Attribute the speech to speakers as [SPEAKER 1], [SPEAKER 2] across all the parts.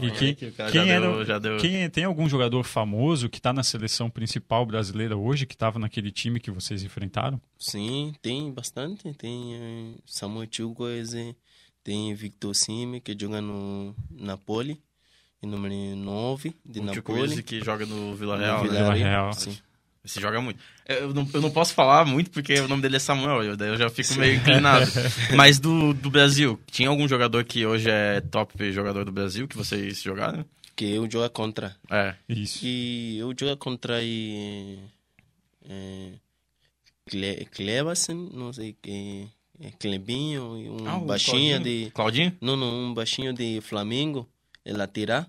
[SPEAKER 1] E quem,
[SPEAKER 2] que o cara
[SPEAKER 1] quem
[SPEAKER 2] já
[SPEAKER 1] era-
[SPEAKER 2] deu- já deu-
[SPEAKER 1] quem- é, tem algum jogador famoso que tá na seleção principal brasileira hoje, que tava naquele time que vocês enfrentaram?
[SPEAKER 2] Sim, tem bastante. Tem eh, Samuel Chukwueze, tem Victor Sime, que joga no Napoli, e número 9 de
[SPEAKER 3] o Tio
[SPEAKER 2] Napoli.
[SPEAKER 3] Tipo, que joga no Vila Real,
[SPEAKER 2] Vila
[SPEAKER 3] né?
[SPEAKER 1] Real.
[SPEAKER 2] Sim.
[SPEAKER 3] Você joga muito. Eu não, eu não posso falar muito porque o nome dele é Samuel, eu, daí eu já fico meio inclinado. Mas do, do Brasil, tinha algum jogador que hoje é top jogador do Brasil que vocês jogaram?
[SPEAKER 2] Que eu jogo contra.
[SPEAKER 3] É.
[SPEAKER 1] Isso.
[SPEAKER 2] que eu jogo contra eh, eh, Cle- Cleverson, não sei que é Clebinho, e um
[SPEAKER 3] Ah, o
[SPEAKER 2] baixinho
[SPEAKER 3] Claudinho.
[SPEAKER 2] de
[SPEAKER 3] Claudinho?
[SPEAKER 2] não, não, um baixinho de Flamengo, é lateral,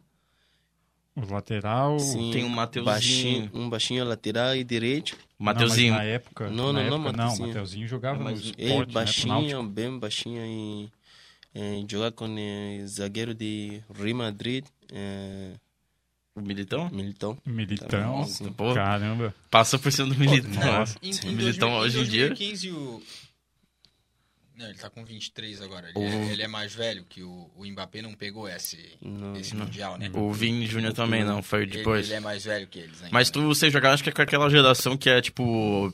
[SPEAKER 1] O lateral.
[SPEAKER 2] Sim,
[SPEAKER 3] Tem o
[SPEAKER 2] baixinho,
[SPEAKER 3] Mateuzinho.
[SPEAKER 2] um baixinho lateral e direito,
[SPEAKER 3] Mateuzinho.
[SPEAKER 1] Não, mas na época.
[SPEAKER 2] Não,
[SPEAKER 1] na
[SPEAKER 2] não, não,
[SPEAKER 1] época,
[SPEAKER 2] Mateuzinho. É,
[SPEAKER 1] o Mateuzinho jogava no
[SPEAKER 2] mas
[SPEAKER 1] esporte,
[SPEAKER 2] ele
[SPEAKER 1] né,
[SPEAKER 2] baixinho,
[SPEAKER 1] pro Náutico.
[SPEAKER 2] bem baixinho e eh, jogar com eh, zagueiro de Real Madrid, eh,
[SPEAKER 3] O Militão?
[SPEAKER 2] Militão.
[SPEAKER 1] Militão.
[SPEAKER 2] Sim.
[SPEAKER 3] Pô,
[SPEAKER 1] Caramba.
[SPEAKER 3] passou por cima do Militão.
[SPEAKER 1] Nossa.
[SPEAKER 4] Em,
[SPEAKER 3] Sim,
[SPEAKER 4] em
[SPEAKER 3] militão
[SPEAKER 4] 2000,
[SPEAKER 3] hoje em dia.
[SPEAKER 4] 2015 o... Não, ele tá com 23 agora. Ele,
[SPEAKER 3] O-
[SPEAKER 4] é, ele é mais velho, que o, o Mbappé não pegou esse,
[SPEAKER 2] Não,
[SPEAKER 4] esse
[SPEAKER 3] não.
[SPEAKER 4] Mundial, né?
[SPEAKER 3] O Vini Júnior também, não, foi
[SPEAKER 4] Ele,
[SPEAKER 3] depois.
[SPEAKER 4] ele é mais velho que eles, né?
[SPEAKER 3] Mas tu, você jogar, acho que é com aquela geração que é tipo.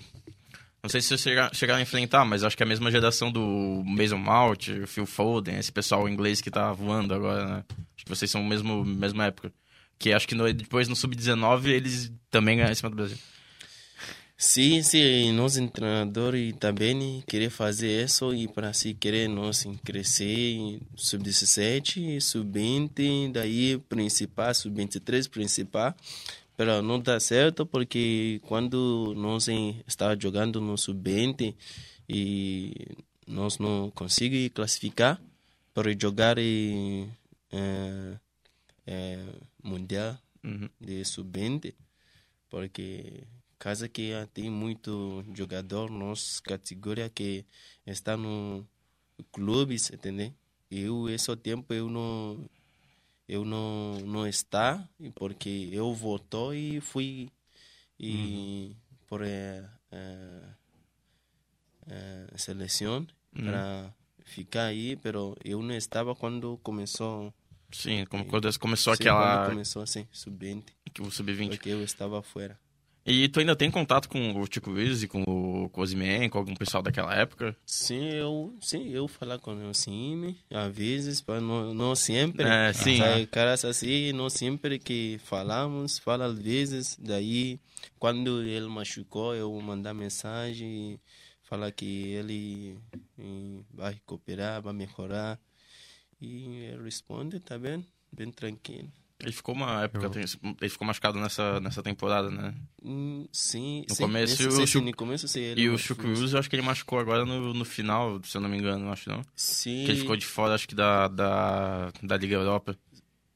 [SPEAKER 3] Não sei se você chegar, chegar a enfrentar, mas acho que é a mesma geração do Mason Mount, o Phil Foden, esse pessoal inglês que tá voando agora, né? Acho que vocês são mesmo mesma época. Que acho que no- depois no Sub-19 eles também ganham em cima do Brasil.
[SPEAKER 2] Sim, sim, nós treinadores também querer fazer isso e para se querer nós crescer sub-17, sub-20, daí principal, sub-23 principal, mas não dá certo porque quando nós em- estava jogando no sub-20 e nós não conseguimos classificar para jogar em, eh, eh, mundial
[SPEAKER 3] Uhum.
[SPEAKER 2] de sub-20, porque casa que ah, tem muito jogador, nossa categoria que está no clubes, entendeu? Eu esse é tempo eu não eu não não está e porque eu votou e fui e
[SPEAKER 3] Uhum.
[SPEAKER 2] por eh, eh, eh, seleção
[SPEAKER 3] Uhum.
[SPEAKER 2] para ficar aí, pero eu não estava quando começou,
[SPEAKER 3] Sim, como quando começou
[SPEAKER 2] sim,
[SPEAKER 3] aquela.
[SPEAKER 2] quando começou assim, sub-20,
[SPEAKER 3] O Sub-20.
[SPEAKER 2] porque eu estava fora.
[SPEAKER 3] E tu ainda tem contato com o Tico Wiz e com o Cosmen, com algum pessoal daquela época?
[SPEAKER 2] Sim, eu, sim, eu falar com o Cime, às vezes, mas não, não sempre.
[SPEAKER 3] É, sim.
[SPEAKER 2] Sabe, caras assim, não sempre que falamos, fala às vezes. Daí, quando ele machucou, eu mandar mensagem e falar que ele eh, vai recuperar, vai melhorar. E ele responde, tá bem? Bem tranquilo.
[SPEAKER 3] Ele ficou uma época,
[SPEAKER 1] Eu-
[SPEAKER 3] tem- ele ficou machucado nessa, nessa temporada, né?
[SPEAKER 2] Hum, Sim,
[SPEAKER 3] No
[SPEAKER 2] sim,
[SPEAKER 3] começo,
[SPEAKER 2] nesse-
[SPEAKER 3] o
[SPEAKER 2] sim,
[SPEAKER 3] Chu-
[SPEAKER 2] no começo, sim, ele é
[SPEAKER 3] E o
[SPEAKER 2] machucou.
[SPEAKER 3] Chukwuze, eu acho que ele machucou agora no, no final, se eu não me engano, acho não.
[SPEAKER 2] Sim.
[SPEAKER 3] Que ele ficou de fora, acho que da, da, da Liga Europa.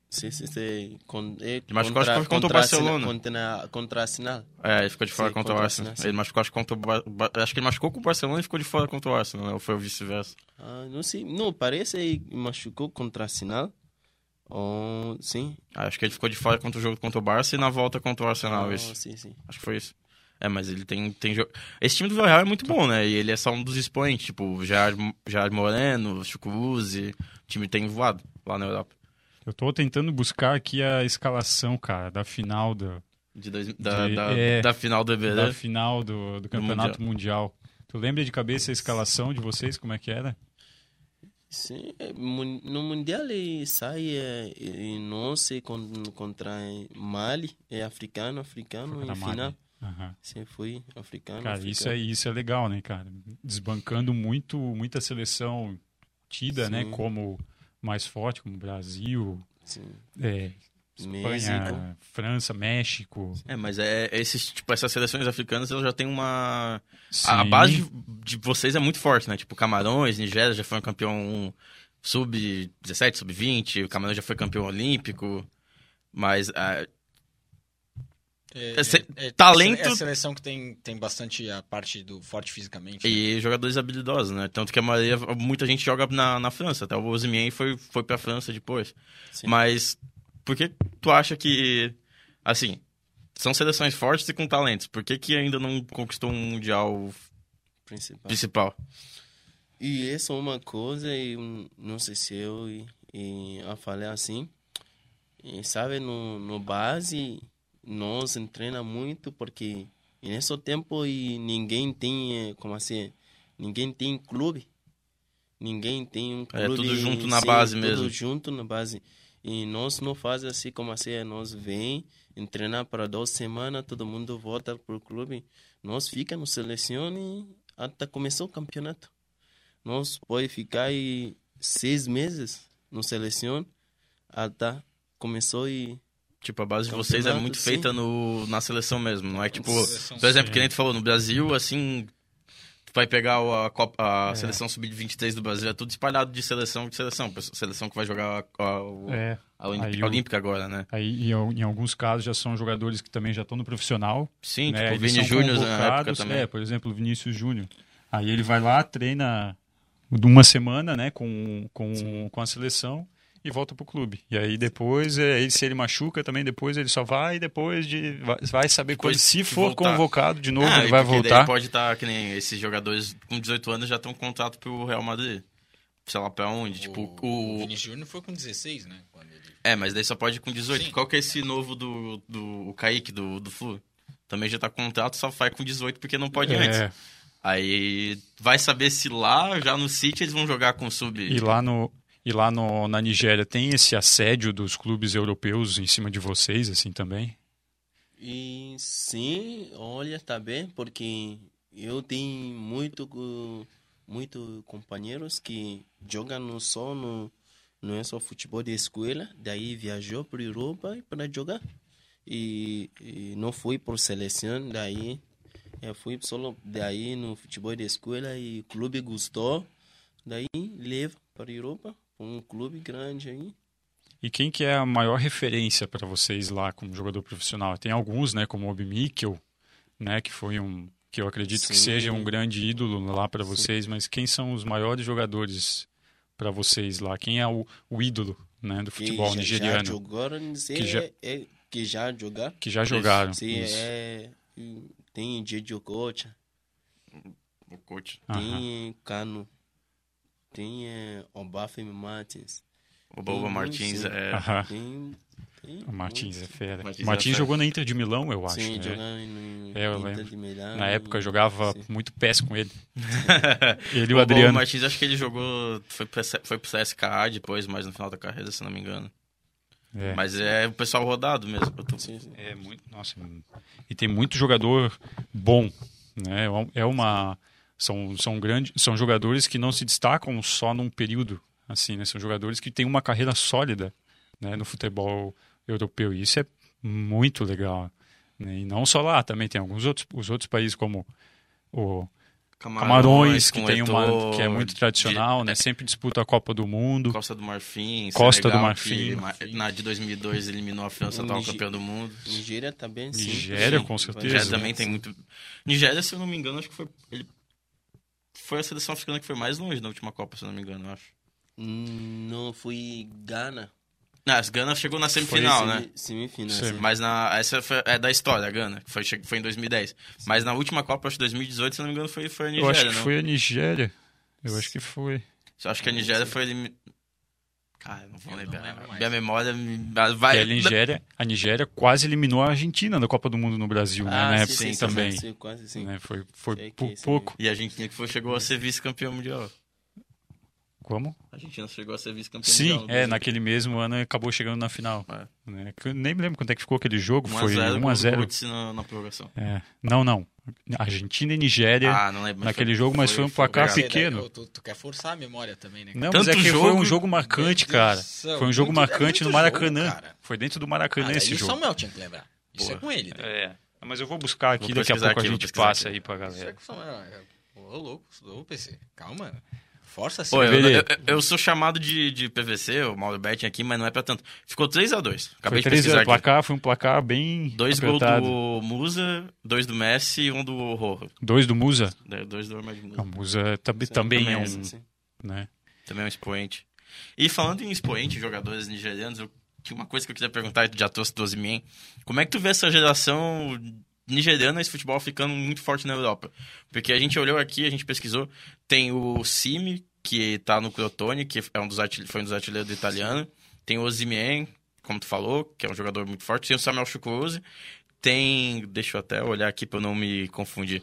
[SPEAKER 2] Sim, sim, sim. Con, é,
[SPEAKER 3] Mas acho que foi contra o
[SPEAKER 2] Arsenal-
[SPEAKER 3] Barcelona.
[SPEAKER 2] Contra, contra Arsenal.
[SPEAKER 3] É, ele ficou de fora
[SPEAKER 2] Sim,
[SPEAKER 3] contra o
[SPEAKER 2] contra o
[SPEAKER 3] Arsenal.
[SPEAKER 2] Arsenal, sim.
[SPEAKER 3] Ele machucou, acho, que contra o Bar- Bar- acho que ele machucou com o Barcelona e ficou de fora contra o Arsenal, né? Ou foi o vice-versa.
[SPEAKER 2] Ah, não sei. Não, parece que machucou contra Arsenal. Oh, sim.
[SPEAKER 3] Ah, acho que ele ficou de fora contra o jogo contra o Barça e na volta contra o Arsenal,
[SPEAKER 2] Ah,
[SPEAKER 3] isso.
[SPEAKER 2] Sim, sim.
[SPEAKER 3] Acho que foi isso. É, mas ele tem, tem jogo. Esse time do Villarreal é muito bom, né? E ele é só um dos expoentes, tipo, Jair, Jair Moreno, Chukwuze. O time tem voado lá na Europa.
[SPEAKER 1] Eu tô tentando buscar aqui a escalação, cara, da final do,
[SPEAKER 3] De dois, da,
[SPEAKER 1] De-
[SPEAKER 3] da,
[SPEAKER 1] é.
[SPEAKER 3] da final do EBD.
[SPEAKER 1] da final do, do Campeonato mundial. Tu lembra de cabeça a escalação de vocês, como é que era?
[SPEAKER 2] Sim, é, mun- no Mundial ele sai é, e e nós é con, contra Mali, é africano, africano,
[SPEAKER 1] Foi
[SPEAKER 2] em
[SPEAKER 1] contra Mali.
[SPEAKER 2] final.
[SPEAKER 1] Aham.
[SPEAKER 2] Sim, foi
[SPEAKER 3] Então
[SPEAKER 2] africano,
[SPEAKER 1] Cara,
[SPEAKER 2] africano.
[SPEAKER 1] isso é, isso é legal, né, cara? Desbancando muito, muita seleção tida, né,
[SPEAKER 2] Sim.
[SPEAKER 1] como mais forte, como Brasil,
[SPEAKER 2] Sim.
[SPEAKER 1] é,
[SPEAKER 2] México.
[SPEAKER 1] Espanha, França, México.
[SPEAKER 3] É, mas é, esses, tipo, essas seleções africanas, elas já têm uma... A
[SPEAKER 1] Sim.
[SPEAKER 3] base de, de vocês é muito forte, né? Tipo, Camarões, Nigéria já foi um campeão sub-17, sub-20, o Camarões já foi campeão olímpico, mas... ah,
[SPEAKER 4] É,
[SPEAKER 3] se-
[SPEAKER 4] é- é-
[SPEAKER 3] talento-
[SPEAKER 4] É a seleção que tem, tem bastante a parte do forte fisicamente. né?
[SPEAKER 3] e jogadores habilidosos, né? Tanto que a maioria, muita gente joga na, na França, até o Osimhen foi, foi pra França depois.
[SPEAKER 2] Sim.
[SPEAKER 3] Mas por que tu acha que, assim, são seleções fortes e com talentos, por que que ainda não conquistou um Mundial
[SPEAKER 2] Principal.
[SPEAKER 3] principal?
[SPEAKER 2] E um, essa é uma coisa, e hum, não sei se eu e, e a falei assim, E, sabe, no, no base, nós treina muito porque nesse tempo e ninguém tem, eh, como assim, ninguém tem clube. Ninguém tem um
[SPEAKER 3] É,
[SPEAKER 2] clube.
[SPEAKER 3] tudo junto na
[SPEAKER 2] sim,
[SPEAKER 3] base
[SPEAKER 2] tudo
[SPEAKER 3] mesmo.
[SPEAKER 2] junto na base. E nós não faz assim como assim, nós vem em treinar para duas semanas, todo mundo volta pro clube. Nós fica no selecione até começar o campeonato. Nós pode ficar aí seis meses no selecione até começou e
[SPEAKER 3] Tipo, a base de vocês é
[SPEAKER 2] Campeonato,
[SPEAKER 3] muito
[SPEAKER 2] sim.
[SPEAKER 3] feita no, na seleção mesmo, não é? Tipo,
[SPEAKER 4] Seleção,
[SPEAKER 3] por exemplo,
[SPEAKER 1] sim.
[SPEAKER 3] que nem tu falou, no Brasil, assim, tu vai pegar o- a, Copa, a
[SPEAKER 1] É.
[SPEAKER 3] seleção sub-23 do Brasil, é tudo espalhado de seleção de seleção. Seleção que vai jogar a, a, o-
[SPEAKER 1] É,
[SPEAKER 3] a Olímpica,
[SPEAKER 1] Aí o-
[SPEAKER 3] Olímpica agora, né?
[SPEAKER 1] aí em, al- em alguns casos já são jogadores que também já estão no profissional.
[SPEAKER 3] Sim,
[SPEAKER 1] né?
[SPEAKER 3] tipo, o
[SPEAKER 1] Eles
[SPEAKER 3] Vini
[SPEAKER 1] são
[SPEAKER 3] Júnior na época
[SPEAKER 1] convocados,
[SPEAKER 3] também. Ah,
[SPEAKER 1] É, por exemplo, o Vinícius Júnior. Aí ele vai lá, treina de uma semana, né, com, com, com a seleção e volta pro clube. E aí depois, é, ele, se ele machuca também, depois ele só vai e depois de vai, vai saber
[SPEAKER 3] Depois
[SPEAKER 1] quando, se
[SPEAKER 3] que
[SPEAKER 1] for
[SPEAKER 3] voltar.
[SPEAKER 1] convocado de novo,
[SPEAKER 3] Ah,
[SPEAKER 1] ele
[SPEAKER 3] e
[SPEAKER 1] vai
[SPEAKER 3] porque
[SPEAKER 1] voltar.
[SPEAKER 3] Daí pode estar, que nem esses jogadores com 18 anos já estão com contrato pro Real Madrid. Sei lá pra onde. tipo,
[SPEAKER 4] o
[SPEAKER 3] o.
[SPEAKER 4] Vini Júnior foi com 16, né? Quando ele...
[SPEAKER 3] É, mas daí só pode ir com 18.
[SPEAKER 4] Sim.
[SPEAKER 3] Qual que é esse novo do, do o Kaique, do, do Flu? Também já tá com contrato, só vai com 18 porque não pode antes.
[SPEAKER 1] É,
[SPEAKER 3] Aí vai saber se lá, já no City, eles vão jogar com sub.
[SPEAKER 1] e lá no e lá no, na Nigéria tem esse assédio dos clubes europeus em cima de vocês assim também?
[SPEAKER 2] E sim, olha, tá bem, porque eu tenho muito, co- muito companheiros que jogam no só no, não é só futebol de escola, daí viajou para Europa para jogar. E, e não fui por seleção, daí eu fui só daí no futebol de escola e o clube gostou, daí leva para Europa, um clube grande aí.
[SPEAKER 1] E quem que é a maior referência para vocês lá como jogador profissional? Tem alguns, né, como o Obi Mikkel, né, que foi um que eu acredito que
[SPEAKER 2] Sim.
[SPEAKER 1] seja um grande ídolo lá para
[SPEAKER 2] Sim.
[SPEAKER 1] vocês, mas quem são os maiores jogadores para vocês lá? Quem é o, o ídolo, né, do futebol
[SPEAKER 2] que já- Já
[SPEAKER 1] nigeriano
[SPEAKER 2] jogaram,
[SPEAKER 1] Que
[SPEAKER 2] que
[SPEAKER 1] já-
[SPEAKER 2] já, é, que já jogaram.
[SPEAKER 1] que já
[SPEAKER 3] Isso,
[SPEAKER 1] jogaram?
[SPEAKER 2] Sim,
[SPEAKER 1] Tá, Isso.
[SPEAKER 2] é. hum, Tem Didio Cocha,
[SPEAKER 3] O coach.
[SPEAKER 1] Aham.
[SPEAKER 2] tem Cano, tem é, Obafemi Martins.
[SPEAKER 3] O Boba
[SPEAKER 2] Sim,
[SPEAKER 3] Martins
[SPEAKER 2] sim.
[SPEAKER 3] é.
[SPEAKER 1] Aham.
[SPEAKER 2] Tem, tem
[SPEAKER 1] Ah. O Martins é fera.
[SPEAKER 3] Martins
[SPEAKER 1] O
[SPEAKER 3] é
[SPEAKER 1] Martins
[SPEAKER 3] fera.
[SPEAKER 1] jogou na Inter de Milão, eu acho,
[SPEAKER 2] Sim,
[SPEAKER 1] né?
[SPEAKER 2] jogaram no
[SPEAKER 1] É, eu
[SPEAKER 2] Inter
[SPEAKER 1] lembro.
[SPEAKER 2] de Milão.
[SPEAKER 1] Na época eu jogava
[SPEAKER 2] Sim.
[SPEAKER 1] muito pés com ele. Ele e
[SPEAKER 3] o
[SPEAKER 1] o
[SPEAKER 3] Boba
[SPEAKER 1] Adriano.
[SPEAKER 3] Martins, acho que ele jogou. Foi pro, S- foi pro CSKA depois, mas no final da carreira, se não me engano.
[SPEAKER 1] É.
[SPEAKER 3] Mas é o pessoal rodado mesmo. Eu tô-
[SPEAKER 2] Sim, sim.
[SPEAKER 1] É muito, nossa, e tem muito jogador bom, né? É um- É uma são são grandes, são jogadores que não se destacam só num período, assim, né? São jogadores que têm uma carreira sólida, né, no futebol europeu. E isso é muito legal, né? E não só lá, também tem alguns outros os outros países como o Camarões, que
[SPEAKER 3] com
[SPEAKER 1] tem uma
[SPEAKER 3] Eto'o,
[SPEAKER 1] que é muito tradicional, né? Sempre disputa a Copa do Mundo.
[SPEAKER 3] Costa do Marfim,
[SPEAKER 1] Costa do
[SPEAKER 3] Senegal,
[SPEAKER 1] Marfim.
[SPEAKER 3] que ma- na de 2002 eliminou a França,
[SPEAKER 2] O
[SPEAKER 3] tava
[SPEAKER 2] Nige-
[SPEAKER 3] campeão do mundo.
[SPEAKER 2] Nigéria também, sim.
[SPEAKER 1] Nigéria,
[SPEAKER 2] sim.
[SPEAKER 1] com
[SPEAKER 2] Vai
[SPEAKER 1] certeza.
[SPEAKER 3] Nigéria
[SPEAKER 2] jogar,
[SPEAKER 3] também tem
[SPEAKER 2] sim.
[SPEAKER 3] muito. Nigéria, se eu não me engano, acho que foi ele foi a seleção africana que foi mais longe na última Copa, se eu não me engano, eu acho.
[SPEAKER 2] Hum, Não, foi Gana.
[SPEAKER 3] Não, a Gana chegou na
[SPEAKER 2] Foi
[SPEAKER 3] semifinal,
[SPEAKER 2] semi-
[SPEAKER 3] né?
[SPEAKER 2] Semifinal.
[SPEAKER 1] Sim.
[SPEAKER 2] sim.
[SPEAKER 3] Mas na essa foi, é da história, a Gana, que foi che- foi em 2010. Mas na última Copa, acho que 2018, se eu não me engano, foi foi a
[SPEAKER 1] Eu acho
[SPEAKER 3] Nigéria,
[SPEAKER 1] que
[SPEAKER 3] não?
[SPEAKER 1] foi a Nigéria. Eu acho que foi.
[SPEAKER 3] Eu acho que a Nigéria foi eliminada. Cara, eu não vou
[SPEAKER 4] Eu não
[SPEAKER 3] lembrar.
[SPEAKER 4] lembro mais.
[SPEAKER 3] Minha memória me- vai.
[SPEAKER 1] E a Nigéria, a Nigéria quase eliminou a Argentina na Copa do Mundo no Brasil, né?
[SPEAKER 2] Ah,
[SPEAKER 1] na
[SPEAKER 2] sim,
[SPEAKER 1] época
[SPEAKER 2] sim, sim,
[SPEAKER 1] também.
[SPEAKER 2] sim, quase sim.
[SPEAKER 1] né? Foi, foi
[SPEAKER 2] Sei que
[SPEAKER 1] pou-
[SPEAKER 2] sim.
[SPEAKER 1] pouco.
[SPEAKER 3] E a Argentina que foi, chegou a ser vice-campeão mundial.
[SPEAKER 1] Como?
[SPEAKER 3] A Argentina chegou a ser vice-campeão mundial.
[SPEAKER 1] Sim, é, naquele mesmo ano acabou chegando na final. né? Que eu nem me lembro quanto é que ficou aquele jogo. Foi
[SPEAKER 3] 1x0
[SPEAKER 1] 1x0.
[SPEAKER 3] na, na prorrogação.
[SPEAKER 1] É, não, não. Argentina e Nigéria.
[SPEAKER 3] Ah, não lembro. mas
[SPEAKER 1] naquele jogo, mas foi um placar
[SPEAKER 3] obrigado.
[SPEAKER 1] assim- pequeno.
[SPEAKER 4] Tu, tu quer forçar a memória também, né?
[SPEAKER 1] não,
[SPEAKER 4] cara?
[SPEAKER 1] mas é
[SPEAKER 3] tanto
[SPEAKER 1] que foi um
[SPEAKER 3] jogo-
[SPEAKER 1] jogo marcante,
[SPEAKER 4] Meu Deus
[SPEAKER 1] cara.
[SPEAKER 4] do céu,
[SPEAKER 1] Foi um jogo
[SPEAKER 4] muito- é
[SPEAKER 1] marcante no
[SPEAKER 4] muito
[SPEAKER 1] Maracanã.
[SPEAKER 4] jogo, cara.
[SPEAKER 1] foi dentro do Maracanã
[SPEAKER 4] Ah,
[SPEAKER 1] esse
[SPEAKER 4] daí o
[SPEAKER 1] jogo.
[SPEAKER 4] Samuel tinha que lembrar. Isso
[SPEAKER 3] Porra.
[SPEAKER 4] é com ele. né?
[SPEAKER 1] É. Mas eu vou buscar aqui,
[SPEAKER 3] Vou
[SPEAKER 1] daqui a
[SPEAKER 3] pesquisar
[SPEAKER 1] pouco
[SPEAKER 3] aqui,
[SPEAKER 1] a
[SPEAKER 3] vou
[SPEAKER 1] gente
[SPEAKER 3] pesquisar
[SPEAKER 1] passa
[SPEAKER 3] aqui.
[SPEAKER 1] aí pra
[SPEAKER 4] Isso é
[SPEAKER 1] galera.
[SPEAKER 4] com o Samuel. Ô, louco, ô, PC. Calma. Força assim.
[SPEAKER 3] Pô, eu,
[SPEAKER 1] Beleza.
[SPEAKER 3] eu- eu sou chamado de, de PVC, o Mauro Betting aqui, mas não é pra tanto. Ficou 3x2. Acabei de
[SPEAKER 1] Foi 3
[SPEAKER 3] pesquisar
[SPEAKER 1] a
[SPEAKER 3] aqui.
[SPEAKER 1] placar, foi um placar bem
[SPEAKER 3] Dois gols
[SPEAKER 1] apertado.
[SPEAKER 3] do Musa, dois do Messi e um do Rojo.
[SPEAKER 1] Dois do Musa?
[SPEAKER 3] Né, Dois do Armad Musa.
[SPEAKER 1] A Musa tam- Uhum. também é um,
[SPEAKER 2] Sim, sim.
[SPEAKER 1] né?
[SPEAKER 3] Também é um expoente. E falando em expoente, jogadores nigerianos, eu, tinha uma coisa que eu queria perguntar, e tu já trouxe do Osimhen. Como é que tu vê essa geração nigeriana, esse futebol ficando muito forte na Europa? Porque a gente olhou aqui, a gente pesquisou, tem o Simi, que tá no Crotone, que é um dos artil- foi um dos artilheiros do italiano, tem o Osimhen, como tu falou, que é um jogador muito forte. Tem o Samuel Chukwueze. Tem... Deixa eu até olhar aqui pra eu não me confundir.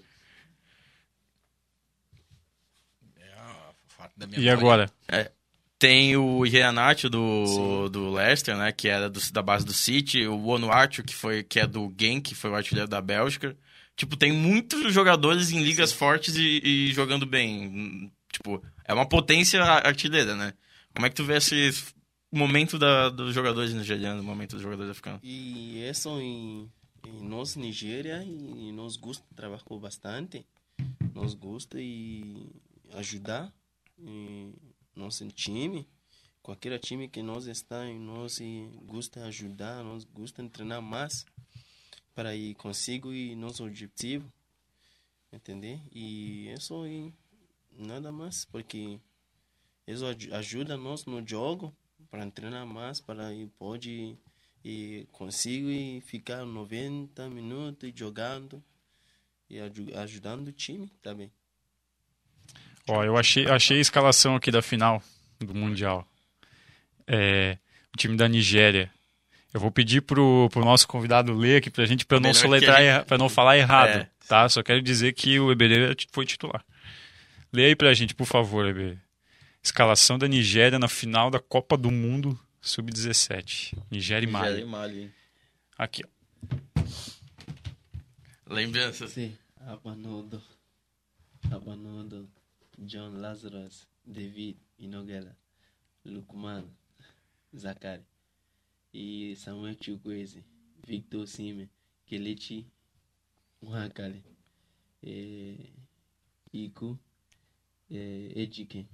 [SPEAKER 4] É, o fato da minha
[SPEAKER 1] né? E
[SPEAKER 4] memória.
[SPEAKER 1] agora?
[SPEAKER 3] Tem o Ireanati do,
[SPEAKER 2] Sim.
[SPEAKER 3] do Leicester, né? Que era do- da base do City. O Onuachu, que, foi, que é do Genk, que foi o artilheiro da Bélgica. Tipo, tem muitos jogadores em ligas fortes e, e jogando bem. Hum, Tipo, é uma potência a- artilheira, né? Como é que tu vê esse f- momento da, dos jogadores nigerianos, o momento dos jogadores africanos?
[SPEAKER 2] E isso em, em nós, Nigéria, e nós gosta, trabalhou bastante. Nós gosta e ajudar e nosso time. Qualquer time que nós está e nós e gosta ajudar, nós gosta de treinar mais para ir consigo e nosso objetivo. Entender? E isso e nada mais, porque isso aju- ajuda nós no jogo para treinar mais, para ir pode e consigo e ficar 90 minutos jogando e aju- ajudando o time também.
[SPEAKER 1] Ó, eu achei, achei a escalação aqui da final do Mundial. É, o time da Nigéria. Eu vou pedir pro, pro nosso convidado ler aqui pra gente, pra eu não
[SPEAKER 3] Melhor
[SPEAKER 1] soletrar,
[SPEAKER 3] que ele-
[SPEAKER 1] erra- pra não falar errado,
[SPEAKER 3] É.
[SPEAKER 1] tá? Só quero dizer que o Eberê foi titular. Lê aí pra gente, por favor, Eberê. Escalação da Nigéria na final da Copa do Mundo Sub-17. Nigéria e Mali. Aqui, ó.
[SPEAKER 3] Lembranças.
[SPEAKER 2] Sim, Abanudo, Abanudo, John Lazarus, David Inogela, Lukman, Zakari e Samuel Chukwueze, Victor Sime, Kelechi Mwakali, eh, Iku, eh, Ejike.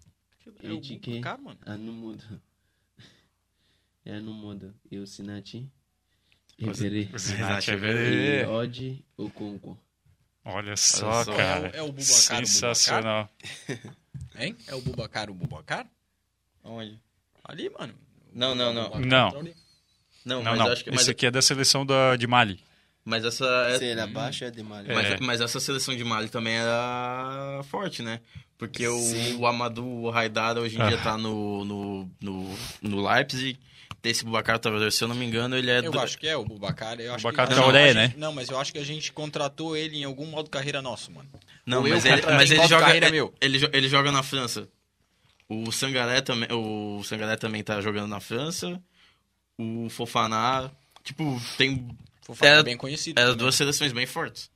[SPEAKER 4] É
[SPEAKER 2] Ed
[SPEAKER 4] o
[SPEAKER 2] que-
[SPEAKER 4] cara, mano.
[SPEAKER 2] Ah, não muda. É, não muda. E o Sinati.
[SPEAKER 3] Você-
[SPEAKER 2] Everê.
[SPEAKER 1] Zinati
[SPEAKER 2] E
[SPEAKER 1] Eberê.
[SPEAKER 2] Ode o Conco.
[SPEAKER 1] Olha só,
[SPEAKER 3] só.
[SPEAKER 1] cara.
[SPEAKER 4] É o- é o Bubacar, o Bubacar.
[SPEAKER 1] Sensacional.
[SPEAKER 4] Hein? É o Bubacar, o Bubacar?
[SPEAKER 3] Onde?
[SPEAKER 4] Ali, mano.
[SPEAKER 3] Não,
[SPEAKER 4] então,
[SPEAKER 3] não, não.
[SPEAKER 4] Bubacar
[SPEAKER 1] Não.
[SPEAKER 4] entrou ali.
[SPEAKER 3] Não,
[SPEAKER 1] Não,
[SPEAKER 3] mas
[SPEAKER 1] não.
[SPEAKER 3] acho que. Mas,
[SPEAKER 1] Esse aqui é da seleção da, de Mali.
[SPEAKER 3] mas essa. é-
[SPEAKER 2] Se ele abaixa, é de mal.
[SPEAKER 1] É.
[SPEAKER 3] Mas, mas essa seleção de Mali também era forte, né? Porque o,
[SPEAKER 2] Sim.
[SPEAKER 3] o Amadou Haidara hoje em dia
[SPEAKER 1] Ah.
[SPEAKER 3] tá no, no, no, no Leipzig. Tem esse Bubacar Traoré, se eu não me engano, ele é
[SPEAKER 4] Eu
[SPEAKER 3] do-
[SPEAKER 4] acho que é o Bubacar. Eu acho
[SPEAKER 1] Bubacar
[SPEAKER 4] que,
[SPEAKER 1] Traoré,
[SPEAKER 4] não, a gente-
[SPEAKER 1] né?
[SPEAKER 4] Não, mas eu acho que a gente contratou ele em algum modo carreira nosso, mano.
[SPEAKER 3] Não,
[SPEAKER 4] Ou eu
[SPEAKER 3] mas ele,
[SPEAKER 4] contratei
[SPEAKER 3] mas ele
[SPEAKER 4] modo
[SPEAKER 3] joga
[SPEAKER 4] carreira
[SPEAKER 3] ele,
[SPEAKER 4] meu.
[SPEAKER 3] ele jo- ele joga na França. O Sangaré também, o Sangaré também tá jogando na França. O Fofaná, tipo, tem
[SPEAKER 4] Foi falar
[SPEAKER 3] Era-
[SPEAKER 4] é bem conhecido.
[SPEAKER 3] eram duas seleções bem fortes.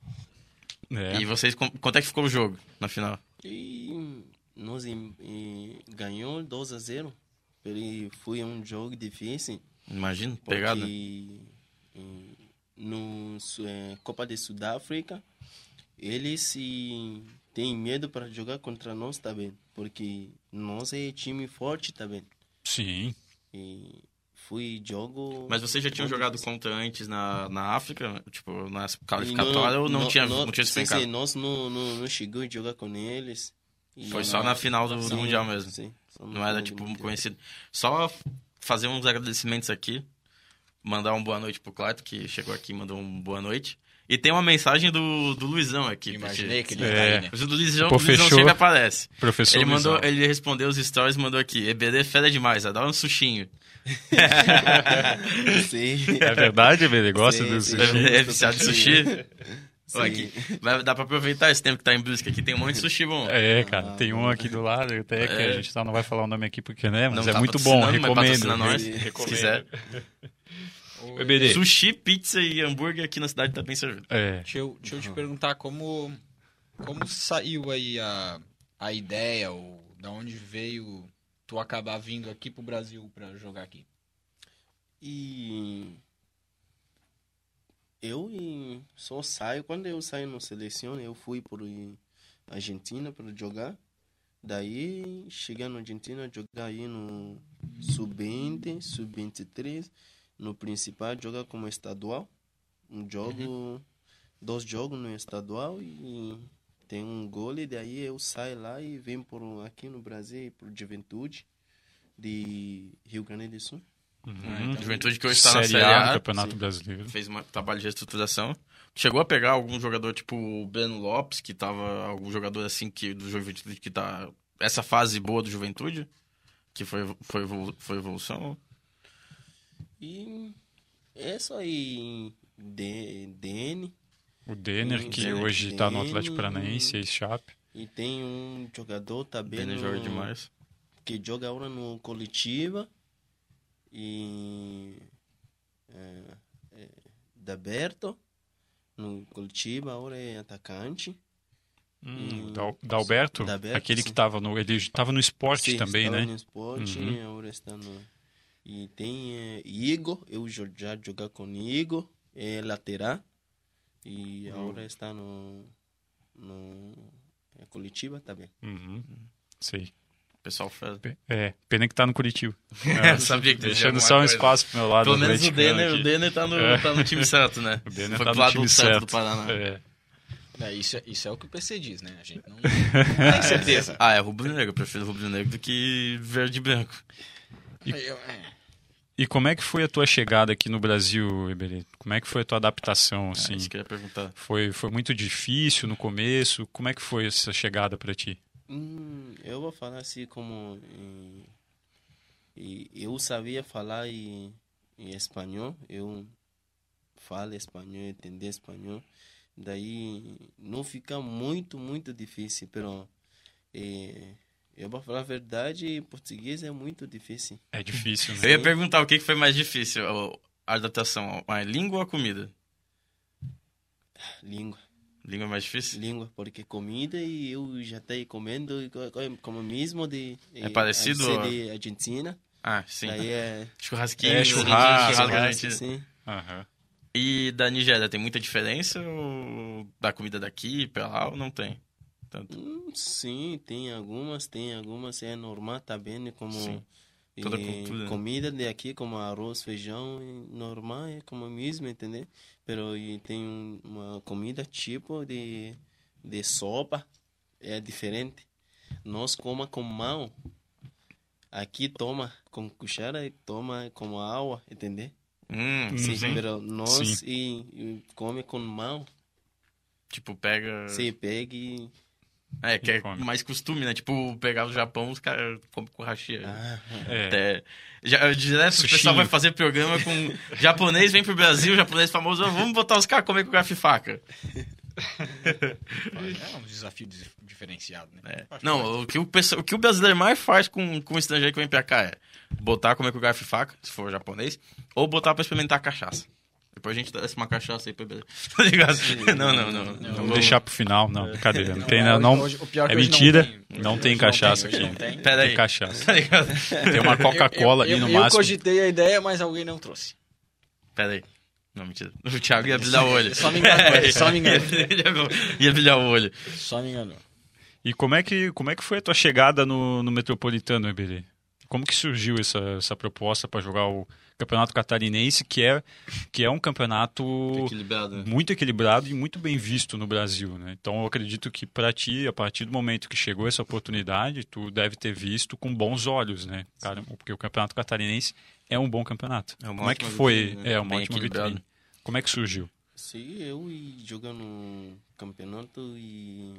[SPEAKER 1] É.
[SPEAKER 3] E vocês com- quanto é que ficou o jogo na final?
[SPEAKER 2] E nós em- em- ganhou 2 a 0. Ele foi um jogo difícil.
[SPEAKER 3] Imagina,
[SPEAKER 2] Porque
[SPEAKER 3] pegada.
[SPEAKER 2] em- no Su- eh, Copa de Sudáfrica, eles se têm medo para jogar contra nós também. Porque nós é time forte também.
[SPEAKER 1] Sim.
[SPEAKER 2] E fui jogo.
[SPEAKER 3] Mas vocês já tinham
[SPEAKER 2] Muito
[SPEAKER 3] jogado
[SPEAKER 2] difícil.
[SPEAKER 3] contra antes na, na África? Tipo, na
[SPEAKER 2] E
[SPEAKER 3] qualificatória ou não, tinha, não, tinha se
[SPEAKER 2] sim,
[SPEAKER 3] brincado?
[SPEAKER 2] sim, nós não, não, não chegou a jogar com eles. E-
[SPEAKER 3] Foi só na final do, do
[SPEAKER 2] Sim,
[SPEAKER 3] Mundial mesmo.
[SPEAKER 2] sim, só na
[SPEAKER 3] Não era,
[SPEAKER 2] final do
[SPEAKER 3] tipo,
[SPEAKER 2] Mundial.
[SPEAKER 3] conhecido. Só fazer uns agradecimentos aqui. Mandar um boa noite pro Clato, que chegou aqui e mandou um boa noite. E tem uma mensagem do, do Luizão aqui. pra
[SPEAKER 4] Imaginei
[SPEAKER 3] ti.
[SPEAKER 4] que
[SPEAKER 1] É.
[SPEAKER 4] ele ia estar aí, né?
[SPEAKER 3] Mas O do Luizão,
[SPEAKER 1] Pô,
[SPEAKER 3] o Luizão
[SPEAKER 1] fechou.
[SPEAKER 3] sempre aparece.
[SPEAKER 1] Professor
[SPEAKER 3] Ele, mandou,
[SPEAKER 1] Luizão.
[SPEAKER 3] ele respondeu os stories e mandou aqui. EBD fera demais, adora um sushinho.
[SPEAKER 2] Sim.
[SPEAKER 1] É verdade, Eberê? Gosta
[SPEAKER 2] Sim,
[SPEAKER 1] do
[SPEAKER 2] sim.
[SPEAKER 1] sushi?
[SPEAKER 3] É viciado em sushi? Pô,
[SPEAKER 2] Sim.
[SPEAKER 3] aqui, vai- dá pra aproveitar esse tempo que tá em busca aqui. Tem um monte de sushi bom.
[SPEAKER 1] É, cara, tem um aqui do lado, até que a
[SPEAKER 3] É.
[SPEAKER 1] gente tá- não vai falar o nome aqui porque, né? Mas
[SPEAKER 3] Não
[SPEAKER 1] é
[SPEAKER 3] tá
[SPEAKER 1] muito bom,
[SPEAKER 3] patrocinando, mas
[SPEAKER 1] recomendo.
[SPEAKER 3] patrocina nós,
[SPEAKER 1] Re-
[SPEAKER 2] se
[SPEAKER 1] recomendo.
[SPEAKER 3] quiser.
[SPEAKER 1] Ô, Eberê,
[SPEAKER 3] Sushi, pizza e hambúrguer aqui na cidade tá bem servido.
[SPEAKER 1] é,
[SPEAKER 4] Deixa eu, deixa eu te perguntar como, como saiu aí a, a ideia, ou da onde veio tu acabar vindo aqui pro Brasil pra jogar aqui?
[SPEAKER 2] E eu e só saio quando eu saio na seleção, eu fui por Argentina para jogar. Daí cheguei na Argentina jogar aí no sub-20, sub-23, no principal jogar como estadual. Um jogo, dois jogos no estadual e tem um gol e daí eu saio lá e venho por aqui no Brasil por Juventude de Rio Grande do Sul.
[SPEAKER 3] Hum,
[SPEAKER 1] uhum.
[SPEAKER 3] Né, Juventude que hoje tá na
[SPEAKER 1] Série
[SPEAKER 3] Série A.
[SPEAKER 1] Campeonato
[SPEAKER 2] sim.
[SPEAKER 1] Brasileiro.
[SPEAKER 3] fez um trabalho de reestruturação. Chegou a pegar algum jogador tipo o Breno Lopes, que tava algum jogador assim que do Juventude que tá essa fase boa do Juventude, que foi foi evolu- foi evolução.
[SPEAKER 2] E é só aí. D- DN.
[SPEAKER 1] O Denner,
[SPEAKER 2] Sim,
[SPEAKER 1] que
[SPEAKER 2] Denner,
[SPEAKER 1] hoje está no
[SPEAKER 2] Denner.
[SPEAKER 1] Atlético Paranaense, é ex-Chape.
[SPEAKER 2] E tem um jogador também
[SPEAKER 3] Bem
[SPEAKER 2] no,
[SPEAKER 3] joga demais.
[SPEAKER 2] que joga agora no Coletiba. E. É, é, Daberto. No Coletiba, agora é atacante.
[SPEAKER 1] Hum,
[SPEAKER 2] Hum,
[SPEAKER 1] Dal- Dalberto,
[SPEAKER 2] Dalberto,
[SPEAKER 1] aquele que
[SPEAKER 2] sim.
[SPEAKER 1] estava no, ele estava no esporte
[SPEAKER 2] Sim,
[SPEAKER 1] também,
[SPEAKER 2] estava
[SPEAKER 1] né?
[SPEAKER 2] No esporte,
[SPEAKER 1] Uhum.
[SPEAKER 2] agora está no. E tem eh, Igor, eu jo- já jogar com Igor, é lateral. E
[SPEAKER 1] Uhum.
[SPEAKER 2] agora está no. no é Curitiba também.
[SPEAKER 1] Uhum. Sei.
[SPEAKER 3] O pessoal faz.
[SPEAKER 1] Pe- É, pena que tá no Curitiba.
[SPEAKER 3] É, sabia que
[SPEAKER 1] Deixando
[SPEAKER 3] alguma
[SPEAKER 1] só um
[SPEAKER 3] coisa.
[SPEAKER 1] espaço pro meu lado.
[SPEAKER 3] Pelo menos o
[SPEAKER 1] atleticano
[SPEAKER 3] Denner,
[SPEAKER 1] aqui.
[SPEAKER 3] o Denner tá no,
[SPEAKER 1] É.
[SPEAKER 3] tá no time santo, né?
[SPEAKER 1] O Denner
[SPEAKER 3] Foi
[SPEAKER 1] tá
[SPEAKER 3] pro
[SPEAKER 1] no
[SPEAKER 3] lado
[SPEAKER 1] time
[SPEAKER 3] do santo
[SPEAKER 1] certo.
[SPEAKER 3] do Paraná.
[SPEAKER 1] É.
[SPEAKER 4] É, isso, é- isso é o que o PC diz, né? A gente não tem certeza.
[SPEAKER 3] Ah, é rubro-negro. Eu prefiro rubro-negro do que verde e branco.
[SPEAKER 4] Eu- é.
[SPEAKER 1] E como é que foi a tua chegada aqui no Brasil, Eberê? Como é que foi a tua adaptação,
[SPEAKER 3] É
[SPEAKER 1] assim?
[SPEAKER 3] isso que eu ia perguntar.
[SPEAKER 1] Foi, foi muito difícil no começo? Como é que foi essa chegada para ti?
[SPEAKER 2] Hum, eu vou falar assim como. eh, e eu sabia falar em, em espanhol, eu falo espanhol, entendo espanhol. Daí não fica muito, muito difícil, pero eh, eu vou falar a verdade, português é muito difícil.
[SPEAKER 1] É difícil, né?
[SPEAKER 3] Eu ia perguntar o que que foi mais difícil, o- a adaptação, a língua ou a comida?
[SPEAKER 2] Língua,
[SPEAKER 3] Língua é mais difícil?
[SPEAKER 2] língua, porque comida e eu já estou comendo e co- co- como mesmo de
[SPEAKER 3] É
[SPEAKER 2] eh,
[SPEAKER 3] parecido,
[SPEAKER 2] assim,
[SPEAKER 3] ó.
[SPEAKER 2] de Argentina.
[SPEAKER 3] Ah, sim. né?
[SPEAKER 2] Daí é
[SPEAKER 3] Churrasquinho,
[SPEAKER 1] É, churrasco,
[SPEAKER 3] argentino.
[SPEAKER 2] sim.
[SPEAKER 1] Aham.
[SPEAKER 3] E da Nigéria, tem muita diferença ou da comida daqui pra lá ou não tem? Tanto.
[SPEAKER 2] Hum, Sim, tem algumas, tem algumas, é normal também, né, como
[SPEAKER 3] Sim, toda
[SPEAKER 2] eh,
[SPEAKER 3] cultura, né?
[SPEAKER 2] comida de aqui, como arroz, feijão, é normal, é como mesmo, entendeu? Pero e tem um- uma comida tipo de, de sopa, é diferente. Nós coma com mão, aqui toma com cuchara e toma com água, entendeu?
[SPEAKER 3] Hum,
[SPEAKER 2] Sim,
[SPEAKER 3] sim, sim.
[SPEAKER 2] pero nós e, e come com mão,
[SPEAKER 3] Tipo, pega...
[SPEAKER 2] você pega e...
[SPEAKER 3] É, que é
[SPEAKER 1] Come.
[SPEAKER 3] mais costume, né? Tipo, pegar o Japão, os caras comem com hashi.
[SPEAKER 2] Ah.
[SPEAKER 1] É.
[SPEAKER 3] Até... Já, direto, o
[SPEAKER 1] Sushinho.
[SPEAKER 3] pessoal vai fazer programa com... japonês vem pro Brasil, japonês famoso, "Ah, vamos botar os caras comer com garfo e faca.
[SPEAKER 4] É um desafio dif- diferenciado, né?
[SPEAKER 3] É.
[SPEAKER 4] Acho que
[SPEAKER 3] Não, o que o, pessoa- o que o brasileiro mais faz com, com o estrangeiro que vem pra cá é botar comer com garfo e faca, se for japonês, ou botar pra experimentar cachaça. Depois a gente desce uma cachaça aí pra beber. Tá ligado? Não, não, não. não,
[SPEAKER 1] Vamos
[SPEAKER 3] vou- É. Então,
[SPEAKER 1] deixar pro final, não. Brincadeira. Não tem,
[SPEAKER 4] hoje-
[SPEAKER 1] não.
[SPEAKER 4] hoje- o pior
[SPEAKER 1] é
[SPEAKER 4] que hoje
[SPEAKER 1] mentira,
[SPEAKER 4] Hoje-
[SPEAKER 1] não
[SPEAKER 4] hoje
[SPEAKER 1] tem cachaça
[SPEAKER 4] hoje
[SPEAKER 1] aqui.
[SPEAKER 4] Não tem.
[SPEAKER 3] Pera
[SPEAKER 1] tem
[SPEAKER 3] aí.
[SPEAKER 1] cachaça.
[SPEAKER 3] Tá ligado?
[SPEAKER 1] Tem uma Coca-Cola ali
[SPEAKER 4] Eu-
[SPEAKER 1] no
[SPEAKER 4] eu, eu
[SPEAKER 1] máximo.
[SPEAKER 4] cogitei a ideia, mas alguém não trouxe.
[SPEAKER 3] Pera aí. Não, mentira. O Thiago ia brilhar o olho.
[SPEAKER 4] Só me enganou,
[SPEAKER 3] É,
[SPEAKER 4] só me enganou.
[SPEAKER 3] ia- Ia brilhar o olho.
[SPEAKER 4] Só me enganou.
[SPEAKER 1] E como é que como é que foi a tua chegada no, no Metropolitano, Eberê? Como que surgiu essa, essa proposta para jogar o Campeonato Catarinense, que é que é um campeonato
[SPEAKER 3] Equilibrado. é.
[SPEAKER 1] muito equilibrado e muito bem visto no Brasil, né? Então eu acredito que para ti, a partir do momento que chegou essa oportunidade, tu deve ter visto com bons olhos, né? Cara, porque o Campeonato Catarinense é um bom campeonato.
[SPEAKER 3] É uma
[SPEAKER 1] como é que
[SPEAKER 3] ótima
[SPEAKER 1] foi?
[SPEAKER 3] vitrine, né?
[SPEAKER 1] É uma
[SPEAKER 3] Bem
[SPEAKER 1] ótima
[SPEAKER 3] equilibrado.
[SPEAKER 1] vitrine. Como é que surgiu?
[SPEAKER 2] Sim, eu e jogando no campeonato e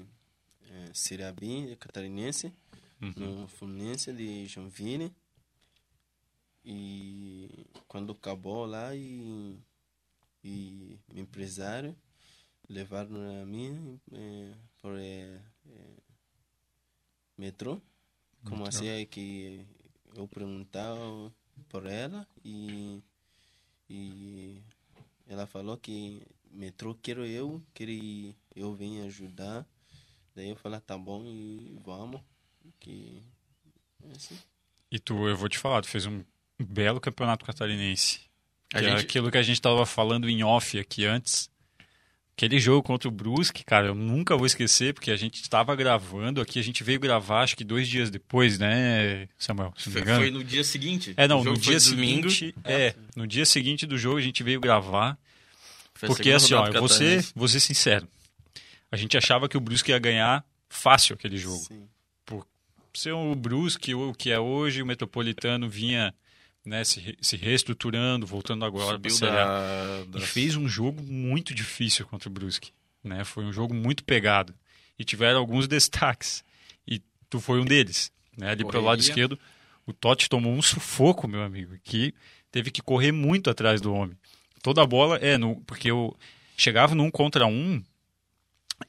[SPEAKER 2] é, Série B catarinense, no Fluminense de Joinville. E quando acabou lá e, e o empresário levaram a mim é, por é, é, metrô. Como
[SPEAKER 1] Metrô.
[SPEAKER 2] assim é que eu perguntava por ela e, e ela falou que metrô quero eu, quero ir, eu vim ajudar. Daí eu falei, tá bom e vamos. Que é assim.
[SPEAKER 1] E tu, eu vou te falar, tu fez um belo Campeonato Catarinense.
[SPEAKER 3] A
[SPEAKER 1] Que é
[SPEAKER 3] gente-
[SPEAKER 1] aquilo que a gente estava falando em off aqui antes. Aquele jogo contra o Brusque, cara, eu nunca vou esquecer, porque a gente estava gravando aqui, a gente veio gravar acho que dois dias depois, né, Samuel? Se não me
[SPEAKER 3] Foi,
[SPEAKER 1] engano.
[SPEAKER 3] foi no dia seguinte.
[SPEAKER 1] É,
[SPEAKER 3] O
[SPEAKER 1] não,
[SPEAKER 3] jogo
[SPEAKER 1] no
[SPEAKER 3] foi
[SPEAKER 1] dia
[SPEAKER 3] domingo,
[SPEAKER 1] seguinte. É, no dia seguinte do jogo a gente veio gravar.
[SPEAKER 3] foi a
[SPEAKER 1] Porque
[SPEAKER 3] segunda
[SPEAKER 1] assim, ó,
[SPEAKER 3] rodada
[SPEAKER 1] eu
[SPEAKER 3] do
[SPEAKER 1] vou ser,
[SPEAKER 3] Catarinense.
[SPEAKER 1] vou ser sincero. A gente achava que o Brusque ia ganhar fácil aquele jogo.
[SPEAKER 2] Sim.
[SPEAKER 1] Ser o Brusque, o que é hoje, o Metropolitano vinha né, se, re- se reestruturando, voltando agora para
[SPEAKER 3] Subiu da,
[SPEAKER 1] e
[SPEAKER 3] da-
[SPEAKER 1] fez um jogo muito difícil contra o Brusque, né? Foi um jogo muito pegado e tiveram alguns destaques e tu foi um deles, né? Ali pelo lado
[SPEAKER 4] Correria.
[SPEAKER 1] esquerdo, o Totti tomou um sufoco, meu amigo, que teve que correr muito atrás do homem. Toda a bola, é, no, porque eu chegava num contra um,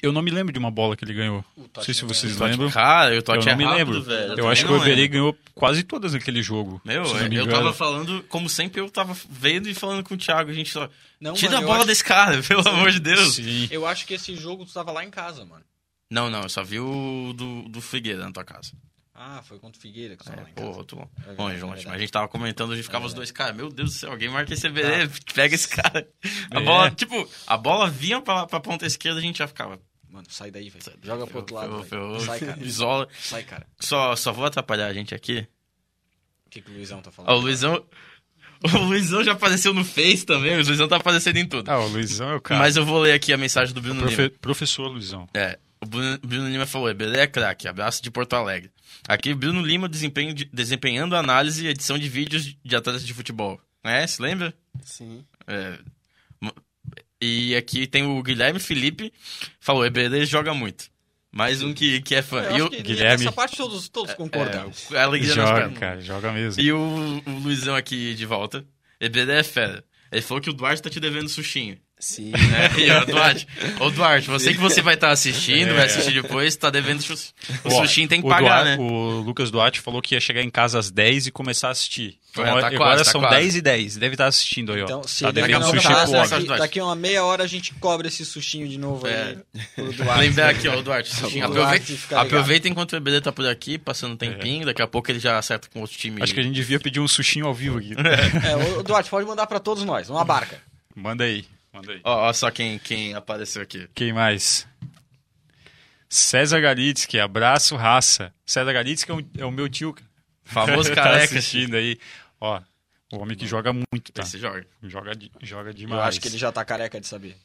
[SPEAKER 1] eu não me lembro de uma bola que ele ganhou. Não sei se vocês
[SPEAKER 3] Totti-
[SPEAKER 1] lembram.
[SPEAKER 3] Cara, eu tô
[SPEAKER 1] Eu
[SPEAKER 3] aqui
[SPEAKER 1] não me
[SPEAKER 3] rápido,
[SPEAKER 1] lembro.
[SPEAKER 3] velho.
[SPEAKER 1] Eu,
[SPEAKER 3] também
[SPEAKER 1] acho que
[SPEAKER 3] não
[SPEAKER 1] o Everei
[SPEAKER 3] lembro.
[SPEAKER 1] ganhou quase todas naquele jogo.
[SPEAKER 3] Meu,
[SPEAKER 1] se não
[SPEAKER 3] eu,
[SPEAKER 1] me
[SPEAKER 3] eu
[SPEAKER 1] engano.
[SPEAKER 3] tava falando, como sempre, eu tava vendo e falando com o Thiago. A gente só.
[SPEAKER 4] Não,
[SPEAKER 3] Tira a
[SPEAKER 4] mano, eu
[SPEAKER 3] bola
[SPEAKER 4] acho-
[SPEAKER 3] desse cara, pelo amor de Deus.
[SPEAKER 1] Sim.
[SPEAKER 4] Eu acho que esse jogo tu tava lá em casa, mano.
[SPEAKER 3] Não, não, eu só vi o do, do Figueira na tua casa.
[SPEAKER 4] Ah, foi contra o Figueira que tu tava lá
[SPEAKER 3] É,
[SPEAKER 4] em
[SPEAKER 3] pô,
[SPEAKER 4] casa.
[SPEAKER 3] outro bom.
[SPEAKER 4] É verdade,
[SPEAKER 3] Longe,
[SPEAKER 4] é
[SPEAKER 3] longe.
[SPEAKER 4] verdade. É.
[SPEAKER 3] Mas a gente tava comentando, a gente ficava os dois, cara, meu Deus do céu, alguém marca esse Everei,
[SPEAKER 4] Tá.
[SPEAKER 3] pega esse cara. A
[SPEAKER 1] É.
[SPEAKER 3] bola, tipo, a bola vinha pra, pra ponta esquerda, a gente já ficava.
[SPEAKER 4] Mano, sai daí, velho. Joga pro outro
[SPEAKER 3] ferrou,
[SPEAKER 4] lado.
[SPEAKER 3] ferrou,
[SPEAKER 4] velho. Sai, cara.
[SPEAKER 3] Isola.
[SPEAKER 4] Sai, cara.
[SPEAKER 3] Só, só vou atrapalhar a gente aqui.
[SPEAKER 4] O que, que o Luizão tá falando?
[SPEAKER 3] Ó, o é Luizão. O Luizão já apareceu no Face também, o Luizão tá aparecendo em tudo.
[SPEAKER 1] Ah, o Luizão é o cara.
[SPEAKER 3] Mas eu vou ler aqui a mensagem do Bruno Lima.
[SPEAKER 1] Profe- professor Luizão.
[SPEAKER 3] É, o Bruno, Bruno Lima falou, Eberê é craque, abraço de Porto Alegre. Aqui, Bruno Lima desempenho de- desempenhando análise e edição de vídeos de atletas de futebol. É, se lembra?
[SPEAKER 2] Sim.
[SPEAKER 3] É. Mo- E aqui tem o Guilherme Felipe, falou, Eberê joga muito. Mais um que, que é fã.
[SPEAKER 4] Eu
[SPEAKER 3] E
[SPEAKER 4] acho
[SPEAKER 3] o,
[SPEAKER 4] que
[SPEAKER 1] Guilherme-
[SPEAKER 4] nessa parte todos, todos concordam.
[SPEAKER 3] é, a alegria nas
[SPEAKER 1] Joga,
[SPEAKER 3] pernas.
[SPEAKER 1] cara, joga mesmo.
[SPEAKER 3] E o, o Luizão aqui de volta, Eberê é fera. Ele falou que o Duarte tá te devendo sushinho.
[SPEAKER 2] Sim.
[SPEAKER 3] É, e ó, Duarte, ô Duarte, você que você vai estar assistindo,
[SPEAKER 1] É.
[SPEAKER 3] vai assistir depois, tá devendo sushi. O
[SPEAKER 1] Ó,
[SPEAKER 3] sushi tem que
[SPEAKER 1] o
[SPEAKER 3] pagar,
[SPEAKER 1] Duarte-
[SPEAKER 3] né?
[SPEAKER 1] O Lucas Duarte falou que ia chegar em casa às 10 e começar a assistir. Então,
[SPEAKER 3] É, tá
[SPEAKER 1] agora
[SPEAKER 3] quase, tá
[SPEAKER 1] são
[SPEAKER 3] quase.
[SPEAKER 1] 10 e 10. Deve estar assistindo aí, ó.
[SPEAKER 4] Então, se
[SPEAKER 1] tá
[SPEAKER 4] ele
[SPEAKER 3] um
[SPEAKER 1] devendo
[SPEAKER 4] não
[SPEAKER 1] sushi
[SPEAKER 4] tá,
[SPEAKER 1] pro homem.
[SPEAKER 4] daqui, daqui a uma meia hora a gente cobra esse sushinho de novo
[SPEAKER 3] É.
[SPEAKER 4] aí. Pro Duarte.
[SPEAKER 3] Lembrar aqui, ó, o Duarte, sushi.
[SPEAKER 4] O Duarte
[SPEAKER 3] Aproveita,
[SPEAKER 4] fica ligado.
[SPEAKER 3] aproveita enquanto o EBD tá por aqui, passando um tempinho, daqui a pouco ele já acerta com outro time.
[SPEAKER 1] É. Acho que a gente devia pedir um sushinho ao vivo aqui.
[SPEAKER 4] É, o- o Duarte, pode mandar pra todos nós. Uma barca.
[SPEAKER 1] Manda aí. Manda aí.
[SPEAKER 3] Ó, ó só quem, quem apareceu aqui.
[SPEAKER 1] Quem mais? César Galitsky, abraço, raça. César Galitsky é, um- é o meu tio. cara.
[SPEAKER 3] Famoso
[SPEAKER 1] tá
[SPEAKER 3] careca.
[SPEAKER 1] assistindo aí. Ó, o homem que joga muito, tá?
[SPEAKER 3] Esse joga.
[SPEAKER 1] Joga, de- joga
[SPEAKER 4] Eu
[SPEAKER 1] demais.
[SPEAKER 4] acho que ele já tá careca de saber.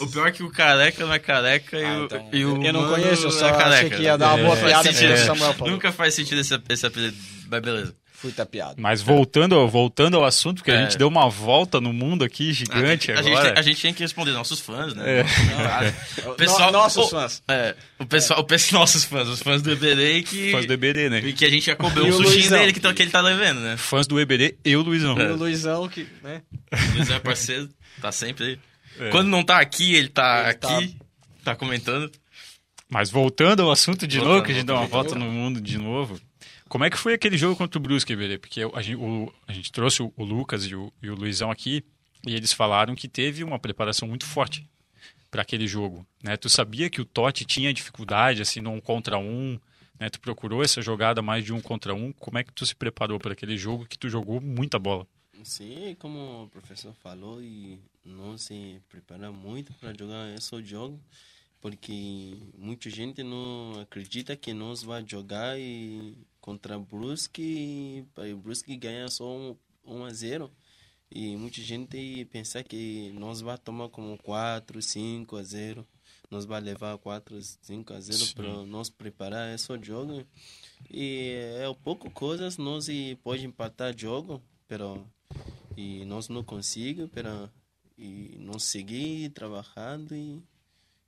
[SPEAKER 3] O pior é que o careca não é careca e,
[SPEAKER 4] Ah,
[SPEAKER 3] o,
[SPEAKER 4] então.
[SPEAKER 3] e o.
[SPEAKER 4] eu não
[SPEAKER 3] mano
[SPEAKER 4] conheço, eu só
[SPEAKER 3] é
[SPEAKER 4] achei
[SPEAKER 3] careca.
[SPEAKER 4] que ia dar uma boa
[SPEAKER 3] Não faz
[SPEAKER 4] piada pro
[SPEAKER 3] sentido.
[SPEAKER 4] Samuel falou.
[SPEAKER 3] Nunca faz sentido esse, esse apelido, mas beleza.
[SPEAKER 4] Fui tapeado.
[SPEAKER 1] Mas voltando, ao- voltando ao assunto, porque
[SPEAKER 3] É.
[SPEAKER 1] a gente deu uma volta no mundo aqui
[SPEAKER 4] Ah,
[SPEAKER 1] gigante
[SPEAKER 3] a, gente,
[SPEAKER 1] agora.
[SPEAKER 3] a gente tem que responder nossos fãs, né?
[SPEAKER 1] É.
[SPEAKER 4] No-
[SPEAKER 3] Pessoal-
[SPEAKER 4] nossos
[SPEAKER 3] Ô,
[SPEAKER 4] fãs.
[SPEAKER 3] É, o pessoal, o pessoal, nossos fãs, os fãs do EBD que,
[SPEAKER 1] Fãs do EBD, né?
[SPEAKER 3] e que a gente já cobrou
[SPEAKER 4] E
[SPEAKER 3] um
[SPEAKER 4] o
[SPEAKER 3] sushinho
[SPEAKER 4] Luizão.
[SPEAKER 3] dele que, tá- que ele tá devendo, né?
[SPEAKER 1] Fãs do EBD e o Luizão.
[SPEAKER 3] É.
[SPEAKER 4] E o Luizão que, né?
[SPEAKER 3] O Luizão é parceiro, tá sempre aí.
[SPEAKER 1] É.
[SPEAKER 3] Quando não tá aqui, ele tá
[SPEAKER 4] Ele tá-
[SPEAKER 3] aqui, tá comentando.
[SPEAKER 1] Mas voltando ao assunto de
[SPEAKER 3] Voltando,
[SPEAKER 1] novo, que a gente dá uma
[SPEAKER 3] voltando.
[SPEAKER 1] volta no mundo de novo. Como é que foi aquele jogo contra o Brusque, Iberê? Porque a gente, o- a gente trouxe o, o Lucas e o, e o Luizão aqui e eles falaram que teve uma preparação muito forte para aquele jogo. Né? Tu sabia que o Totti tinha dificuldade, assim, num contra um. Né? Tu procurou essa jogada mais de um contra um. Como é que tu se preparou para aquele jogo que tu jogou muita bola?
[SPEAKER 2] Sim, como o professor falou, e não se prepara muito para jogar esse jogo, porque muita gente não acredita que nós vamos jogar e contra Brusque, e o Brusque ganha só 1 um, um a 0. E muita gente pensa que nós vamos tomar como 4, 5 a 0. Nós vamos levar 4, 5 a 0
[SPEAKER 1] Sim.
[SPEAKER 2] para nós preparar esse jogo. E é pouco coisas, nós e pode empatar jogo, pero e nós não consigo, pero e não segui trabalhando e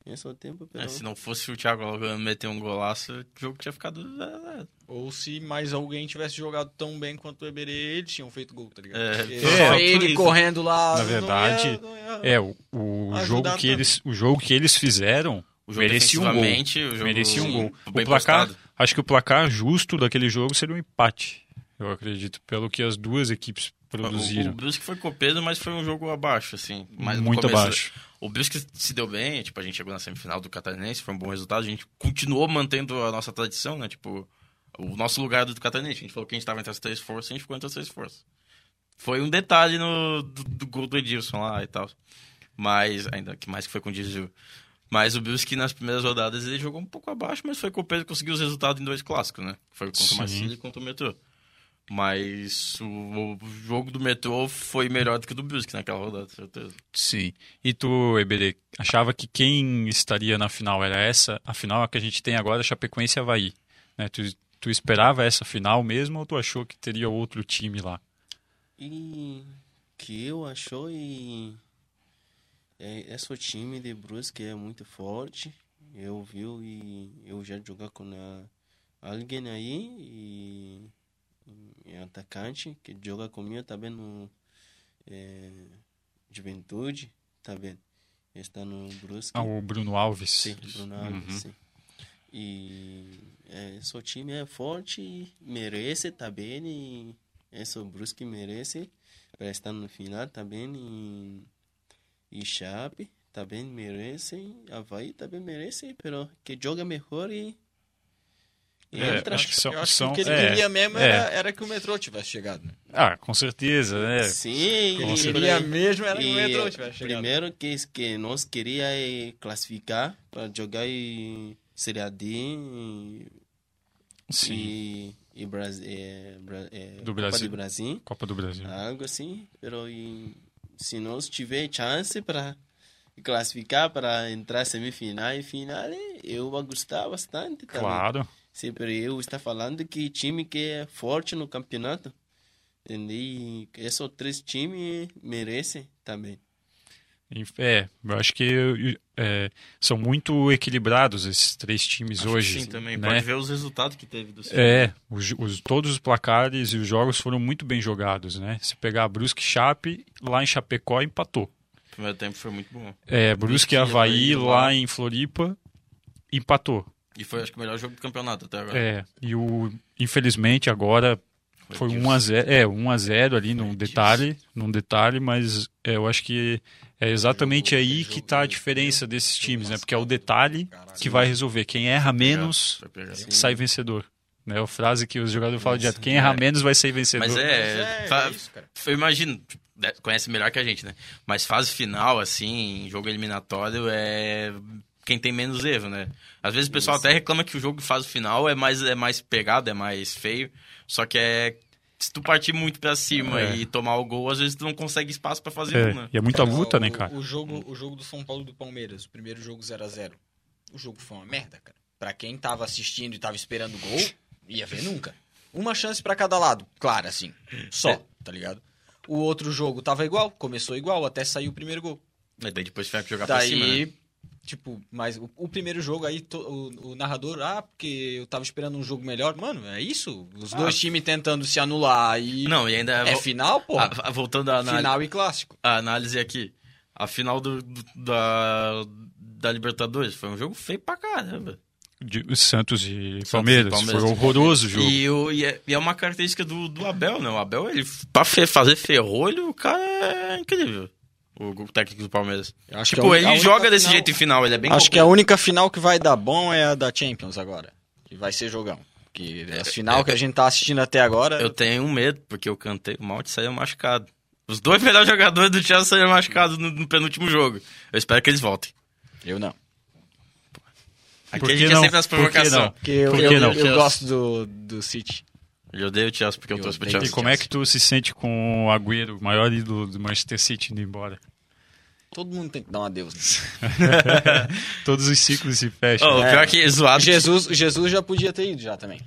[SPEAKER 2] esse é o tempo, pero
[SPEAKER 4] Uhum.
[SPEAKER 3] É, se não fosse o Thiago Alvaro meter um golaço, o jogo tinha ficado. é,
[SPEAKER 4] Ou se mais alguém tivesse jogado tão bem quanto o Eberê, eles tinham feito gol, tá ligado?
[SPEAKER 3] É.
[SPEAKER 4] Porque
[SPEAKER 3] É,
[SPEAKER 4] só
[SPEAKER 3] por
[SPEAKER 4] ele
[SPEAKER 3] isso.
[SPEAKER 4] correndo lá.
[SPEAKER 1] Na
[SPEAKER 4] não ia-
[SPEAKER 1] verdade,
[SPEAKER 4] não ia-
[SPEAKER 1] É, o, o
[SPEAKER 4] Ajudar
[SPEAKER 1] jogo que
[SPEAKER 4] tanto.
[SPEAKER 1] eles, o jogo que eles fizeram
[SPEAKER 3] O jogo
[SPEAKER 1] merecia um gol.
[SPEAKER 3] defensivamente, o jogo
[SPEAKER 1] Merecia um gol. O
[SPEAKER 3] bem
[SPEAKER 1] placar,
[SPEAKER 3] postado.
[SPEAKER 1] acho que o placar justo daquele jogo seria um empate. Eu acredito, pelo que as duas equipes
[SPEAKER 3] O, o
[SPEAKER 1] produziram.
[SPEAKER 3] Brusque foi copeiro, mas foi um jogo abaixo, assim. Mas no
[SPEAKER 1] muito
[SPEAKER 3] começo-
[SPEAKER 1] abaixo.
[SPEAKER 3] O Brusque se deu bem, tipo, a gente chegou na semifinal do Catarinense, foi um bom resultado, a gente continuou mantendo a nossa tradição, né? Tipo, o nosso lugar do Catarinense. A gente falou que a gente tava entre as três forças, a gente ficou entre as três forças. Foi um detalhe no, do, do gol do Edilson lá e tal. Mas, ainda que mais que foi com o Dizil. Mas o Brusque, nas primeiras rodadas, ele jogou um pouco abaixo, mas foi copeiro e conseguiu os resultados em dois clássicos, né? Foi contra
[SPEAKER 1] Sim.
[SPEAKER 3] o Marcílio e contra o Metrô. Mas o, o jogo do Metrô foi melhor do que o do Brusque naquela rodada, certeza.
[SPEAKER 1] Sim. E tu, Eberê, achava que quem estaria na final era essa? A final que a gente tem agora, Chapecoense e Havaí. Né? Tu, tu esperava essa final mesmo ou tu achou que teria outro time lá?
[SPEAKER 2] E que eu achou e é, esse o time de Brusque é muito forte. Eu vi e eu já jogar com a- alguém aí e é atacante, que joga comigo também no é, Juventude, também. Está no Brusque.
[SPEAKER 1] Ah, o Bruno Alves.
[SPEAKER 2] Sim, Bruno
[SPEAKER 1] Uhum.
[SPEAKER 2] Alves, sim. E é, seu time é forte, merece também, e esse Brusque merece para estar no final também, e, e Chape também merece, Havaí também merece, pero que joga melhor e, e
[SPEAKER 1] É,
[SPEAKER 2] entra.
[SPEAKER 1] acho que são-
[SPEAKER 4] Eu acho
[SPEAKER 1] são-
[SPEAKER 4] que o que ele
[SPEAKER 1] é,
[SPEAKER 4] queria mesmo
[SPEAKER 1] é.
[SPEAKER 4] era, era que o metrô tivesse chegado. né?
[SPEAKER 1] Ah, com certeza, né?
[SPEAKER 2] Sim,
[SPEAKER 1] Com
[SPEAKER 2] e-
[SPEAKER 1] certeza.
[SPEAKER 4] Queria mesmo era que o metrô
[SPEAKER 2] E
[SPEAKER 4] tivesse chegado.
[SPEAKER 2] primeiro que, que nós queria é classificar para jogar em Série D e,
[SPEAKER 1] Sim,
[SPEAKER 2] e, e Brasil, é, Bra- é,
[SPEAKER 1] Do
[SPEAKER 2] Copa
[SPEAKER 1] Brasil.
[SPEAKER 2] do Brasil,
[SPEAKER 1] Copa do Brasil.
[SPEAKER 2] algo assim. Pero e, se nós tiver chance para classificar para entrar semifinal e final, eu vou gostar bastante também.
[SPEAKER 1] Claro.
[SPEAKER 2] Sempre eu está falando que time que é forte no campeonato, entendeu? E esses três times merecem também.
[SPEAKER 1] Inf- É, eu acho que eu- é, são muito equilibrados esses três times
[SPEAKER 3] Acho que
[SPEAKER 1] hoje.
[SPEAKER 3] Sim, também.
[SPEAKER 1] né?
[SPEAKER 3] Pode ver os resultados que teve do Santos.
[SPEAKER 1] É, os, os- todos os placares e os jogos foram muito bem jogados, né? Se pegar Brusque e Chape, lá em Chapecó empatou.
[SPEAKER 3] O primeiro tempo foi muito bom.
[SPEAKER 1] É, Brusque e
[SPEAKER 3] Havaí,
[SPEAKER 1] Havaí, lá
[SPEAKER 3] lá.
[SPEAKER 1] em Floripa, empatou.
[SPEAKER 3] E foi, acho que, o melhor jogo do campeonato até agora.
[SPEAKER 1] É, e o, infelizmente agora foi 1 a 0, é, 1 a 0 ali num
[SPEAKER 3] Foi
[SPEAKER 1] detalhe, num detalhe, mas é, eu acho que é exatamente
[SPEAKER 4] Jogo-
[SPEAKER 1] aí
[SPEAKER 4] jogo-
[SPEAKER 1] que tá a
[SPEAKER 4] jogo-
[SPEAKER 1] diferença desses
[SPEAKER 4] jogo
[SPEAKER 1] times, né?
[SPEAKER 4] mascado.
[SPEAKER 1] Porque é o detalhe
[SPEAKER 4] Caralho.
[SPEAKER 1] que vai resolver. Quem erra
[SPEAKER 3] É.
[SPEAKER 1] menos
[SPEAKER 3] Foi pegado.
[SPEAKER 2] Sim.
[SPEAKER 1] sai vencedor. Né, a frase que os jogadores falam
[SPEAKER 2] Nossa,
[SPEAKER 1] direto, quem erra
[SPEAKER 3] é.
[SPEAKER 1] menos vai ser vencedor.
[SPEAKER 3] Mas
[SPEAKER 4] Mas
[SPEAKER 3] é. fa-
[SPEAKER 4] isso, cara.
[SPEAKER 3] Eu imagino, de- conhece melhor que a gente, né? Mas fase final, assim, em jogo eliminatório, é quem tem menos erro, né? Às vezes o pessoal até reclama que o jogo de fase final é mais, é mais pegado, é mais feio. Só que é. Se tu partir muito pra cima
[SPEAKER 1] É.
[SPEAKER 3] e tomar o gol, às vezes tu não consegue espaço pra fazer
[SPEAKER 1] É,
[SPEAKER 3] um, né?
[SPEAKER 1] e é muita
[SPEAKER 4] Cara,
[SPEAKER 1] luta,
[SPEAKER 4] o,
[SPEAKER 1] né, cara?
[SPEAKER 4] Então, O jogo, o jogo do São Paulo e do Palmeiras, o primeiro jogo 0x0. O jogo foi uma merda, cara. Pra quem tava assistindo e tava esperando o gol, ia ver nunca. Uma chance pra cada lado, claro, assim. Só, tá ligado? O outro jogo tava igual, começou igual, até sair o primeiro gol.
[SPEAKER 3] Mas daí depois tiver que jogar pra cima. né?
[SPEAKER 4] Daí, tipo, mas o, o primeiro jogo aí, to- o, o narrador, ah, porque eu tava esperando um jogo melhor. Mano, é isso. Os dois times tentando se anular e.
[SPEAKER 3] Não, e ainda.
[SPEAKER 4] é
[SPEAKER 3] vo-
[SPEAKER 4] final, pô.
[SPEAKER 3] a- a- Ah, voltando à análise.
[SPEAKER 4] Final e clássico.
[SPEAKER 3] a análise aqui. A final do, do- da, da Libertadores foi um jogo feio pra caramba.
[SPEAKER 1] De- o Santos e
[SPEAKER 3] e
[SPEAKER 1] Palmeiras.
[SPEAKER 3] Palmeiras.
[SPEAKER 1] Foi horroroso o jogo.
[SPEAKER 3] E, o- e é, e é uma característica do, do Abel, né? O Abel, ele, pra fe- fazer ferrolho, o cara é incrível. O, o técnico do Palmeiras.
[SPEAKER 4] Acho
[SPEAKER 3] Tipo, ele joga desse jeito em final, ele é bem
[SPEAKER 4] é Acho que a
[SPEAKER 3] completo.
[SPEAKER 4] única final que vai dar bom é a da Champions agora. Que vai ser jogão. Que é a final que a gente tá assistindo até agora.
[SPEAKER 3] Eu tenho um medo, porque eu cantei, o Malte saiu machucado. Os dois melhores jogadores do Chelsea saíram machucados no, no penúltimo jogo. Eu espero que eles voltem.
[SPEAKER 4] Eu não.
[SPEAKER 3] Aqui
[SPEAKER 1] Por
[SPEAKER 3] a
[SPEAKER 1] que
[SPEAKER 3] gente é
[SPEAKER 1] não?
[SPEAKER 3] sempre nas
[SPEAKER 1] Por que
[SPEAKER 3] provocações.
[SPEAKER 1] não?
[SPEAKER 4] Porque eu,
[SPEAKER 1] Por
[SPEAKER 4] eu,
[SPEAKER 1] que não?
[SPEAKER 4] eu gosto do, do City.
[SPEAKER 3] Eu odeio o Chelsea porque eu,
[SPEAKER 4] Eu
[SPEAKER 3] trouxe pro
[SPEAKER 4] odeio
[SPEAKER 1] E
[SPEAKER 3] Chelsea.
[SPEAKER 1] como é que tu se sente com o Agüero, o maior ídolo do Manchester City, indo embora?
[SPEAKER 4] Todo mundo tem que dar um adeus. né?
[SPEAKER 1] Todos os ciclos se fecham.
[SPEAKER 3] Oh, o pior que zoado que
[SPEAKER 4] Ah, Jesus, Jesus já podia ter ido já também.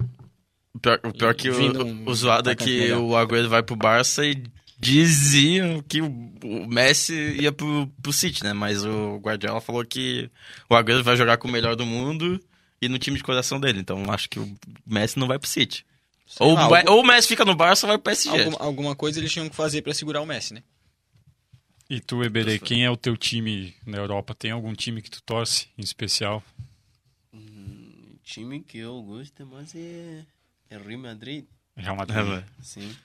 [SPEAKER 3] O pior, o pior que
[SPEAKER 4] Vindo
[SPEAKER 3] o,
[SPEAKER 4] um
[SPEAKER 3] o zoado é que
[SPEAKER 4] atacante melhor.
[SPEAKER 3] o Agüero vai pro Barça e diziam que o, o Messi ia pro, pro City, né? Mas o Guardiola falou que o Agüero vai jogar com o melhor do mundo e no time de coração dele. Então acho que o Messi não vai pro City.
[SPEAKER 4] Sei
[SPEAKER 3] Ou,
[SPEAKER 4] lá,
[SPEAKER 3] vai-
[SPEAKER 4] Ah, algum-
[SPEAKER 3] ou o Messi fica no Barça ou vai pro PSG.
[SPEAKER 4] alguma, alguma coisa eles tinham que fazer pra segurar o Messi, né?
[SPEAKER 1] E tu, Eberê, quem é o teu time na Europa? Tem algum time que tu torce em especial?
[SPEAKER 2] O time que eu gosto mais é, é Real Madrid,
[SPEAKER 1] Real
[SPEAKER 3] É,
[SPEAKER 1] Madrid.
[SPEAKER 3] mano.
[SPEAKER 4] Hum,
[SPEAKER 2] sim.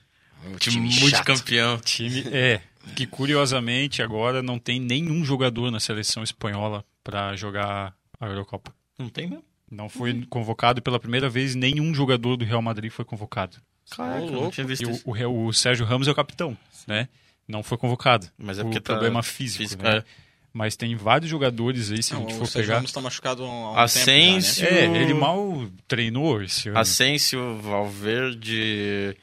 [SPEAKER 4] Um
[SPEAKER 3] Time muito campeão.
[SPEAKER 1] time é que curiosamente agora não tem nenhum jogador na seleção espanhola pra jogar a Eurocopa.
[SPEAKER 3] Não tem mesmo?
[SPEAKER 1] Não foi convocado pela primeira vez, nenhum jogador do Real Madrid foi convocado.
[SPEAKER 3] Caraca, eu não
[SPEAKER 4] louco.
[SPEAKER 3] tinha visto
[SPEAKER 1] E o,
[SPEAKER 3] isso.
[SPEAKER 1] o Re- o Sérgio Ramos é o capitão, né? Não foi convocado.
[SPEAKER 3] Mas é
[SPEAKER 1] por
[SPEAKER 3] porque tá
[SPEAKER 1] problema físico,
[SPEAKER 3] físico,
[SPEAKER 1] né?
[SPEAKER 3] é.
[SPEAKER 1] Mas tem vários jogadores aí, se a
[SPEAKER 4] Não,
[SPEAKER 1] gente
[SPEAKER 4] o
[SPEAKER 1] for
[SPEAKER 4] Sérgio
[SPEAKER 1] pegar.
[SPEAKER 4] Ramos tá machucado há um, há um
[SPEAKER 3] Asensio.
[SPEAKER 4] tempo já, né?
[SPEAKER 1] É, ele mal treinou esse ano.
[SPEAKER 3] Asensio, Valverde.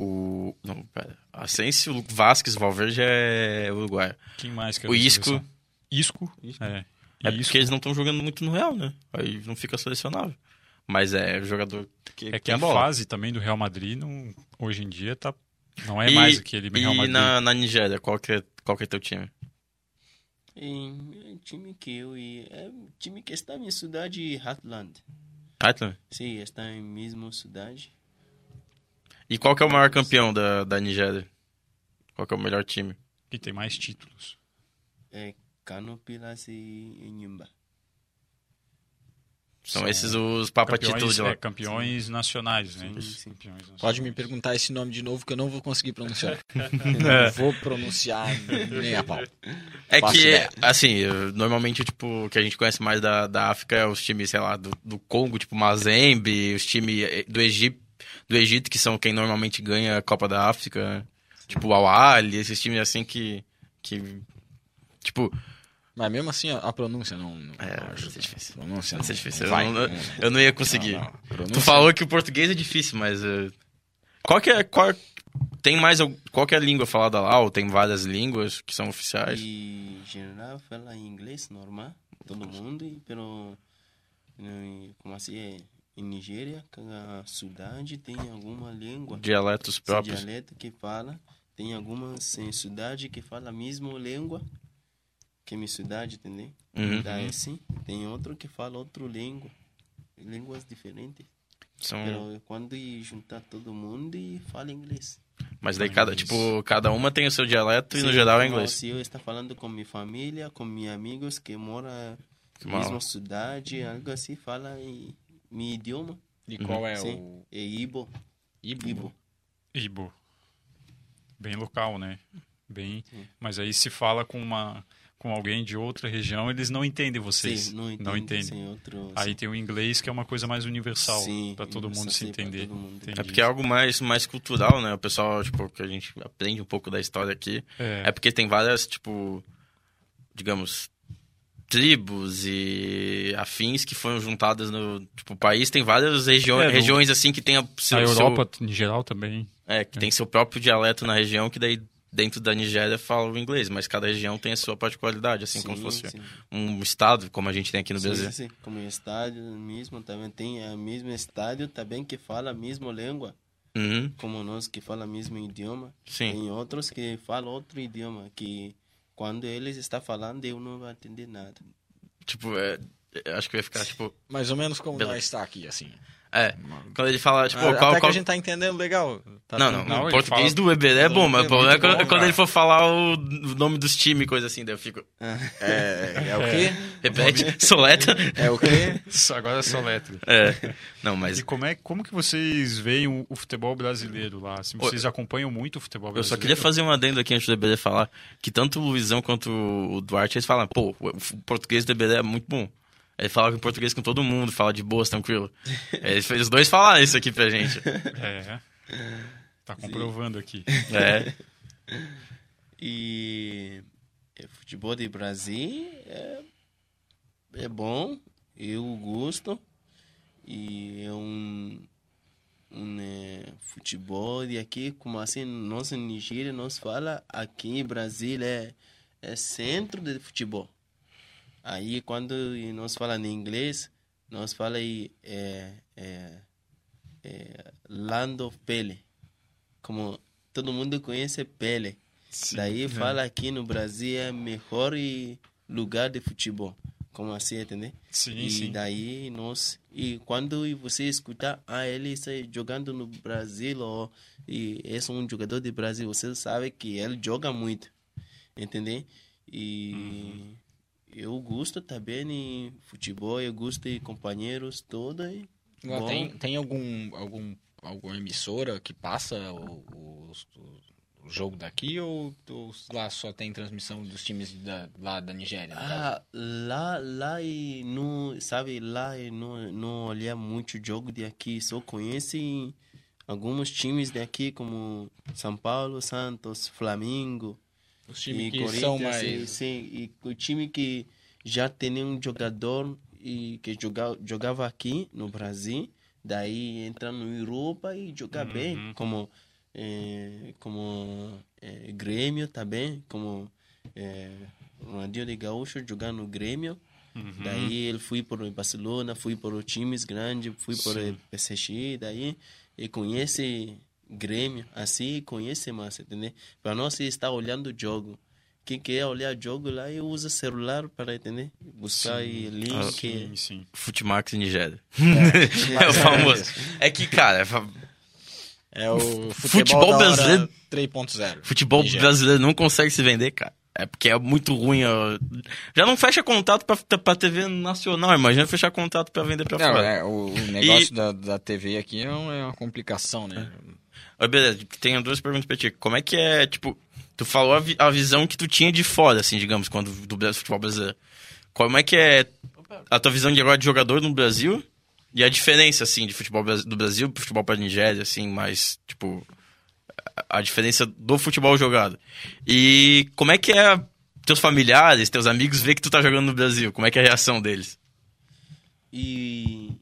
[SPEAKER 3] O. Não, pera. Asensio, Vasquez, Valverde é uruguaio.
[SPEAKER 1] Quem mais que é
[SPEAKER 3] O
[SPEAKER 1] da
[SPEAKER 3] Isco.
[SPEAKER 1] seleção? Isco. É.
[SPEAKER 3] É
[SPEAKER 1] Isco.
[SPEAKER 3] porque eles não estão jogando muito no Real, né? Aí não fica selecionável. Mas é jogador que
[SPEAKER 1] É que
[SPEAKER 3] tem
[SPEAKER 1] a
[SPEAKER 3] bola.
[SPEAKER 1] fase também do Real Madrid não- hoje em dia tá, não é
[SPEAKER 3] E-
[SPEAKER 1] mais aquele Real
[SPEAKER 3] E
[SPEAKER 1] Madrid.
[SPEAKER 3] na, na Nigéria, qual que, é, qual que é teu time?
[SPEAKER 2] E, é time que eu e é um time que está em cidade Heartland.
[SPEAKER 3] Heartland?
[SPEAKER 2] Sim, está em mesma cidade.
[SPEAKER 3] E qual que é o maior campeão da, da Nigéria? Qual que é o melhor time?
[SPEAKER 1] Que tem mais títulos.
[SPEAKER 2] É Cano, Pilas e e Nimba.
[SPEAKER 3] São, esses os papatítulos
[SPEAKER 1] campeões,
[SPEAKER 3] de lá.
[SPEAKER 1] é, campeões nacionais, né?
[SPEAKER 2] Sim, sim.
[SPEAKER 1] Campeões nacionais.
[SPEAKER 4] Pode me perguntar esse nome de novo que eu não vou conseguir pronunciar.
[SPEAKER 1] É.
[SPEAKER 4] Eu não vou pronunciar nem a pau.
[SPEAKER 3] É
[SPEAKER 4] Faço
[SPEAKER 3] que,
[SPEAKER 4] ideia.
[SPEAKER 3] assim, eu- normalmente, tipo, o que a gente conhece mais da, da África é os times, sei lá, do, do Congo, tipo Mazembe, os times eh, do Egito, do Egito, que são quem normalmente ganha a Copa da África, né? tipo o Al-Ali, esses times assim que. que tipo,
[SPEAKER 4] Mas mesmo assim, a, a pronúncia não. não
[SPEAKER 3] É,
[SPEAKER 4] não
[SPEAKER 3] vai ser
[SPEAKER 4] ajuda. né?
[SPEAKER 3] difícil.
[SPEAKER 4] Pronúncia
[SPEAKER 3] Vai ser
[SPEAKER 4] não-
[SPEAKER 3] difícil.
[SPEAKER 4] não vai,
[SPEAKER 3] Eu não-
[SPEAKER 4] não- não-
[SPEAKER 3] eu não ia conseguir.
[SPEAKER 4] não, não.
[SPEAKER 3] Tu
[SPEAKER 4] Pronúncia-
[SPEAKER 3] falou que o português é difícil, mas. eh, Qual que é. Qual, tem mais. al- Qual que é a língua falada lá? Ou tem várias línguas que são oficiais?
[SPEAKER 2] E geral fala em inglês normal, todo mundo, e pelo eh, como assim é em Nigéria, cada cidade tem alguma língua,
[SPEAKER 3] Dialetos
[SPEAKER 2] esse
[SPEAKER 3] próprios.
[SPEAKER 2] dialeto que fala, tem alguma eh, cidade que fala a mesma língua que minha cidade, entendeu?
[SPEAKER 3] Uhum.
[SPEAKER 2] Daí sim, tem outro que fala outra língua, línguas diferentes.
[SPEAKER 3] São,
[SPEAKER 2] Pero quando juntar todo mundo e fala inglês.
[SPEAKER 3] mas daí cada,
[SPEAKER 1] Inglês.
[SPEAKER 3] tipo, cada uma tem o seu dialeto e no geral é
[SPEAKER 2] como
[SPEAKER 3] inglês.
[SPEAKER 2] Se eu estou falando com minha família, com meus amigos que moram
[SPEAKER 3] Que
[SPEAKER 2] na
[SPEAKER 3] mal.
[SPEAKER 2] mesma cidade, algo assim, fala em meu idioma.
[SPEAKER 4] E qual é
[SPEAKER 2] Sim.
[SPEAKER 4] o.
[SPEAKER 2] É Ibo.
[SPEAKER 4] Ibo?
[SPEAKER 2] Ibo.
[SPEAKER 1] Ibo. Bem local, né? Bem,
[SPEAKER 2] Sim.
[SPEAKER 1] mas aí se fala com uma com alguém de outra região, eles não entendem vocês.
[SPEAKER 2] Sim, não entendo.
[SPEAKER 1] entendem.
[SPEAKER 2] Sim, outro,
[SPEAKER 1] Aí tem o inglês que é uma coisa mais universal
[SPEAKER 2] Sim,
[SPEAKER 1] para todo mundo se
[SPEAKER 2] sim, pra
[SPEAKER 1] entender.
[SPEAKER 2] todo mundo.
[SPEAKER 1] Entendi.
[SPEAKER 3] É porque é algo mais, mais cultural, né? O pessoal, tipo, que a gente aprende um pouco da história aqui. É
[SPEAKER 1] É,
[SPEAKER 3] porque tem várias, tipo, digamos, tribos e afins que foram juntadas no, tipo, o país. Tem várias regiões,
[SPEAKER 1] É, no-
[SPEAKER 3] regiões assim, que tem a,
[SPEAKER 1] a
[SPEAKER 3] seu- seu-
[SPEAKER 1] Europa em geral também.
[SPEAKER 3] É, que tem seu próprio dialeto na região, que daí dentro da Nigéria fala o inglês, mas cada região tem a sua particularidade, assim como se fosse
[SPEAKER 2] sim.
[SPEAKER 3] um estado, como a gente tem aqui no
[SPEAKER 2] Sim,
[SPEAKER 3] Brasil.
[SPEAKER 2] sim, sim. Como estádio mesmo, também tem o mesmo estádio também que fala a mesma língua,
[SPEAKER 3] Uhum,
[SPEAKER 2] como nós que fala o mesmo idioma.
[SPEAKER 3] sim.
[SPEAKER 2] Tem outros que falam outro idioma, que quando eles estão falando, eu não vou entender nada.
[SPEAKER 3] Tipo, é, é, acho que vai ficar, tipo.
[SPEAKER 4] Mais ou menos como
[SPEAKER 3] Beleza.
[SPEAKER 4] nós está aqui, assim.
[SPEAKER 3] É, quando ele fala, tipo,
[SPEAKER 4] A- Até
[SPEAKER 3] qual.
[SPEAKER 4] que a
[SPEAKER 3] qual...
[SPEAKER 4] gente tá entendendo legal. Tá
[SPEAKER 3] Não,
[SPEAKER 4] tudo-
[SPEAKER 3] não,
[SPEAKER 1] Não,
[SPEAKER 3] o
[SPEAKER 1] ele
[SPEAKER 3] português
[SPEAKER 1] fala-
[SPEAKER 3] do Weber é bom, mas o
[SPEAKER 4] É
[SPEAKER 3] problema é
[SPEAKER 4] muito
[SPEAKER 3] quando,
[SPEAKER 4] bom,
[SPEAKER 3] quando
[SPEAKER 4] cara.
[SPEAKER 3] ele for falar o, o nome dos times, coisa assim, daí eu fico.
[SPEAKER 4] É, é o quê?
[SPEAKER 3] Repete, soleta.
[SPEAKER 4] É o quê?
[SPEAKER 1] Agora é só letra.
[SPEAKER 3] É. Não, mas
[SPEAKER 1] E como é como que vocês veem o, o futebol brasileiro lá? Assim,
[SPEAKER 3] Ô,
[SPEAKER 1] vocês acompanham muito o futebol
[SPEAKER 3] Eu só
[SPEAKER 1] brasileiro?
[SPEAKER 3] queria fazer um adendo aqui antes do DBD falar que tanto o Luizão quanto o Duarte eles falam, pô, o f- o português do DBD é muito bom. Ele fala com português com todo mundo, fala de boas, tranquilo. Eles, eles dois falaram isso aqui pra gente.
[SPEAKER 1] É. Tá comprovando aqui.
[SPEAKER 3] É.
[SPEAKER 2] E é, futebol de Brasil é, é bom, eu gosto. E é um, um é, futebol de aqui, como assim, nós em Nigéria, nós fala aqui em Brasil é, é centro de futebol. Aí quando nós falamos em inglês, nós falamos aí é, é, é, Land of Pele. Como todo mundo conhece Pele. Daí
[SPEAKER 1] É.
[SPEAKER 2] fala aqui no Brasil é melhor e lugar de futebol. Como assim, entendeu?
[SPEAKER 1] Sim,
[SPEAKER 2] e
[SPEAKER 1] sim.
[SPEAKER 2] daí nós e quando você escutar ah ele está jogando no Brasil ou e esse é um jogador de Brasil, você sabe que ele joga muito. Entendeu? E
[SPEAKER 1] Uhum.
[SPEAKER 2] eu gosto também de futebol, eu gosto de companheiros toda e
[SPEAKER 4] Agora,
[SPEAKER 2] Bom.
[SPEAKER 4] Tem, tem algum, algum, alguma emissora que passa o, o- o- o jogo daqui ou, ou lá só tem transmissão dos times da- lá da Nigéria? no caso?
[SPEAKER 2] Ah, lá, lá e não, sabe, lá e não, não olhar muito o jogo de aqui, só conhece alguns times daqui como São Paulo, Santos, Flamengo
[SPEAKER 4] Os
[SPEAKER 2] e
[SPEAKER 4] times que
[SPEAKER 2] Corinthians,
[SPEAKER 4] são
[SPEAKER 2] e,
[SPEAKER 4] mais.
[SPEAKER 2] sim, e o time que já tem um jogador e que joga, jogava aqui no Brasil, daí entra na Europa e joga bem,
[SPEAKER 1] Uhum.
[SPEAKER 2] como eh, como eh, Grêmio também, como eh, Ronaldinho de Gaúcho jogar no Grêmio,
[SPEAKER 1] Uhum.
[SPEAKER 2] daí ele foi para o Barcelona, foi para os times grandes, foi para
[SPEAKER 1] Sim.
[SPEAKER 2] o PSG, daí ele conhece Grêmio, assim conhece massa, entendeu? Para nós você está olhando o jogo. Quem quer olhar o jogo lá e usa celular para entender, buscar e link.
[SPEAKER 1] Ah, sim, sim.
[SPEAKER 3] É Futimax e Nigéria. É, o famoso. É que, cara, fa-
[SPEAKER 4] É o futebol,
[SPEAKER 3] Futebol
[SPEAKER 4] da hora
[SPEAKER 3] brasileiro.
[SPEAKER 4] 3.0.
[SPEAKER 3] Futebol
[SPEAKER 4] Em geral.
[SPEAKER 3] brasileiro não consegue se vender, cara. É porque é muito ruim. ó. Já não fecha contato pra, pra TV nacional. Imagina fechar contato pra vender pra
[SPEAKER 4] Não,
[SPEAKER 3] fora.
[SPEAKER 4] é, o, o negócio da, da TV aqui é um- é uma complicação, né?
[SPEAKER 3] Ô, beleza, tenho duas perguntas pra ti. Como é que é, tipo, tu falou a, vi- a visão que tu tinha de fora, assim, digamos, quando do Bra- futebol brasileiro. Como é que é a tua visão de agora de jogador no Brasil e a diferença, assim, de futebol bras- do Brasil pro futebol pra Nigéria, assim, mais, tipo, a- a diferença do futebol jogado. E como é que é teus familiares, teus amigos ver que tu tá jogando no Brasil? Como é que é a reação deles?
[SPEAKER 2] E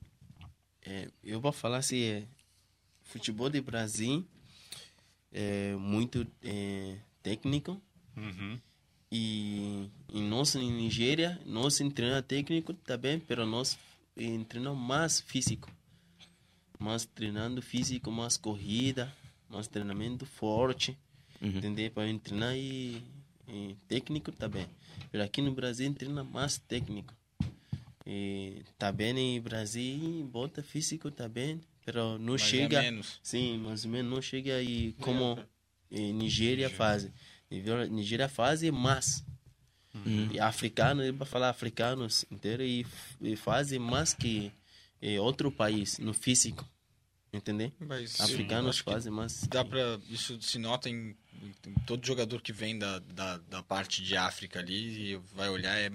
[SPEAKER 2] é, eu vou falar assim, é, futebol de Brasil é muito é, técnico
[SPEAKER 1] Uhum.
[SPEAKER 2] e, e nós em Nigéria, nós treina técnico também, mas nós eh, treinamos mais físico. Mais treinando físico, mais corrida, mais treinamento forte,
[SPEAKER 3] Uhum.
[SPEAKER 2] entendeu? Para treinar e, e técnico também. Mas aqui no Brasil treina mais técnico. E também no Brasil bota físico também, mas não
[SPEAKER 4] Mas é
[SPEAKER 2] chega...
[SPEAKER 4] menos.
[SPEAKER 2] Sim, mais ou menos não chega aí como eh, Nigéria faz. Nigéria- Nigéria faz mais.
[SPEAKER 3] Uhum.
[SPEAKER 2] E africano, ele vai falar africanos inteiro e, f- e fazem mais que eh, outro país no físico. Entendeu?
[SPEAKER 4] Mas
[SPEAKER 2] africanos
[SPEAKER 4] acho que
[SPEAKER 2] fazem mais.
[SPEAKER 4] dá pra, isso se nota em, em todo jogador que vem da, da, da parte de África ali e vai olhar é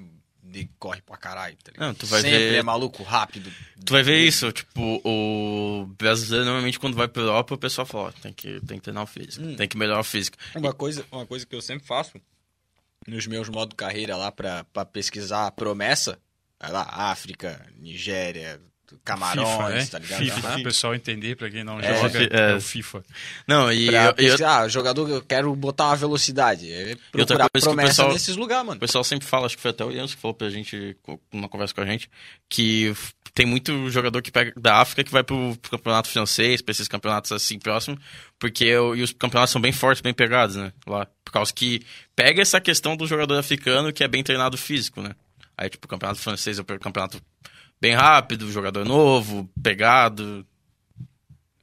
[SPEAKER 4] de- corre pra caralho, tá ligado?
[SPEAKER 3] Não, tu vai
[SPEAKER 4] Sempre
[SPEAKER 3] ver-
[SPEAKER 4] é maluco, rápido.
[SPEAKER 3] Tu vai ver isso, tipo, o brasileiro normalmente quando vai pra Europa, o pessoal fala, ó, tem que, tem que treinar o físico,
[SPEAKER 4] Hum.
[SPEAKER 3] tem que melhorar o físico.
[SPEAKER 4] Uma coisa, uma coisa que eu sempre faço nos meus modos carreira lá pra pra pesquisar a promessa, vai lá, África, Nigéria,
[SPEAKER 1] FIFA,
[SPEAKER 3] é.
[SPEAKER 4] Camarões,
[SPEAKER 1] né?
[SPEAKER 4] tá ligado?
[SPEAKER 1] FIFA,
[SPEAKER 4] Aham.
[SPEAKER 1] pro pessoal entender, pra quem não
[SPEAKER 4] É,
[SPEAKER 1] joga,
[SPEAKER 3] fi-
[SPEAKER 1] é.
[SPEAKER 3] é.
[SPEAKER 1] o FIFA.
[SPEAKER 3] Não, e eu-
[SPEAKER 4] Pra
[SPEAKER 3] eu-
[SPEAKER 4] pesquisar, ah, jogador, eu quero botar uma velocidade. É
[SPEAKER 3] outra coisa
[SPEAKER 4] procurar
[SPEAKER 3] que o
[SPEAKER 4] promessa
[SPEAKER 3] pessoal-
[SPEAKER 4] nesses lugares,
[SPEAKER 3] o
[SPEAKER 4] mano.
[SPEAKER 3] pessoal sempre fala, acho que foi até o Jens que falou pra gente, co- numa conversa com a gente, que f- tem muito jogador que pega da África que vai pro, pro campeonato francês, pra esses campeonatos assim próximos, porque o- e os campeonatos são bem fortes, bem pegados, né, lá. Por causa que pega essa questão do jogador africano que é bem treinado físico, né. Aí, tipo, o campeonato francês é o campeonato bem rápido, jogador novo, pegado...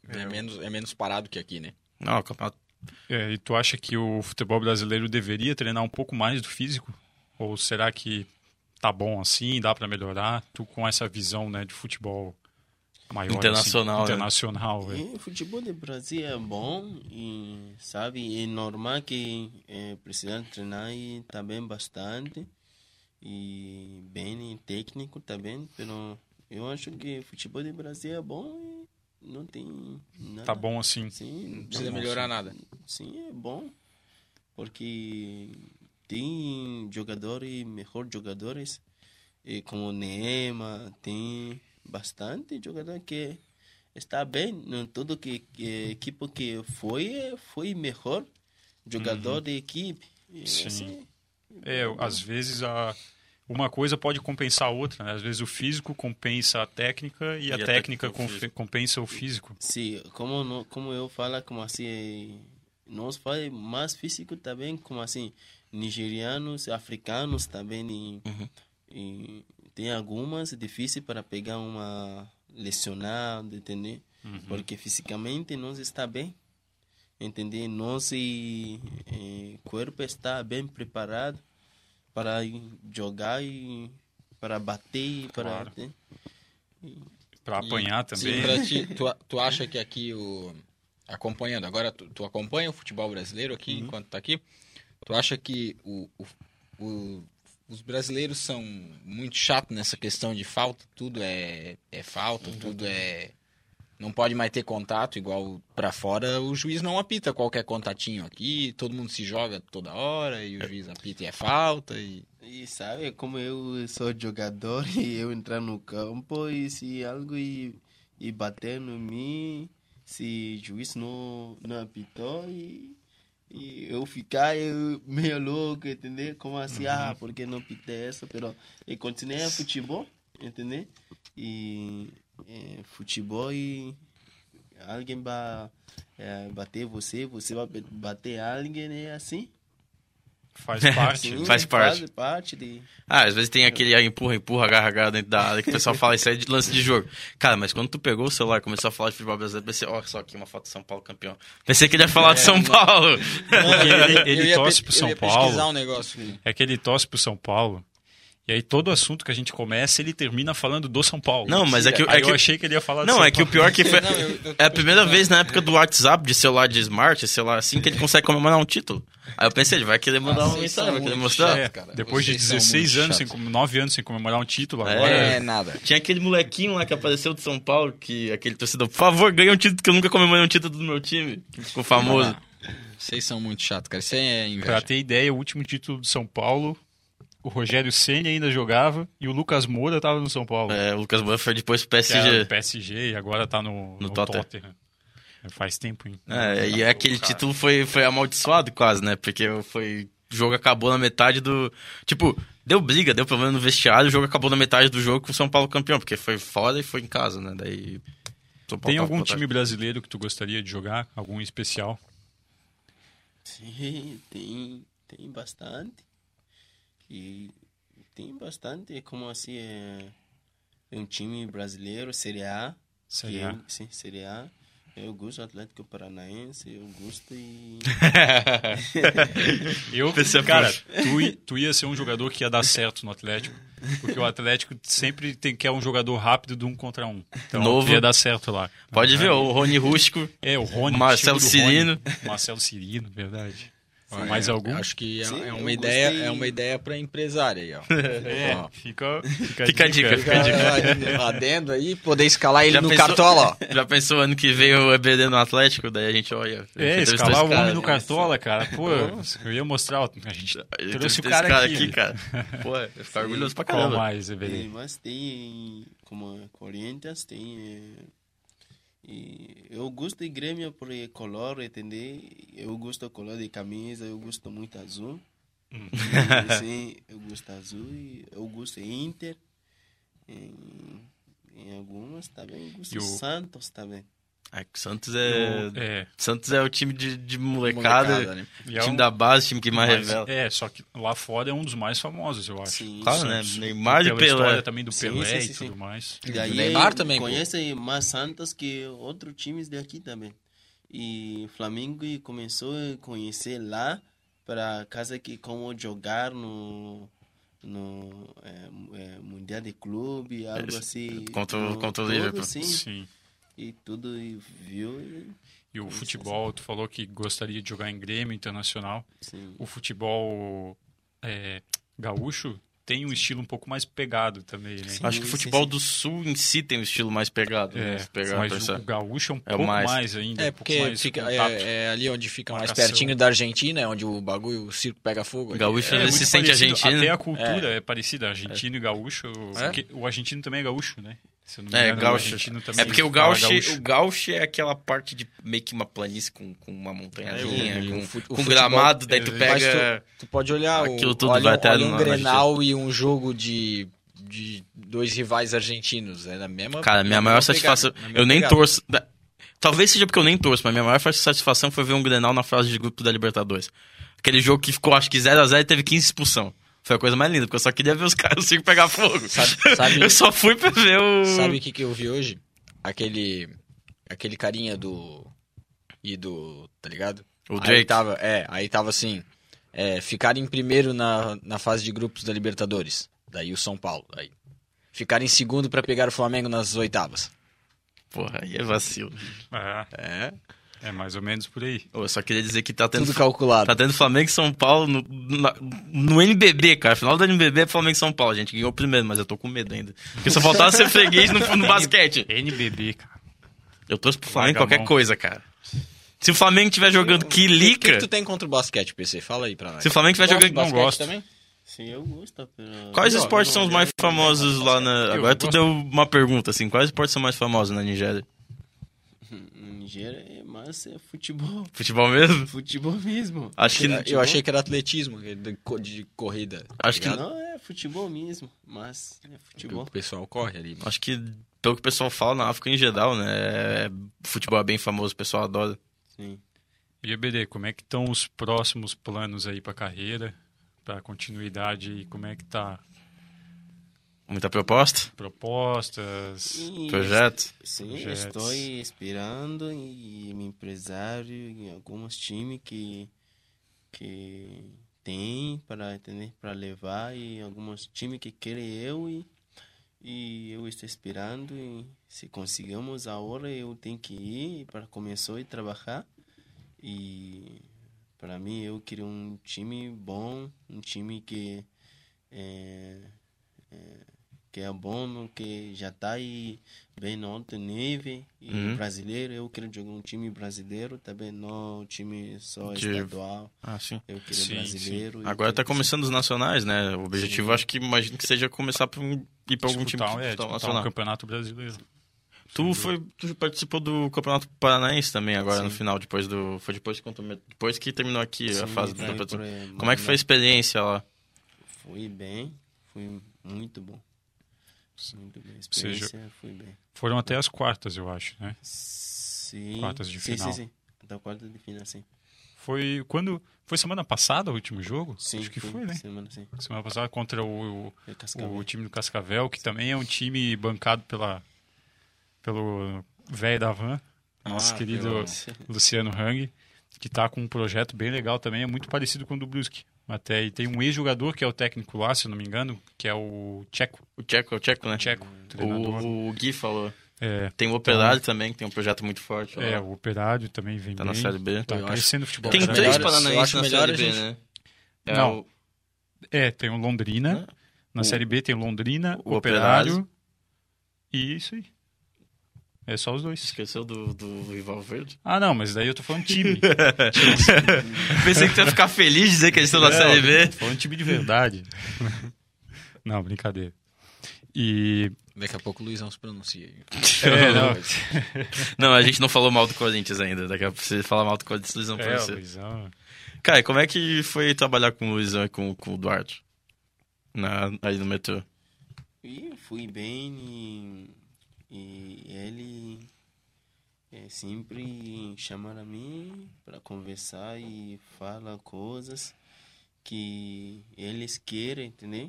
[SPEAKER 4] É menos, é menos parado que aqui, né?
[SPEAKER 3] Não, o campeonato
[SPEAKER 1] É, e tu acha que o futebol brasileiro deveria treinar um pouco mais do físico? Ou será que tá bom assim, dá pra melhorar? Tu com essa visão, né, de futebol maior, assim,
[SPEAKER 3] Internacional, né?
[SPEAKER 1] internacional, é.
[SPEAKER 2] E o futebol do Brasil é bom e sabe, é normal que eh, precisa treinar e também bastante e bem e técnico também, pero eu acho que o futebol do Brasil é bom e não tem nada.
[SPEAKER 1] tá bom assim.
[SPEAKER 2] Sim,
[SPEAKER 4] Não precisa
[SPEAKER 2] tá bom,
[SPEAKER 4] melhorar
[SPEAKER 2] sim.
[SPEAKER 4] nada.
[SPEAKER 2] Sim, é bom. Porque tem jogadores, melhores jogadores, e como Neema, tem bastante jogador que está bem. Não todo que, que equipe que foi, eh, foi melhor jogador de equipe. E
[SPEAKER 1] Sim.
[SPEAKER 2] assim,
[SPEAKER 1] É, às vezes a uma coisa pode compensar a outra, né? Às vezes o físico compensa a técnica e, a,
[SPEAKER 3] a
[SPEAKER 1] técnica
[SPEAKER 3] técnica com o
[SPEAKER 1] confe-
[SPEAKER 3] físico.
[SPEAKER 1] compensa o físico.
[SPEAKER 2] Sim, como, no- como eu falo, como assim, eh, nós faz mais físico também, como assim, nigerianos, africanos também, e,
[SPEAKER 3] Uhum.
[SPEAKER 2] e tem algumas difíceis para pegar uma lesionada, entendeu? Porque fisicamente nós está bem, entendeu? Nosso eh, corpo está bem preparado para jogar e para bater, e para...
[SPEAKER 1] Claro. Pra apanhar também.
[SPEAKER 4] Sim, pra ti, tu, a- tu acha que aqui o. Acompanhando, agora tu, tu acompanha o futebol brasileiro aqui
[SPEAKER 1] Uhum.
[SPEAKER 4] enquanto tá aqui. Tu acha que o, o- o- os brasileiros são muito chatos nessa questão de falta? Tudo é, é falta,
[SPEAKER 1] Uhum.
[SPEAKER 4] tudo é. Não pode mais ter contato, igual pra fora o juiz não apita qualquer contatinho aqui, todo mundo se joga toda hora e o juiz apita e é falta. E...
[SPEAKER 2] E sabe, como eu sou jogador e eu entrar no campo e se algo e, e bater no mim, se juiz não, não apitou e, e eu ficar eu, meio louco, entendeu? Como assim,
[SPEAKER 3] Uhum.
[SPEAKER 2] ah, porque não pitei essa, pero e continuei a futebol, entendeu? E é, futebol e alguém vai é, bater você, você vai bater alguém, é assim?
[SPEAKER 1] Faz parte.
[SPEAKER 2] né,
[SPEAKER 1] né?
[SPEAKER 2] Sim,
[SPEAKER 3] faz parte.
[SPEAKER 2] Faz parte de...
[SPEAKER 3] Ah, às vezes tem aquele ah, empurra, empurra, agarra, agarra dentro da área que o pessoal fala isso aí é de lance de jogo. Cara, mas quando tu pegou o celular e começou a falar de futebol brasileiro, pensei, ó, só aqui uma foto de São Paulo campeão. Pensei que ele ia falar de São Paulo.
[SPEAKER 1] Porque ele, ele
[SPEAKER 4] Eu ia
[SPEAKER 1] torce
[SPEAKER 4] pe-
[SPEAKER 1] pro São
[SPEAKER 4] eu ia
[SPEAKER 1] Paulo.
[SPEAKER 4] pesquisar um negócio.
[SPEAKER 1] É que ele torce pro São Paulo. E aí todo assunto que a gente começa, ele termina falando do São Paulo.
[SPEAKER 3] Não, mas é que- é
[SPEAKER 1] Aí eu
[SPEAKER 3] que-
[SPEAKER 1] achei que ele ia falar do
[SPEAKER 3] Não,
[SPEAKER 1] São
[SPEAKER 3] é que o
[SPEAKER 1] Paulo.
[SPEAKER 3] pior que foi.
[SPEAKER 4] Não, eu- eu tô
[SPEAKER 3] É a primeira
[SPEAKER 4] pensando.
[SPEAKER 3] vez na época do WhatsApp, de celular de smart, esse celular assim, que ele consegue comemorar um título. Aí eu pensei, ele vai querer mandar uma
[SPEAKER 4] vocês
[SPEAKER 3] mensagem,
[SPEAKER 4] são
[SPEAKER 3] vai querer
[SPEAKER 4] muito
[SPEAKER 3] mostrar.
[SPEAKER 1] É,
[SPEAKER 4] cara.
[SPEAKER 1] depois de
[SPEAKER 4] Vocês são
[SPEAKER 1] 16
[SPEAKER 4] muito
[SPEAKER 1] anos, sem, com- 9 anos sem comemorar um título,
[SPEAKER 3] É.
[SPEAKER 1] agora.
[SPEAKER 4] É, nada.
[SPEAKER 3] Tinha aquele molequinho lá que apareceu de São Paulo, que aquele torcedor, por favor, ganha um título, que eu nunca comemorei um título do meu time. Que ficou famoso.
[SPEAKER 4] Vocês são muito chato, cara. Isso aí é
[SPEAKER 1] Pra
[SPEAKER 4] inveja.
[SPEAKER 1] ter ideia, o último título do São Paulo, o Rogério Senna ainda jogava e o Lucas Moura tava no São Paulo.
[SPEAKER 3] É, o Lucas Moura foi depois pro
[SPEAKER 1] Que era do
[SPEAKER 3] PSG.
[SPEAKER 1] PSG e agora tá no, no,
[SPEAKER 3] Tottenham.
[SPEAKER 1] Tottenham. Faz tempo, hein?
[SPEAKER 3] É, e aquele título foi, foi amaldiçoado quase, né? Porque foi. O jogo acabou na metade do. Tipo, deu briga, deu problema no vestiário, o jogo acabou na metade do jogo com o São Paulo campeão, porque foi fora e foi em casa, né? Daí. São Paulo tá
[SPEAKER 1] Tem
[SPEAKER 3] tava
[SPEAKER 1] algum
[SPEAKER 3] com
[SPEAKER 1] time brasileiro que tu gostaria de jogar? Algum especial?
[SPEAKER 2] Sim, tem, tem bastante. E tem bastante, como assim, é um time brasileiro, Série A. que
[SPEAKER 1] Série
[SPEAKER 2] eu-
[SPEAKER 1] A.
[SPEAKER 2] sim, Série A. Eu gosto do Atlético Paranaense, eu gosto e...
[SPEAKER 1] Eu,
[SPEAKER 3] Pensei,
[SPEAKER 1] cara,
[SPEAKER 3] poxa.
[SPEAKER 1] tu, i- tu ia ser um jogador que ia dar certo no Atlético. Porque o Atlético sempre tem, quer um jogador rápido do um contra um. Então
[SPEAKER 3] Novo.
[SPEAKER 1] tu ia dar certo lá.
[SPEAKER 3] Pode ver, o Rony Rústico.
[SPEAKER 1] É, o Rony.
[SPEAKER 3] Marcelo
[SPEAKER 1] o estilo do Rony.
[SPEAKER 3] Cirino.
[SPEAKER 1] Marcelo Cirino, verdade. Mais algum?
[SPEAKER 4] Acho que é,
[SPEAKER 2] Sim,
[SPEAKER 4] é
[SPEAKER 2] eu
[SPEAKER 4] uma ideia,
[SPEAKER 2] gostei.
[SPEAKER 4] é uma ideia pra empresária aí, ó.
[SPEAKER 1] É, fica, fica,
[SPEAKER 3] Fica a dica, fica a dica.
[SPEAKER 4] Adendo aí, poder escalar ele
[SPEAKER 3] Já
[SPEAKER 4] no
[SPEAKER 3] pensou?
[SPEAKER 4] cartola, ó.
[SPEAKER 3] Já pensou ano que veio o EBD no Atlético? Daí a gente olha.
[SPEAKER 1] É,
[SPEAKER 3] entrevistou
[SPEAKER 1] escalar
[SPEAKER 3] esse
[SPEAKER 1] o homem
[SPEAKER 3] cara,
[SPEAKER 1] no
[SPEAKER 3] né?
[SPEAKER 1] cartola, cara. Pô, eu ia mostrar. ó, A gente
[SPEAKER 3] Entrevistou
[SPEAKER 1] trouxe o
[SPEAKER 3] esse
[SPEAKER 1] cara, aqui.
[SPEAKER 3] cara. Pô, eu fico orgulhoso pra
[SPEAKER 1] Qual
[SPEAKER 3] caramba.
[SPEAKER 1] mais,
[SPEAKER 2] É,
[SPEAKER 1] Evelyn?
[SPEAKER 2] mas tem como Corinthians, tem. é, E eu gosto de Grêmio por color, entendeu? Eu gosto do color de camisa, eu gosto muito azul.
[SPEAKER 1] Hum.
[SPEAKER 2] E, Sim, eu gosto azul e eu gosto Inter. Em, em algumas também, eu gosto
[SPEAKER 1] E o-
[SPEAKER 2] Santos também.
[SPEAKER 3] Ah, que o Santos é.
[SPEAKER 1] É,
[SPEAKER 3] Santos é o time de, de molecada,
[SPEAKER 4] Molecada, né?
[SPEAKER 1] e é
[SPEAKER 3] time
[SPEAKER 1] um-
[SPEAKER 3] da base, time que mais
[SPEAKER 1] mas-
[SPEAKER 3] revela.
[SPEAKER 1] É, só que lá fora é um dos mais famosos, eu acho.
[SPEAKER 2] Sim,
[SPEAKER 3] Claro, né?
[SPEAKER 1] Santos,
[SPEAKER 3] Neymar e
[SPEAKER 1] pela história
[SPEAKER 3] Pelé.
[SPEAKER 1] também do
[SPEAKER 2] Sim,
[SPEAKER 1] Pelé
[SPEAKER 2] sim, sim,
[SPEAKER 1] e
[SPEAKER 2] sim.
[SPEAKER 1] tudo mais.
[SPEAKER 2] E daí
[SPEAKER 4] Neymar também, pô.
[SPEAKER 2] conhece mais Santos que outros times daqui também. E Flamengo e começou a conhecer lá para casa que como jogar no no eh, eh, mundial de clube algo
[SPEAKER 3] Esse-
[SPEAKER 2] assim
[SPEAKER 3] contra o-
[SPEAKER 2] No-
[SPEAKER 3] contra o
[SPEAKER 2] tudo,
[SPEAKER 3] Liverpool.
[SPEAKER 2] sim,
[SPEAKER 1] Sim.
[SPEAKER 2] e tudo e viu e,
[SPEAKER 1] E o futebol, tu falou que gostaria de jogar em Grêmio Internacional.
[SPEAKER 2] sim
[SPEAKER 1] O futebol é, gaúcho tem um estilo um pouco mais pegado também, né?
[SPEAKER 2] Sim.
[SPEAKER 3] Acho que o futebol do Sul em si tem um estilo mais pegado. né?
[SPEAKER 1] É,
[SPEAKER 3] Se pegar,
[SPEAKER 1] mas o,
[SPEAKER 3] pensar.
[SPEAKER 1] o gaúcho é um
[SPEAKER 3] É o
[SPEAKER 1] pouco
[SPEAKER 3] mais.
[SPEAKER 1] mais. ainda.
[SPEAKER 4] É,
[SPEAKER 1] um pouco
[SPEAKER 4] porque
[SPEAKER 1] mais
[SPEAKER 4] fica,
[SPEAKER 1] contato.
[SPEAKER 4] é, é ali onde fica mais
[SPEAKER 1] Marcação.
[SPEAKER 4] pertinho da Argentina, é onde o bagulho, o circo pega fogo. ali.
[SPEAKER 3] Gaúcho
[SPEAKER 4] é,
[SPEAKER 3] ele se
[SPEAKER 1] muito
[SPEAKER 3] sente
[SPEAKER 1] parecido.
[SPEAKER 3] argentino.
[SPEAKER 1] Até a cultura é, parecida, argentino e gaúcho.
[SPEAKER 4] É?
[SPEAKER 1] porque O argentino também é gaúcho, né? Se eu não me
[SPEAKER 3] É,
[SPEAKER 1] engano, o
[SPEAKER 3] gaúcho.
[SPEAKER 1] argentino também
[SPEAKER 3] É porque o
[SPEAKER 1] fala
[SPEAKER 3] gauche, o gauche é aquela parte de meio que uma planície com, com uma montanhazinha,
[SPEAKER 4] É, o-
[SPEAKER 3] com,
[SPEAKER 4] o fut- o
[SPEAKER 3] com
[SPEAKER 4] futebol-
[SPEAKER 3] gramado, daí tu
[SPEAKER 1] é, Mas
[SPEAKER 3] pega...
[SPEAKER 4] Tu pode olhar o,
[SPEAKER 3] Aquilo tudo
[SPEAKER 4] olha,
[SPEAKER 3] vai
[SPEAKER 4] um-
[SPEAKER 3] até
[SPEAKER 4] olha
[SPEAKER 3] na-
[SPEAKER 4] um
[SPEAKER 3] na
[SPEAKER 4] Grenal e um jogo de, de dois rivais argentinos. É na mesma.
[SPEAKER 3] Cara, minha
[SPEAKER 4] na
[SPEAKER 3] maior
[SPEAKER 4] mesma pegada,
[SPEAKER 1] é
[SPEAKER 3] satisfação...
[SPEAKER 4] na mesma
[SPEAKER 3] Eu nem
[SPEAKER 4] pegada.
[SPEAKER 3] torço... da- Talvez seja porque eu nem torço, mas minha maior satisfação foi ver um Grenal na fase de grupo da Libertadores. Aquele jogo que ficou, acho que 0x0 e teve 15 expulsão. Foi a coisa mais linda, porque eu só queria ver os caras assim pegar fogo.
[SPEAKER 4] Sabe- sabe-
[SPEAKER 3] eu só fui pra ver o...
[SPEAKER 4] Sabe o que, que eu vi hoje? Aquele. Aquele carinha do. E do. Tá ligado?
[SPEAKER 3] O
[SPEAKER 4] Aí
[SPEAKER 3] Drake.
[SPEAKER 4] tava, é, aí tava assim. É, ficar em primeiro na, na fase de grupos da Libertadores. Daí o São Paulo. Aí. Ficar em segundo pra pegar o Flamengo nas oitavas.
[SPEAKER 3] Porra, aí é vacilo.
[SPEAKER 1] É,
[SPEAKER 4] É.
[SPEAKER 1] é mais ou menos por aí.
[SPEAKER 3] Eu só queria dizer que tá tendo
[SPEAKER 4] Tudo calculado.
[SPEAKER 3] Tá tendo Flamengo e São Paulo no, na- no NBB, cara. Final do NBB é Flamengo e São Paulo, gente. Ganhou o primeiro, mas eu tô com medo ainda. Porque só faltava ser freguês no, no basquete.
[SPEAKER 1] NBB, cara.
[SPEAKER 3] Eu torço pro Flamengo em
[SPEAKER 1] Larga a
[SPEAKER 3] qualquer
[SPEAKER 1] mão.
[SPEAKER 3] coisa, cara. Se o Flamengo estiver jogando
[SPEAKER 4] O que, que
[SPEAKER 3] Quilica...
[SPEAKER 4] tu tem contra o basquete, PC? Fala aí pra nós.
[SPEAKER 3] Se o Flamengo estiver
[SPEAKER 4] Gosta
[SPEAKER 3] jogando...
[SPEAKER 4] de
[SPEAKER 1] não
[SPEAKER 4] basquete
[SPEAKER 1] gosto.
[SPEAKER 4] também?
[SPEAKER 2] sim eu gosto pelo-
[SPEAKER 3] Quais
[SPEAKER 2] Não,
[SPEAKER 3] esportes são os
[SPEAKER 2] não,
[SPEAKER 3] mais
[SPEAKER 2] eu-
[SPEAKER 3] famosos lá na...
[SPEAKER 1] Eu
[SPEAKER 3] Agora tu
[SPEAKER 1] gosto.
[SPEAKER 3] deu uma pergunta, assim. Quais esportes são mais famosos na Nigéria?
[SPEAKER 2] na Nigéria é mais é futebol
[SPEAKER 3] Futebol mesmo?
[SPEAKER 2] futebol mesmo É
[SPEAKER 3] Acho que...
[SPEAKER 4] Eu achei que era atletismo, que é de, co- de corrida. tá
[SPEAKER 3] Acho que-
[SPEAKER 4] ligado?
[SPEAKER 2] não é futebol mesmo mas é
[SPEAKER 4] Porque
[SPEAKER 2] futebol
[SPEAKER 4] o pessoal corre ali. mas-
[SPEAKER 3] Acho que... Pelo que o pessoal fala na África em geral, né? é- Futebol é bem famoso, o pessoal adora.
[SPEAKER 2] sim
[SPEAKER 1] E EBD, como é que estão os próximos planos aí pra carreira? para continuidade e como é que tá
[SPEAKER 3] Muita proposta?
[SPEAKER 1] propostas.
[SPEAKER 2] E-
[SPEAKER 3] Projeto?
[SPEAKER 2] Sim,
[SPEAKER 1] Projetos.
[SPEAKER 2] estou esperando e meu empresário e alguns times que que tem para entender para levar e alguns times que querem eu e e eu estou esperando e se conseguimos a hora eu tenho que ir para começar e trabalhar e para mim eu queria um time bom um time que é, é, que é bom que já está aí bem no alto nível e
[SPEAKER 3] Uhum.
[SPEAKER 2] brasileiro eu quero jogar um time brasileiro também não um time só
[SPEAKER 3] De-
[SPEAKER 2] estadual
[SPEAKER 3] Ah, sim.
[SPEAKER 2] eu quero
[SPEAKER 1] Sim,
[SPEAKER 2] brasileiro e
[SPEAKER 3] Agora tá
[SPEAKER 2] quero-
[SPEAKER 3] começando os nacionais, né? O objetivo
[SPEAKER 2] Sim.
[SPEAKER 3] acho que imagino que seja começar por um, ir pra algum
[SPEAKER 1] disputar,
[SPEAKER 3] time
[SPEAKER 1] é,
[SPEAKER 3] disputar o
[SPEAKER 1] disputar um
[SPEAKER 3] nacional.
[SPEAKER 1] campeonato brasileiro.
[SPEAKER 3] Tu foi, tu participou do Campeonato Paranaense também agora no final, depois do foi depois quanto depois que terminou aqui a
[SPEAKER 2] Sim,
[SPEAKER 3] fase do
[SPEAKER 2] foi
[SPEAKER 3] competição.
[SPEAKER 2] por-
[SPEAKER 3] Como é
[SPEAKER 1] né?
[SPEAKER 3] que foi a experiência lá?
[SPEAKER 2] Fui bem, fui muito bom. Muito bem. A
[SPEAKER 1] seja-
[SPEAKER 2] experiência fui bem.
[SPEAKER 1] Foram até as quartas, eu acho, né?
[SPEAKER 2] Sim.
[SPEAKER 1] Quartas de
[SPEAKER 2] sim,
[SPEAKER 1] final.
[SPEAKER 2] Sim, sim, Da quarta de final, sim.
[SPEAKER 1] Foi quando foi semana passada o último jogo?
[SPEAKER 2] sim
[SPEAKER 1] acho que
[SPEAKER 2] sim,
[SPEAKER 1] foi, né?
[SPEAKER 2] Semana, sim.
[SPEAKER 1] Semana passada contra o,
[SPEAKER 2] Foi Cascavel.
[SPEAKER 1] o time do Cascavel, que também é um time bancado pela pelo velho da van, nosso
[SPEAKER 4] Ah,
[SPEAKER 1] querido
[SPEAKER 4] pelo-
[SPEAKER 1] Luciano Hang, que tá com um projeto bem legal também, é muito parecido com o do Brusque. Até e tem um ex-jogador que é o técnico lá, se eu não me engano, que é o Tcheco,
[SPEAKER 3] O Tcheco, o Tcheco, né?
[SPEAKER 1] Tcheco, treinador.
[SPEAKER 3] O, o Gui falou.
[SPEAKER 1] É,
[SPEAKER 3] Tem o Operário também, que tem um projeto muito forte.
[SPEAKER 1] é,
[SPEAKER 3] lá.
[SPEAKER 1] o Operário também vem
[SPEAKER 3] tá
[SPEAKER 1] bem.
[SPEAKER 3] na Série B.
[SPEAKER 1] Tá
[SPEAKER 4] Eu acho-
[SPEAKER 1] crescendo o futebol.
[SPEAKER 3] Tem
[SPEAKER 4] Eu acho
[SPEAKER 1] brasileiro.
[SPEAKER 3] três
[SPEAKER 4] melhor- eu
[SPEAKER 3] paranaenses
[SPEAKER 4] acho
[SPEAKER 3] na
[SPEAKER 4] melhor
[SPEAKER 3] Série
[SPEAKER 4] a
[SPEAKER 3] B,
[SPEAKER 4] gente-
[SPEAKER 3] né? É
[SPEAKER 1] Não.
[SPEAKER 3] o-
[SPEAKER 1] É, tem o Londrina. Na
[SPEAKER 3] Né? O-
[SPEAKER 1] Série B tem o Londrina,
[SPEAKER 3] o
[SPEAKER 1] o Operário. E isso aí. É só os dois.
[SPEAKER 3] Esqueceu do, do rival verde?
[SPEAKER 1] Ah, não, mas daí eu tô falando time.
[SPEAKER 3] Tá Pensei que tu ia ficar feliz de dizer que eles estão na
[SPEAKER 1] Não,
[SPEAKER 3] Série B.
[SPEAKER 1] Tô falando time de verdade. não, brincadeira. E.
[SPEAKER 4] Daqui a pouco o Luizão se pronuncia. aí.
[SPEAKER 3] Então,
[SPEAKER 1] É, não,
[SPEAKER 3] Não, a gente não falou mal do Corinthians ainda. Daqui a pouco você falar mal do Corinthians, eles não
[SPEAKER 1] é, o
[SPEAKER 3] aparecer.
[SPEAKER 1] Luizão.
[SPEAKER 3] Cara, como é que foi trabalhar com o Luizão e com, com o Duarte? Na, aí no metrô.
[SPEAKER 2] E fui bem e, e ele é, sempre chama a mim para conversar e fala coisas que eles querem, entendeu?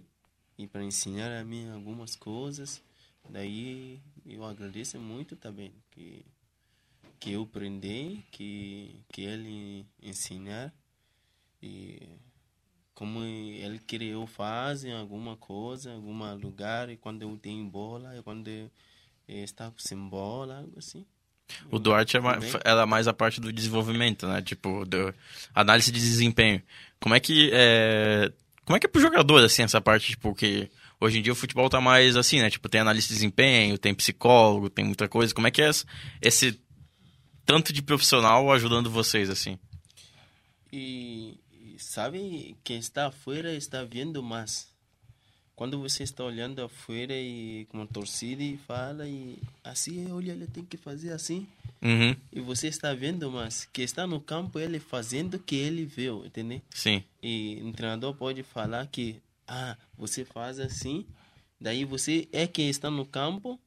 [SPEAKER 2] E para ensinar a mim algumas coisas. Daí eu agradeço muito também que que eu aprendi, que que ele ensinar e como ele quer eu fazer alguma coisa, algum lugar, e quando eu tenho bola, e quando eu está sem bola, algo assim.
[SPEAKER 3] O Duarte é mais-
[SPEAKER 2] Também.
[SPEAKER 3] era mais a parte do desenvolvimento, né? Tipo, do- análise de desempenho. Como é que é... Como é que é pro jogador, assim, essa parte, tipo, que... Hoje em dia o futebol tá mais assim, né? Tipo, tem analista de desempenho, tem psicólogo, tem muita coisa. Como é que é esse- esse tanto de profissional ajudando vocês, assim?
[SPEAKER 2] E, e sabe quem está afuera está vendo mais. Quando você está olhando afuera e com a torcida e fala e assim, olha, ele tem que fazer assim.
[SPEAKER 3] Uhum,
[SPEAKER 2] E você está vendo mais. Que está no campo, ele fazendo o que ele viu, entendeu?
[SPEAKER 3] sim.
[SPEAKER 2] E um treinador pode falar que, ah, você faz assim, daí você é quem está no campo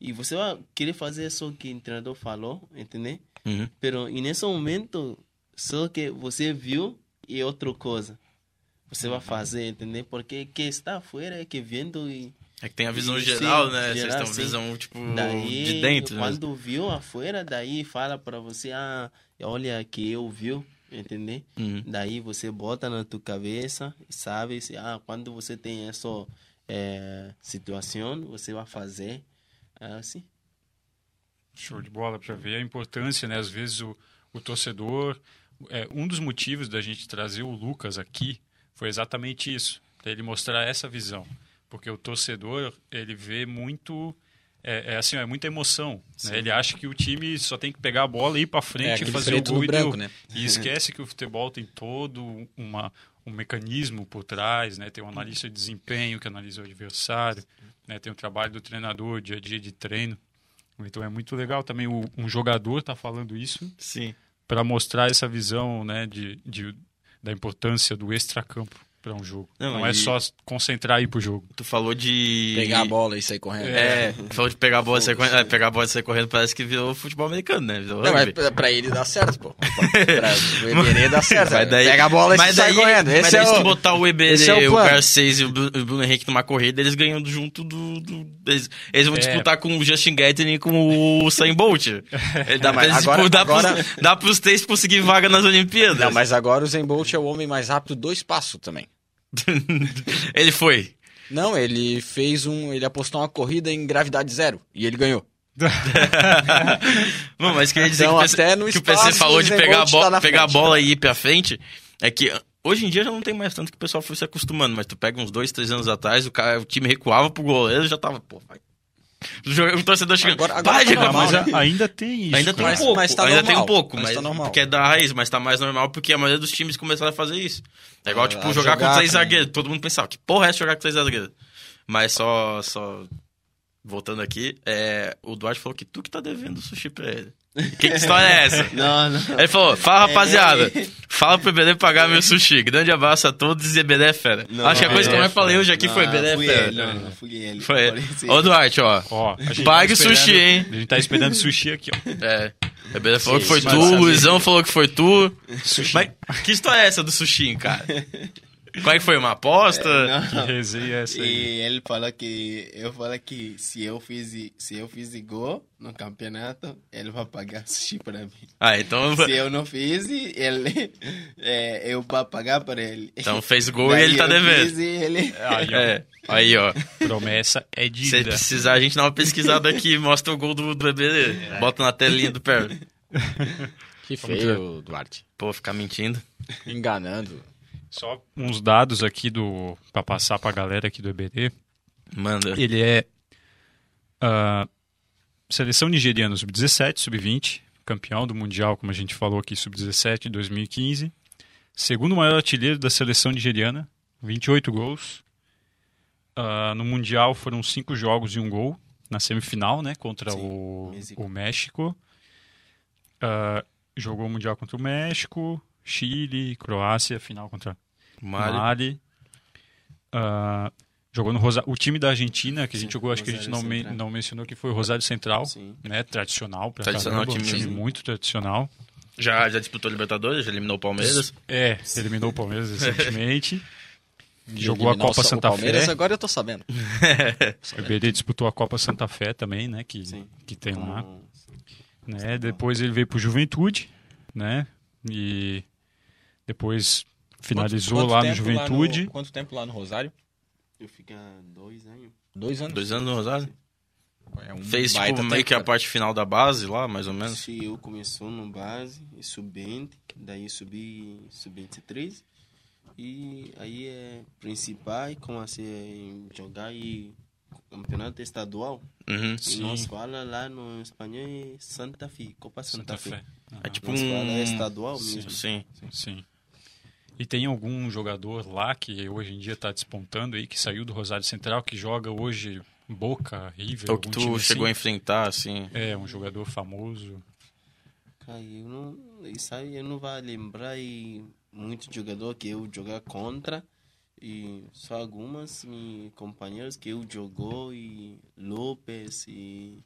[SPEAKER 2] e você vai querer fazer só o que o treinador falou, entendeu?
[SPEAKER 3] Uhum.
[SPEAKER 2] Pero e nesse momento, só que você viu e outra coisa. Você vai fazer, entendeu? Porque quem está fora é que vendo e
[SPEAKER 3] É que tem a visão
[SPEAKER 2] Sim,
[SPEAKER 3] geral, né? Vocês
[SPEAKER 2] geral,
[SPEAKER 3] têm uma
[SPEAKER 2] sim.
[SPEAKER 3] visão, tipo,
[SPEAKER 2] daí
[SPEAKER 3] de dentro. né?
[SPEAKER 2] quando viu afuera, daí fala para você, ah, olha que eu viu, entendeu?
[SPEAKER 3] Uhum.
[SPEAKER 2] Daí você bota na tua cabeça, sabe? se, Ah, quando você tem essa eh, situação, você vai fazer ah, assim.
[SPEAKER 1] Show de bola para ver a importância, né? Às vezes o, o torcedor. é, um dos motivos da gente trazer o Lucas aqui foi exatamente isso, para ele mostrar essa visão. Porque o torcedor, ele vê muito. É, é assim, ó, é muita emoção. Né? Ele acha que o time só tem que pegar a bola e ir para
[SPEAKER 4] É,
[SPEAKER 1] frente e
[SPEAKER 4] aquele
[SPEAKER 1] fazer o
[SPEAKER 4] preto
[SPEAKER 1] gol
[SPEAKER 4] no
[SPEAKER 1] e deu.
[SPEAKER 4] branco, né?
[SPEAKER 1] E esquece que o futebol tem todo uma, um mecanismo por trás, né? Tem um analista de desempenho que analisa o adversário, né? Tem o trabalho do treinador, dia a dia de treino. Então é muito legal também o, um jogador tá falando isso
[SPEAKER 3] Sim.
[SPEAKER 1] para mostrar essa visão, né? De, de da importância do extracampo para um jogo. Não,
[SPEAKER 3] Não,
[SPEAKER 1] é
[SPEAKER 3] e-
[SPEAKER 1] só se concentrar e ir pro jogo.
[SPEAKER 3] Tu falou de.
[SPEAKER 4] Pegar a bola e sair correndo.
[SPEAKER 3] É, tu falou de pegar a bola e sair correndo. é, pegar a bola e sair correndo parece que virou futebol americano, né? Virou
[SPEAKER 4] Não, mas
[SPEAKER 3] rugby.
[SPEAKER 4] pra- pra ele dá certo, pô. Pra o Eberê dá certo. né?
[SPEAKER 3] Mas daí-
[SPEAKER 4] Pega a bola e
[SPEAKER 3] mas
[SPEAKER 4] sai
[SPEAKER 3] daí-
[SPEAKER 4] correndo.
[SPEAKER 3] mas
[SPEAKER 4] Esse é
[SPEAKER 3] daí se
[SPEAKER 4] o...
[SPEAKER 3] tu botar o EBD,
[SPEAKER 4] esse é o
[SPEAKER 3] o
[SPEAKER 4] plano.
[SPEAKER 3] Garcês e o Bru- o Bruno Henrique numa corrida, eles ganham junto do. do- eles, eles vão
[SPEAKER 1] É.
[SPEAKER 3] disputar com o Justin Gatlin e com o Sam Bolt. Ele dá, pra
[SPEAKER 4] mas
[SPEAKER 3] eles dispu-
[SPEAKER 4] agora-
[SPEAKER 3] dá, pros-
[SPEAKER 4] agora-
[SPEAKER 3] dá pros três conseguir vaga nas Olimpíadas.
[SPEAKER 4] Não, mas agora o Zen Bolt é o homem mais rápido do espaço também.
[SPEAKER 3] Ele foi.
[SPEAKER 4] Não, ele fez um... Ele apostou uma corrida em gravidade zero. E ele ganhou.
[SPEAKER 3] Mano, mas queria dizer
[SPEAKER 4] Então,
[SPEAKER 3] que, o PC,
[SPEAKER 4] até no
[SPEAKER 3] que o PC
[SPEAKER 4] espaço,
[SPEAKER 3] falou
[SPEAKER 4] o
[SPEAKER 3] de
[SPEAKER 4] Zen
[SPEAKER 3] pegar a,
[SPEAKER 4] Bolt tá
[SPEAKER 3] bola,
[SPEAKER 4] na
[SPEAKER 3] pegar a
[SPEAKER 4] frente,
[SPEAKER 3] bola e ir pra frente. É que hoje em dia já não tem mais tanto que o pessoal foi se acostumando, mas tu pega uns dois, três anos atrás, o, cara, o time recuava pro goleiro já tava, pô, vai. O joga- O torcedor chegando.
[SPEAKER 4] Agora- agora
[SPEAKER 3] para de
[SPEAKER 4] tá
[SPEAKER 1] Ah,
[SPEAKER 4] normal,
[SPEAKER 3] reclamar.
[SPEAKER 1] mas
[SPEAKER 4] né?
[SPEAKER 1] a- ainda tem isso.
[SPEAKER 3] é,
[SPEAKER 1] né?
[SPEAKER 3] Ainda tem
[SPEAKER 1] cara.
[SPEAKER 3] um pouco,
[SPEAKER 4] mas tá
[SPEAKER 3] ainda tem
[SPEAKER 4] normal,
[SPEAKER 3] um pouco,
[SPEAKER 4] mas
[SPEAKER 3] mas,
[SPEAKER 4] tá normal.
[SPEAKER 3] porque é da raiz, mas tá mais normal porque a maioria dos times começaram a fazer isso. É igual,
[SPEAKER 4] É,
[SPEAKER 3] tipo,
[SPEAKER 4] a
[SPEAKER 3] jogar, com
[SPEAKER 4] jogar
[SPEAKER 3] três
[SPEAKER 4] com-
[SPEAKER 3] zagueiros. Todo mundo pensava, que porra é essa jogar com três zagueiros? Mas só, só voltando aqui, é, o Duarte falou que tu que tá devendo sushi pra ele. Que, que história é essa?
[SPEAKER 2] Não, não.
[SPEAKER 3] Ele falou, fala
[SPEAKER 2] É.
[SPEAKER 3] rapaziada, fala pro EBD pagar meu sushi. Grande abraço a todos e EBD é fera.
[SPEAKER 2] Não,
[SPEAKER 3] Acho que a coisa que eu
[SPEAKER 1] é
[SPEAKER 3] mais falei hoje aqui
[SPEAKER 2] Não,
[SPEAKER 3] foi EBD é
[SPEAKER 2] fui
[SPEAKER 3] fera.
[SPEAKER 2] ele, não, não, fui ele.
[SPEAKER 3] Foi ele.
[SPEAKER 2] Parece-
[SPEAKER 3] Ô Duarte, ó.
[SPEAKER 1] Ó, a
[SPEAKER 2] tá
[SPEAKER 1] gente tá
[SPEAKER 3] Pague o
[SPEAKER 1] esperando-
[SPEAKER 3] sushi, hein?
[SPEAKER 1] A gente tá esperando sushi aqui, ó.
[SPEAKER 3] É. A Bela falou que foi
[SPEAKER 4] isso,
[SPEAKER 3] tu,
[SPEAKER 4] mas-
[SPEAKER 3] o Luizão falou que foi tu.
[SPEAKER 1] Sushi.
[SPEAKER 3] Mas que história é essa do sushinho, cara? Qual é que foi? Uma aposta?
[SPEAKER 1] Que
[SPEAKER 2] Não.
[SPEAKER 1] resenha é essa aí?
[SPEAKER 2] E ele falou que eu falei que se eu fiz se eu fiz gol no campeonato, ele vai pagar sushi para mim.
[SPEAKER 3] ah, então,
[SPEAKER 2] Se eu não fiz, ele é, eu vou pagar para ele.
[SPEAKER 3] então fez gol
[SPEAKER 2] Daí
[SPEAKER 3] e ele tá
[SPEAKER 2] eu
[SPEAKER 3] devendo.
[SPEAKER 2] fiz e ele
[SPEAKER 1] Aí, ó.
[SPEAKER 3] É. Aí, ó.
[SPEAKER 1] Promessa é
[SPEAKER 3] Se você
[SPEAKER 1] dívida.
[SPEAKER 3] precisar, a gente dá uma pesquisada aqui e mostra o gol do, do
[SPEAKER 2] É.
[SPEAKER 3] EBD. Bota na telinha do pé.
[SPEAKER 4] Que feio, Duarte.
[SPEAKER 3] Pô, ficar mentindo.
[SPEAKER 4] Enganando.
[SPEAKER 1] Só uns dados aqui do para passar pra galera aqui do EBD.
[SPEAKER 3] Manda.
[SPEAKER 1] Ele é ah, seleção nigeriana sub-17, sub-20, campeão do mundial, como a gente falou aqui, sub-17 2015. Segundo maior artilheiro da seleção nigeriana, 28 gols. Ah, no mundial foram cinco jogos e um gol na semifinal, né, contra
[SPEAKER 2] Sim,
[SPEAKER 1] o
[SPEAKER 2] México.
[SPEAKER 1] o México. Ah, jogou o mundial contra o México, Chile, Croácia, final contra Mali.
[SPEAKER 3] Mário.
[SPEAKER 1] Ah, jogou no Rosário. O time da Argentina, que a gente
[SPEAKER 2] Sim,
[SPEAKER 1] jogou, acho que a gente
[SPEAKER 2] Rosário
[SPEAKER 1] não, me-
[SPEAKER 2] Central.
[SPEAKER 1] não mencionou, que foi o Rosário Central,
[SPEAKER 2] Sim.
[SPEAKER 1] né? Tradicional pra
[SPEAKER 3] Tradicional,
[SPEAKER 1] caramba,
[SPEAKER 3] time
[SPEAKER 1] um time
[SPEAKER 3] mesmo.
[SPEAKER 1] muito tradicional.
[SPEAKER 3] Já, já disputou Libertadores, já eliminou o Palmeiras.
[SPEAKER 1] É, eliminou o Palmeiras recentemente. Jogou a Copa Santa
[SPEAKER 4] Palmeiras, né?
[SPEAKER 1] Fé.
[SPEAKER 4] agora eu tô sabendo.
[SPEAKER 1] O BD disputou a Copa Santa Fé também, né? Que,
[SPEAKER 2] Sim. Então,
[SPEAKER 1] que tem lá. né? Depois ele veio pro Juventude, né? E depois finalizou
[SPEAKER 4] Quanto-
[SPEAKER 1] lá
[SPEAKER 4] quanto
[SPEAKER 1] no
[SPEAKER 4] tempo lá
[SPEAKER 1] Juventude.
[SPEAKER 4] quanto tempo lá no Rosário?
[SPEAKER 2] Eu fico há dois anos.
[SPEAKER 4] Dois anos.
[SPEAKER 3] Dois anos no Rosário.
[SPEAKER 4] É um
[SPEAKER 3] Fez, tipo,
[SPEAKER 4] baita
[SPEAKER 3] meio
[SPEAKER 4] tempo,
[SPEAKER 3] que a
[SPEAKER 4] cara.
[SPEAKER 3] parte final da base lá, mais ou menos.
[SPEAKER 2] Se eu começou no base e sub-20, daí subi sub-23 e aí é principal e comecei a jogar e campeonato estadual.
[SPEAKER 3] Uhum.
[SPEAKER 2] E
[SPEAKER 1] Sim.
[SPEAKER 2] nós fala lá no espanhol é Santa Fe, Copa Santa,
[SPEAKER 1] Santa
[SPEAKER 2] Fe.
[SPEAKER 1] Fé.
[SPEAKER 3] É tipo
[SPEAKER 2] Nós fala é
[SPEAKER 3] um...
[SPEAKER 2] estadual mesmo.
[SPEAKER 3] Sim.
[SPEAKER 1] Sim. E tem algum jogador lá que hoje em dia está despontando aí, que saiu do Rosário Central, que joga hoje Boca, River,
[SPEAKER 3] Ou é Então, que
[SPEAKER 1] algum time
[SPEAKER 3] tu chegou a
[SPEAKER 1] assim?
[SPEAKER 3] enfrentar, assim.
[SPEAKER 1] É, um jogador famoso.
[SPEAKER 2] Cara, eu não, isso aí eu não vai lembrar e muito jogador que eu jogar contra e só algumas me companheiros que eu jogou e Lopes e,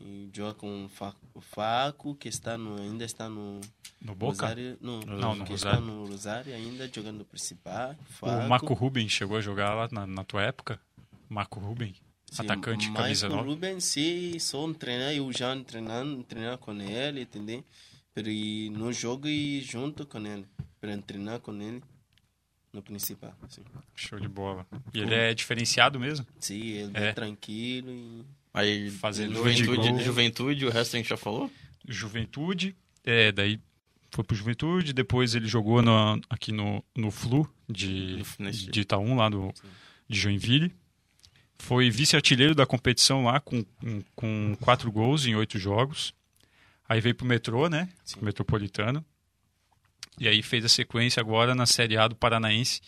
[SPEAKER 2] e joga com o Fa- o Faco que está no ainda está no
[SPEAKER 1] No Boca?
[SPEAKER 2] Rosário, não,
[SPEAKER 1] Não, no
[SPEAKER 2] que
[SPEAKER 1] Rosário.
[SPEAKER 2] está no Rosário ainda jogando principal,
[SPEAKER 1] O
[SPEAKER 2] Faco.
[SPEAKER 1] Marco Ruben chegou a jogar lá na, na tua época? Marco Ruben?
[SPEAKER 2] Sim,
[SPEAKER 1] atacante,
[SPEAKER 2] Michael
[SPEAKER 1] camisa nova.
[SPEAKER 2] Ruben, sim, só um treinar, eu já treinando, treinar com ele, entendeu? Pero e no jogo e junto com ele, para treinar com ele no principal. Sim,
[SPEAKER 1] Show de bola. E ele é diferenciado mesmo?
[SPEAKER 2] Sim, ele
[SPEAKER 1] É.
[SPEAKER 2] é tranquilo e
[SPEAKER 3] Aí,
[SPEAKER 1] Fazendo
[SPEAKER 3] juventude,
[SPEAKER 1] de gol.
[SPEAKER 3] juventude, o resto a gente já falou?
[SPEAKER 1] Juventude. É, daí foi pro Juventude, depois ele jogou na- aqui no, no Flu de,
[SPEAKER 3] No- nesse-
[SPEAKER 1] de Itaúm, lá do, de Joinville. Foi vice-artilheiro da competição lá, com, com- com quatro gols em oito jogos. Aí veio pro metrô, né?
[SPEAKER 2] Sim.
[SPEAKER 1] Pro Metropolitano. E aí fez a sequência agora na Série A do Paranaense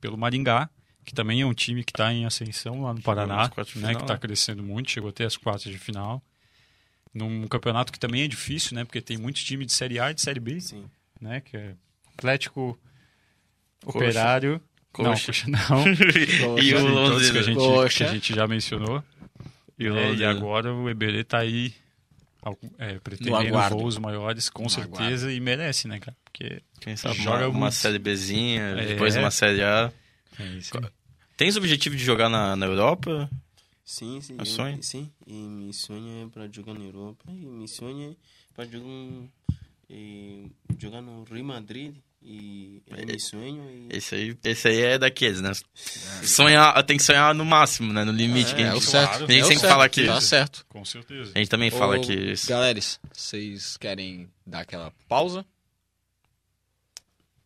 [SPEAKER 1] pelo Maringá, que também é um time que está em ascensão lá no Paraná,
[SPEAKER 3] nas quartas de
[SPEAKER 1] né?
[SPEAKER 3] final,
[SPEAKER 1] Que está
[SPEAKER 3] né?
[SPEAKER 1] crescendo muito, chegou até as quartas de final. Num campeonato que também é difícil, né? Porque tem muitos times de Série A e de Série B,
[SPEAKER 2] sim.
[SPEAKER 1] né? Que é Atlético,
[SPEAKER 3] Coxa.
[SPEAKER 1] Operário, Não,
[SPEAKER 3] Coxa.
[SPEAKER 1] coxa não.
[SPEAKER 3] e o
[SPEAKER 1] Sim, todos que a
[SPEAKER 3] Londrina.
[SPEAKER 1] gente, que
[SPEAKER 4] Coxa.
[SPEAKER 1] a gente já mencionou.
[SPEAKER 3] E o
[SPEAKER 1] É, e
[SPEAKER 3] Londrina.
[SPEAKER 1] agora o Eberê tá aí algu- é, pretendendo
[SPEAKER 4] aguardo.
[SPEAKER 1] voos maiores, com certeza, e merece, né, cara? Porque
[SPEAKER 3] Quem sabe
[SPEAKER 1] Joga
[SPEAKER 3] uma, uma
[SPEAKER 1] muito.
[SPEAKER 3] série Bzinha,
[SPEAKER 1] É.
[SPEAKER 3] depois uma série A.
[SPEAKER 1] é isso. aí.
[SPEAKER 3] Tens o objetivo de jogar na, na Europa?
[SPEAKER 2] Sim, sim.
[SPEAKER 3] É sonho?
[SPEAKER 2] Sim. E meu sonho é para jogar na Europa. E meu sonho é para jogar, um- e jogar no Real Madrid. E é meu sonho. E...
[SPEAKER 3] Esse aí, esse aí é daqueles, né? Sonhar, tem que sonhar no máximo, né? No limite. que a
[SPEAKER 4] É, o
[SPEAKER 3] gente,
[SPEAKER 4] certo.
[SPEAKER 3] Nem
[SPEAKER 4] é o
[SPEAKER 3] sempre
[SPEAKER 4] certo,
[SPEAKER 3] fala que-
[SPEAKER 4] Tá certo.
[SPEAKER 1] Com certeza.
[SPEAKER 3] a gente também fala
[SPEAKER 4] Ô,
[SPEAKER 3] que...
[SPEAKER 4] Galera, vocês querem dar aquela pausa?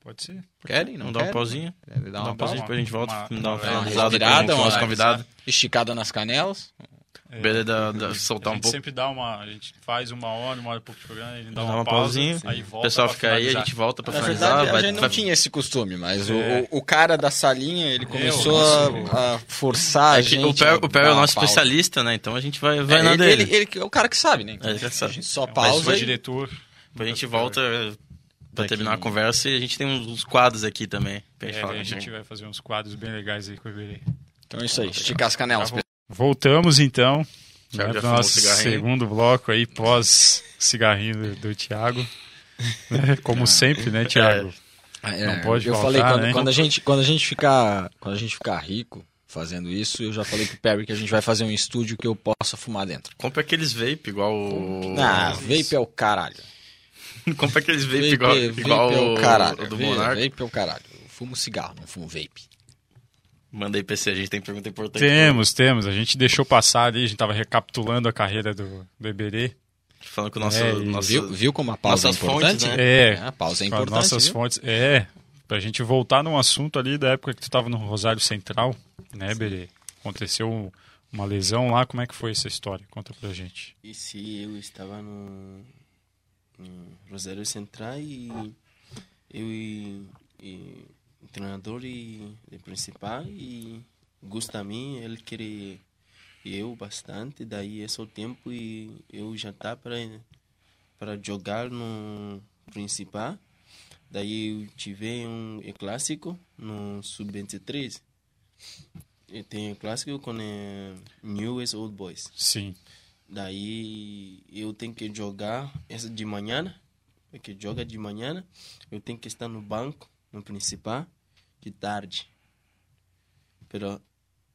[SPEAKER 1] Pode ser.
[SPEAKER 4] Querem? Não
[SPEAKER 3] Não dá uma
[SPEAKER 4] querem?
[SPEAKER 3] pausinha?
[SPEAKER 4] Querem dar
[SPEAKER 3] Dá uma
[SPEAKER 4] uma
[SPEAKER 3] pausinha,
[SPEAKER 4] pausa?
[SPEAKER 3] depois a gente volta.
[SPEAKER 1] Uma-
[SPEAKER 3] Dá uma
[SPEAKER 1] uma
[SPEAKER 3] finalizada
[SPEAKER 4] virada,
[SPEAKER 3] com o nosso
[SPEAKER 4] uma-
[SPEAKER 3] convidado.
[SPEAKER 4] Esticada nas canelas?
[SPEAKER 1] É,
[SPEAKER 3] Beleza, dá- dá-
[SPEAKER 1] a
[SPEAKER 3] soltar um
[SPEAKER 1] gente
[SPEAKER 3] pouco.
[SPEAKER 1] sempre dá uma. A gente faz uma hora, uma hora e pouco de programa, a gente dá,
[SPEAKER 3] Dá
[SPEAKER 1] uma,
[SPEAKER 3] uma
[SPEAKER 1] pausa,
[SPEAKER 3] pausinha,
[SPEAKER 1] aí
[SPEAKER 3] O
[SPEAKER 1] volta.
[SPEAKER 3] pessoal
[SPEAKER 1] pra
[SPEAKER 3] fica aí, a
[SPEAKER 1] finalizar.
[SPEAKER 3] gente volta pra
[SPEAKER 4] Na
[SPEAKER 3] finalizar.
[SPEAKER 4] verdade, a
[SPEAKER 3] vai-
[SPEAKER 4] gente não
[SPEAKER 3] vai-
[SPEAKER 4] tinha esse costume, mas o-
[SPEAKER 1] É.
[SPEAKER 4] o, o cara da salinha, ele começou
[SPEAKER 1] nosso-
[SPEAKER 4] a, a forçar a
[SPEAKER 3] É que
[SPEAKER 4] gente.
[SPEAKER 3] o Pel, o Pel é
[SPEAKER 4] a dar
[SPEAKER 3] o
[SPEAKER 4] uma
[SPEAKER 3] nosso
[SPEAKER 4] pausa.
[SPEAKER 3] especialista, né? Então a gente vai, vai
[SPEAKER 4] É,
[SPEAKER 3] na
[SPEAKER 4] ele,
[SPEAKER 3] dele.
[SPEAKER 4] ele- ele que é o cara que sabe, né? Então,
[SPEAKER 3] É, já
[SPEAKER 4] a
[SPEAKER 3] sabe.
[SPEAKER 4] gente só
[SPEAKER 1] Mas
[SPEAKER 4] pausa
[SPEAKER 1] foi
[SPEAKER 4] e-
[SPEAKER 1] diretor.
[SPEAKER 3] Depois a gente volta eh, pra
[SPEAKER 4] Daqui-
[SPEAKER 3] terminar a conversa e a gente tem uns uns quadros aqui também. Pra gente
[SPEAKER 1] É,
[SPEAKER 3] falar
[SPEAKER 1] daí a gente
[SPEAKER 3] contigo.
[SPEAKER 1] vai fazer uns quadros bem legais aí com o Eberê.
[SPEAKER 4] Então é isso aí, estica as canelas.
[SPEAKER 1] Tá bom. Voltamos então.
[SPEAKER 3] Thiago
[SPEAKER 1] né,
[SPEAKER 3] já
[SPEAKER 1] pro
[SPEAKER 3] fumou um
[SPEAKER 1] nosso
[SPEAKER 3] cigarrinho.
[SPEAKER 1] segundo bloco aí, pós cigarrinho do, do Thiago. Né,
[SPEAKER 4] Ah,
[SPEAKER 1] Como sempre, né, Thiago? Não pode
[SPEAKER 4] é. eu
[SPEAKER 1] faltar,
[SPEAKER 4] falei, quando,
[SPEAKER 1] né?
[SPEAKER 4] quando a gente, quando, a gente ficar, quando a gente ficar rico fazendo isso, eu já falei pro Perry que a gente vai fazer um estúdio que eu possa fumar dentro.
[SPEAKER 3] Compra aqueles vape igual o.
[SPEAKER 4] Ah, vape é o caralho.
[SPEAKER 3] Compra aqueles vape,
[SPEAKER 4] Vape,
[SPEAKER 3] igual,
[SPEAKER 4] vape
[SPEAKER 3] igual
[SPEAKER 4] é o caralho.
[SPEAKER 3] o do
[SPEAKER 4] Vape-
[SPEAKER 3] Monarca.
[SPEAKER 4] Vape é o caralho. Eu fumo cigarro, não fumo vape.
[SPEAKER 3] Manda aí, PC, a gente tem pergunta importante.
[SPEAKER 1] Temos, temos. A gente deixou passar ali, a gente tava recapitulando a carreira do, do Eberê.
[SPEAKER 3] Falando com o nosso.
[SPEAKER 1] É, e
[SPEAKER 3] nosso...
[SPEAKER 4] Viu, viu como a pausa
[SPEAKER 3] nossas
[SPEAKER 4] é importante?
[SPEAKER 3] fontes, né?
[SPEAKER 1] É,
[SPEAKER 4] A pausa é
[SPEAKER 1] com as
[SPEAKER 4] importante.
[SPEAKER 1] nossas
[SPEAKER 4] viu?
[SPEAKER 1] fontes. É, pra gente voltar num assunto ali da época que tu tava no Rosário Central, né, Eberê? Aconteceu um, uma lesão lá, como é que foi essa história? Conta pra gente.
[SPEAKER 2] E se eu estava no, no Rosário Central e eu e, e o treinador e, e principal e gosta de mim, ele queria eu bastante, daí é só tempo e eu já tá para para jogar no principal. Daí eu tive um clássico no sub-23. E tem um clássico com eh, Newest Old Boys.
[SPEAKER 1] Sim.
[SPEAKER 2] Daí eu tenho que jogar essa de manhã, porque joga de manhã, né? eu tenho que estar no banco, no principal, de tarde. Pero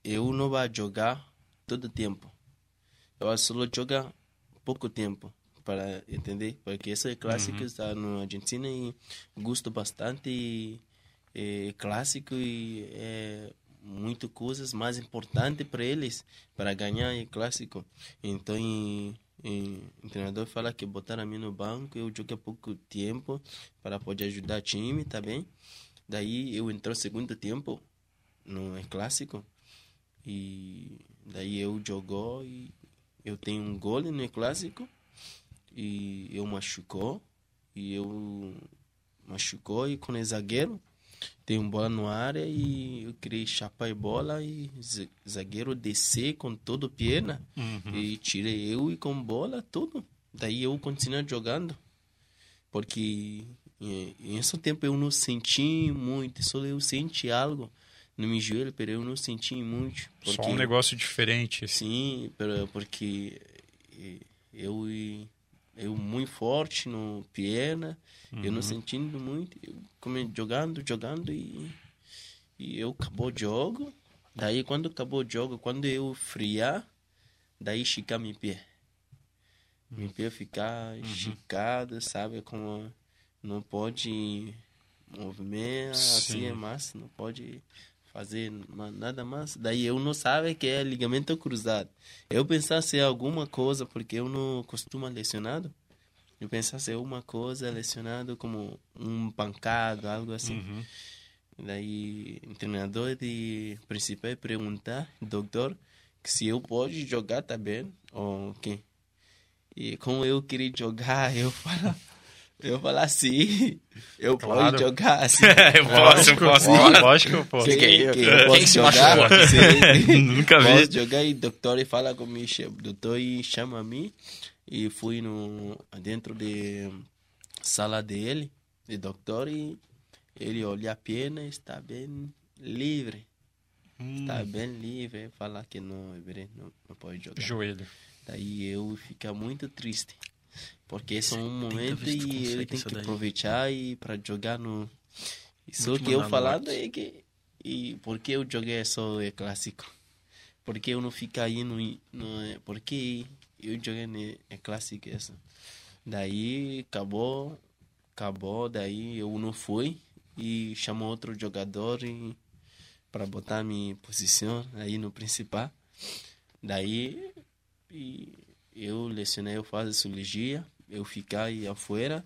[SPEAKER 2] eu não vou jogar todo tempo. Eu só jogo pouco tempo, para entender, porque essa é clássico está na Argentina e gosto bastante e é clássico e é muito coisas mais importantes para eles para ganhar em clássico. Então, e, e, o treinador fala que botaram a mim no banco, eu joguei pouco tempo para poder ajudar o time, tá bem? Daí eu entrei no segundo tempo, no em clássico, e daí eu jogou e eu tenho um gol no clássico, e eu machucou, e eu machucou e com o zagueiro, tem um bola no área e eu queria chapar a bola e z- zagueiro descer com toda a perna
[SPEAKER 3] Uhum.
[SPEAKER 2] e tirei eu e com bola tudo. Daí eu continuei jogando. Porque eh, em esse tempo eu não senti muito, só eu senti algo no meu joelho, mas eu não senti muito.
[SPEAKER 1] Só
[SPEAKER 2] porque-
[SPEAKER 1] um negócio diferente, assim.
[SPEAKER 2] Sim, pero- porque eh, eu e- eu muito forte no perna, eu
[SPEAKER 1] Uhum.
[SPEAKER 2] não sentindo muito, eu come jogando, jogando e e eu acabou o jogo. Daí quando acabou o jogo, quando eu friar, daí esticar meu pé. Meu pé ficar
[SPEAKER 1] Uhum.
[SPEAKER 2] esticado, sabe como não pode movimentar, assim
[SPEAKER 1] Sim.
[SPEAKER 2] é massa, não pode fazer ma- nada mais. Daí eu não sabia que é ligamento cruzado. Eu pensava se é alguma coisa, porque eu não costumo lesionado. Eu pensava se é uma coisa lesionado como um pancado, algo assim.
[SPEAKER 1] Uhum.
[SPEAKER 2] Daí o treinador de principal perguntar, doutor, que se eu pode jogar também, ou quem? E como eu queria jogar, eu falo, eu falo assim, eu
[SPEAKER 1] Claro.
[SPEAKER 2] posso jogar assim.
[SPEAKER 3] eu posso, eu posso.
[SPEAKER 1] Lógico, lógico que eu posso.
[SPEAKER 2] que, que, que eu
[SPEAKER 4] Quem
[SPEAKER 2] posso
[SPEAKER 4] se
[SPEAKER 2] jogar,
[SPEAKER 4] machucou?
[SPEAKER 2] sim.
[SPEAKER 3] Nunca vi.
[SPEAKER 2] Posso jogar e doutor e fala comigo, che- doutor e chama a mim e fui no dentro de sala dele, de doutor e ele olha a pena, está bem livre.
[SPEAKER 3] Hum.
[SPEAKER 2] Tá bem livre. Falar que não, Iberê não, não pode jogar.
[SPEAKER 1] Joelho.
[SPEAKER 2] Daí eu fico muito triste. Porque esse é um momento
[SPEAKER 3] vez tu
[SPEAKER 2] e
[SPEAKER 3] consegue
[SPEAKER 2] eu tenho
[SPEAKER 3] isso
[SPEAKER 2] que
[SPEAKER 3] daí.
[SPEAKER 2] aproveitar e para jogar no. Só
[SPEAKER 3] Vou te
[SPEAKER 2] que eu
[SPEAKER 3] mandar no
[SPEAKER 2] falando
[SPEAKER 3] WhatsApp.
[SPEAKER 2] é que. E porque eu joguei só é clássico? Porque eu não fico aí no. no porque eu joguei ne, é clássico essa. Daí acabou. Acabou, daí eu não fui e chamou outro jogador e para botar minha posição aí no principal. Daí e eu lecionei, eu faço cirurgia, eu ficar aí afuera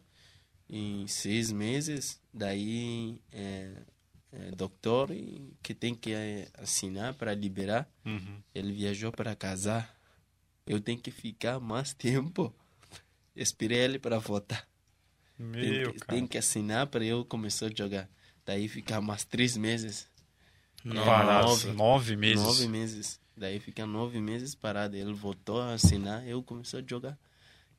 [SPEAKER 2] em seis meses. Daí é, é, doutor e- que tem que é, assinar para liberar,
[SPEAKER 1] Uhum.
[SPEAKER 2] ele viajou para casar. Eu tenho que ficar mais tempo. Esperei ele para votar. Tem,
[SPEAKER 1] Meu,
[SPEAKER 2] que-
[SPEAKER 1] cara.
[SPEAKER 2] tem que assinar para eu começar a jogar. Daí ficar mais três meses.
[SPEAKER 1] Parado.
[SPEAKER 2] Ah, nove.
[SPEAKER 1] Nove meses.
[SPEAKER 2] Nove meses. Daí fica nove meses parado. Ele voltou a assinar, eu comecei a jogar.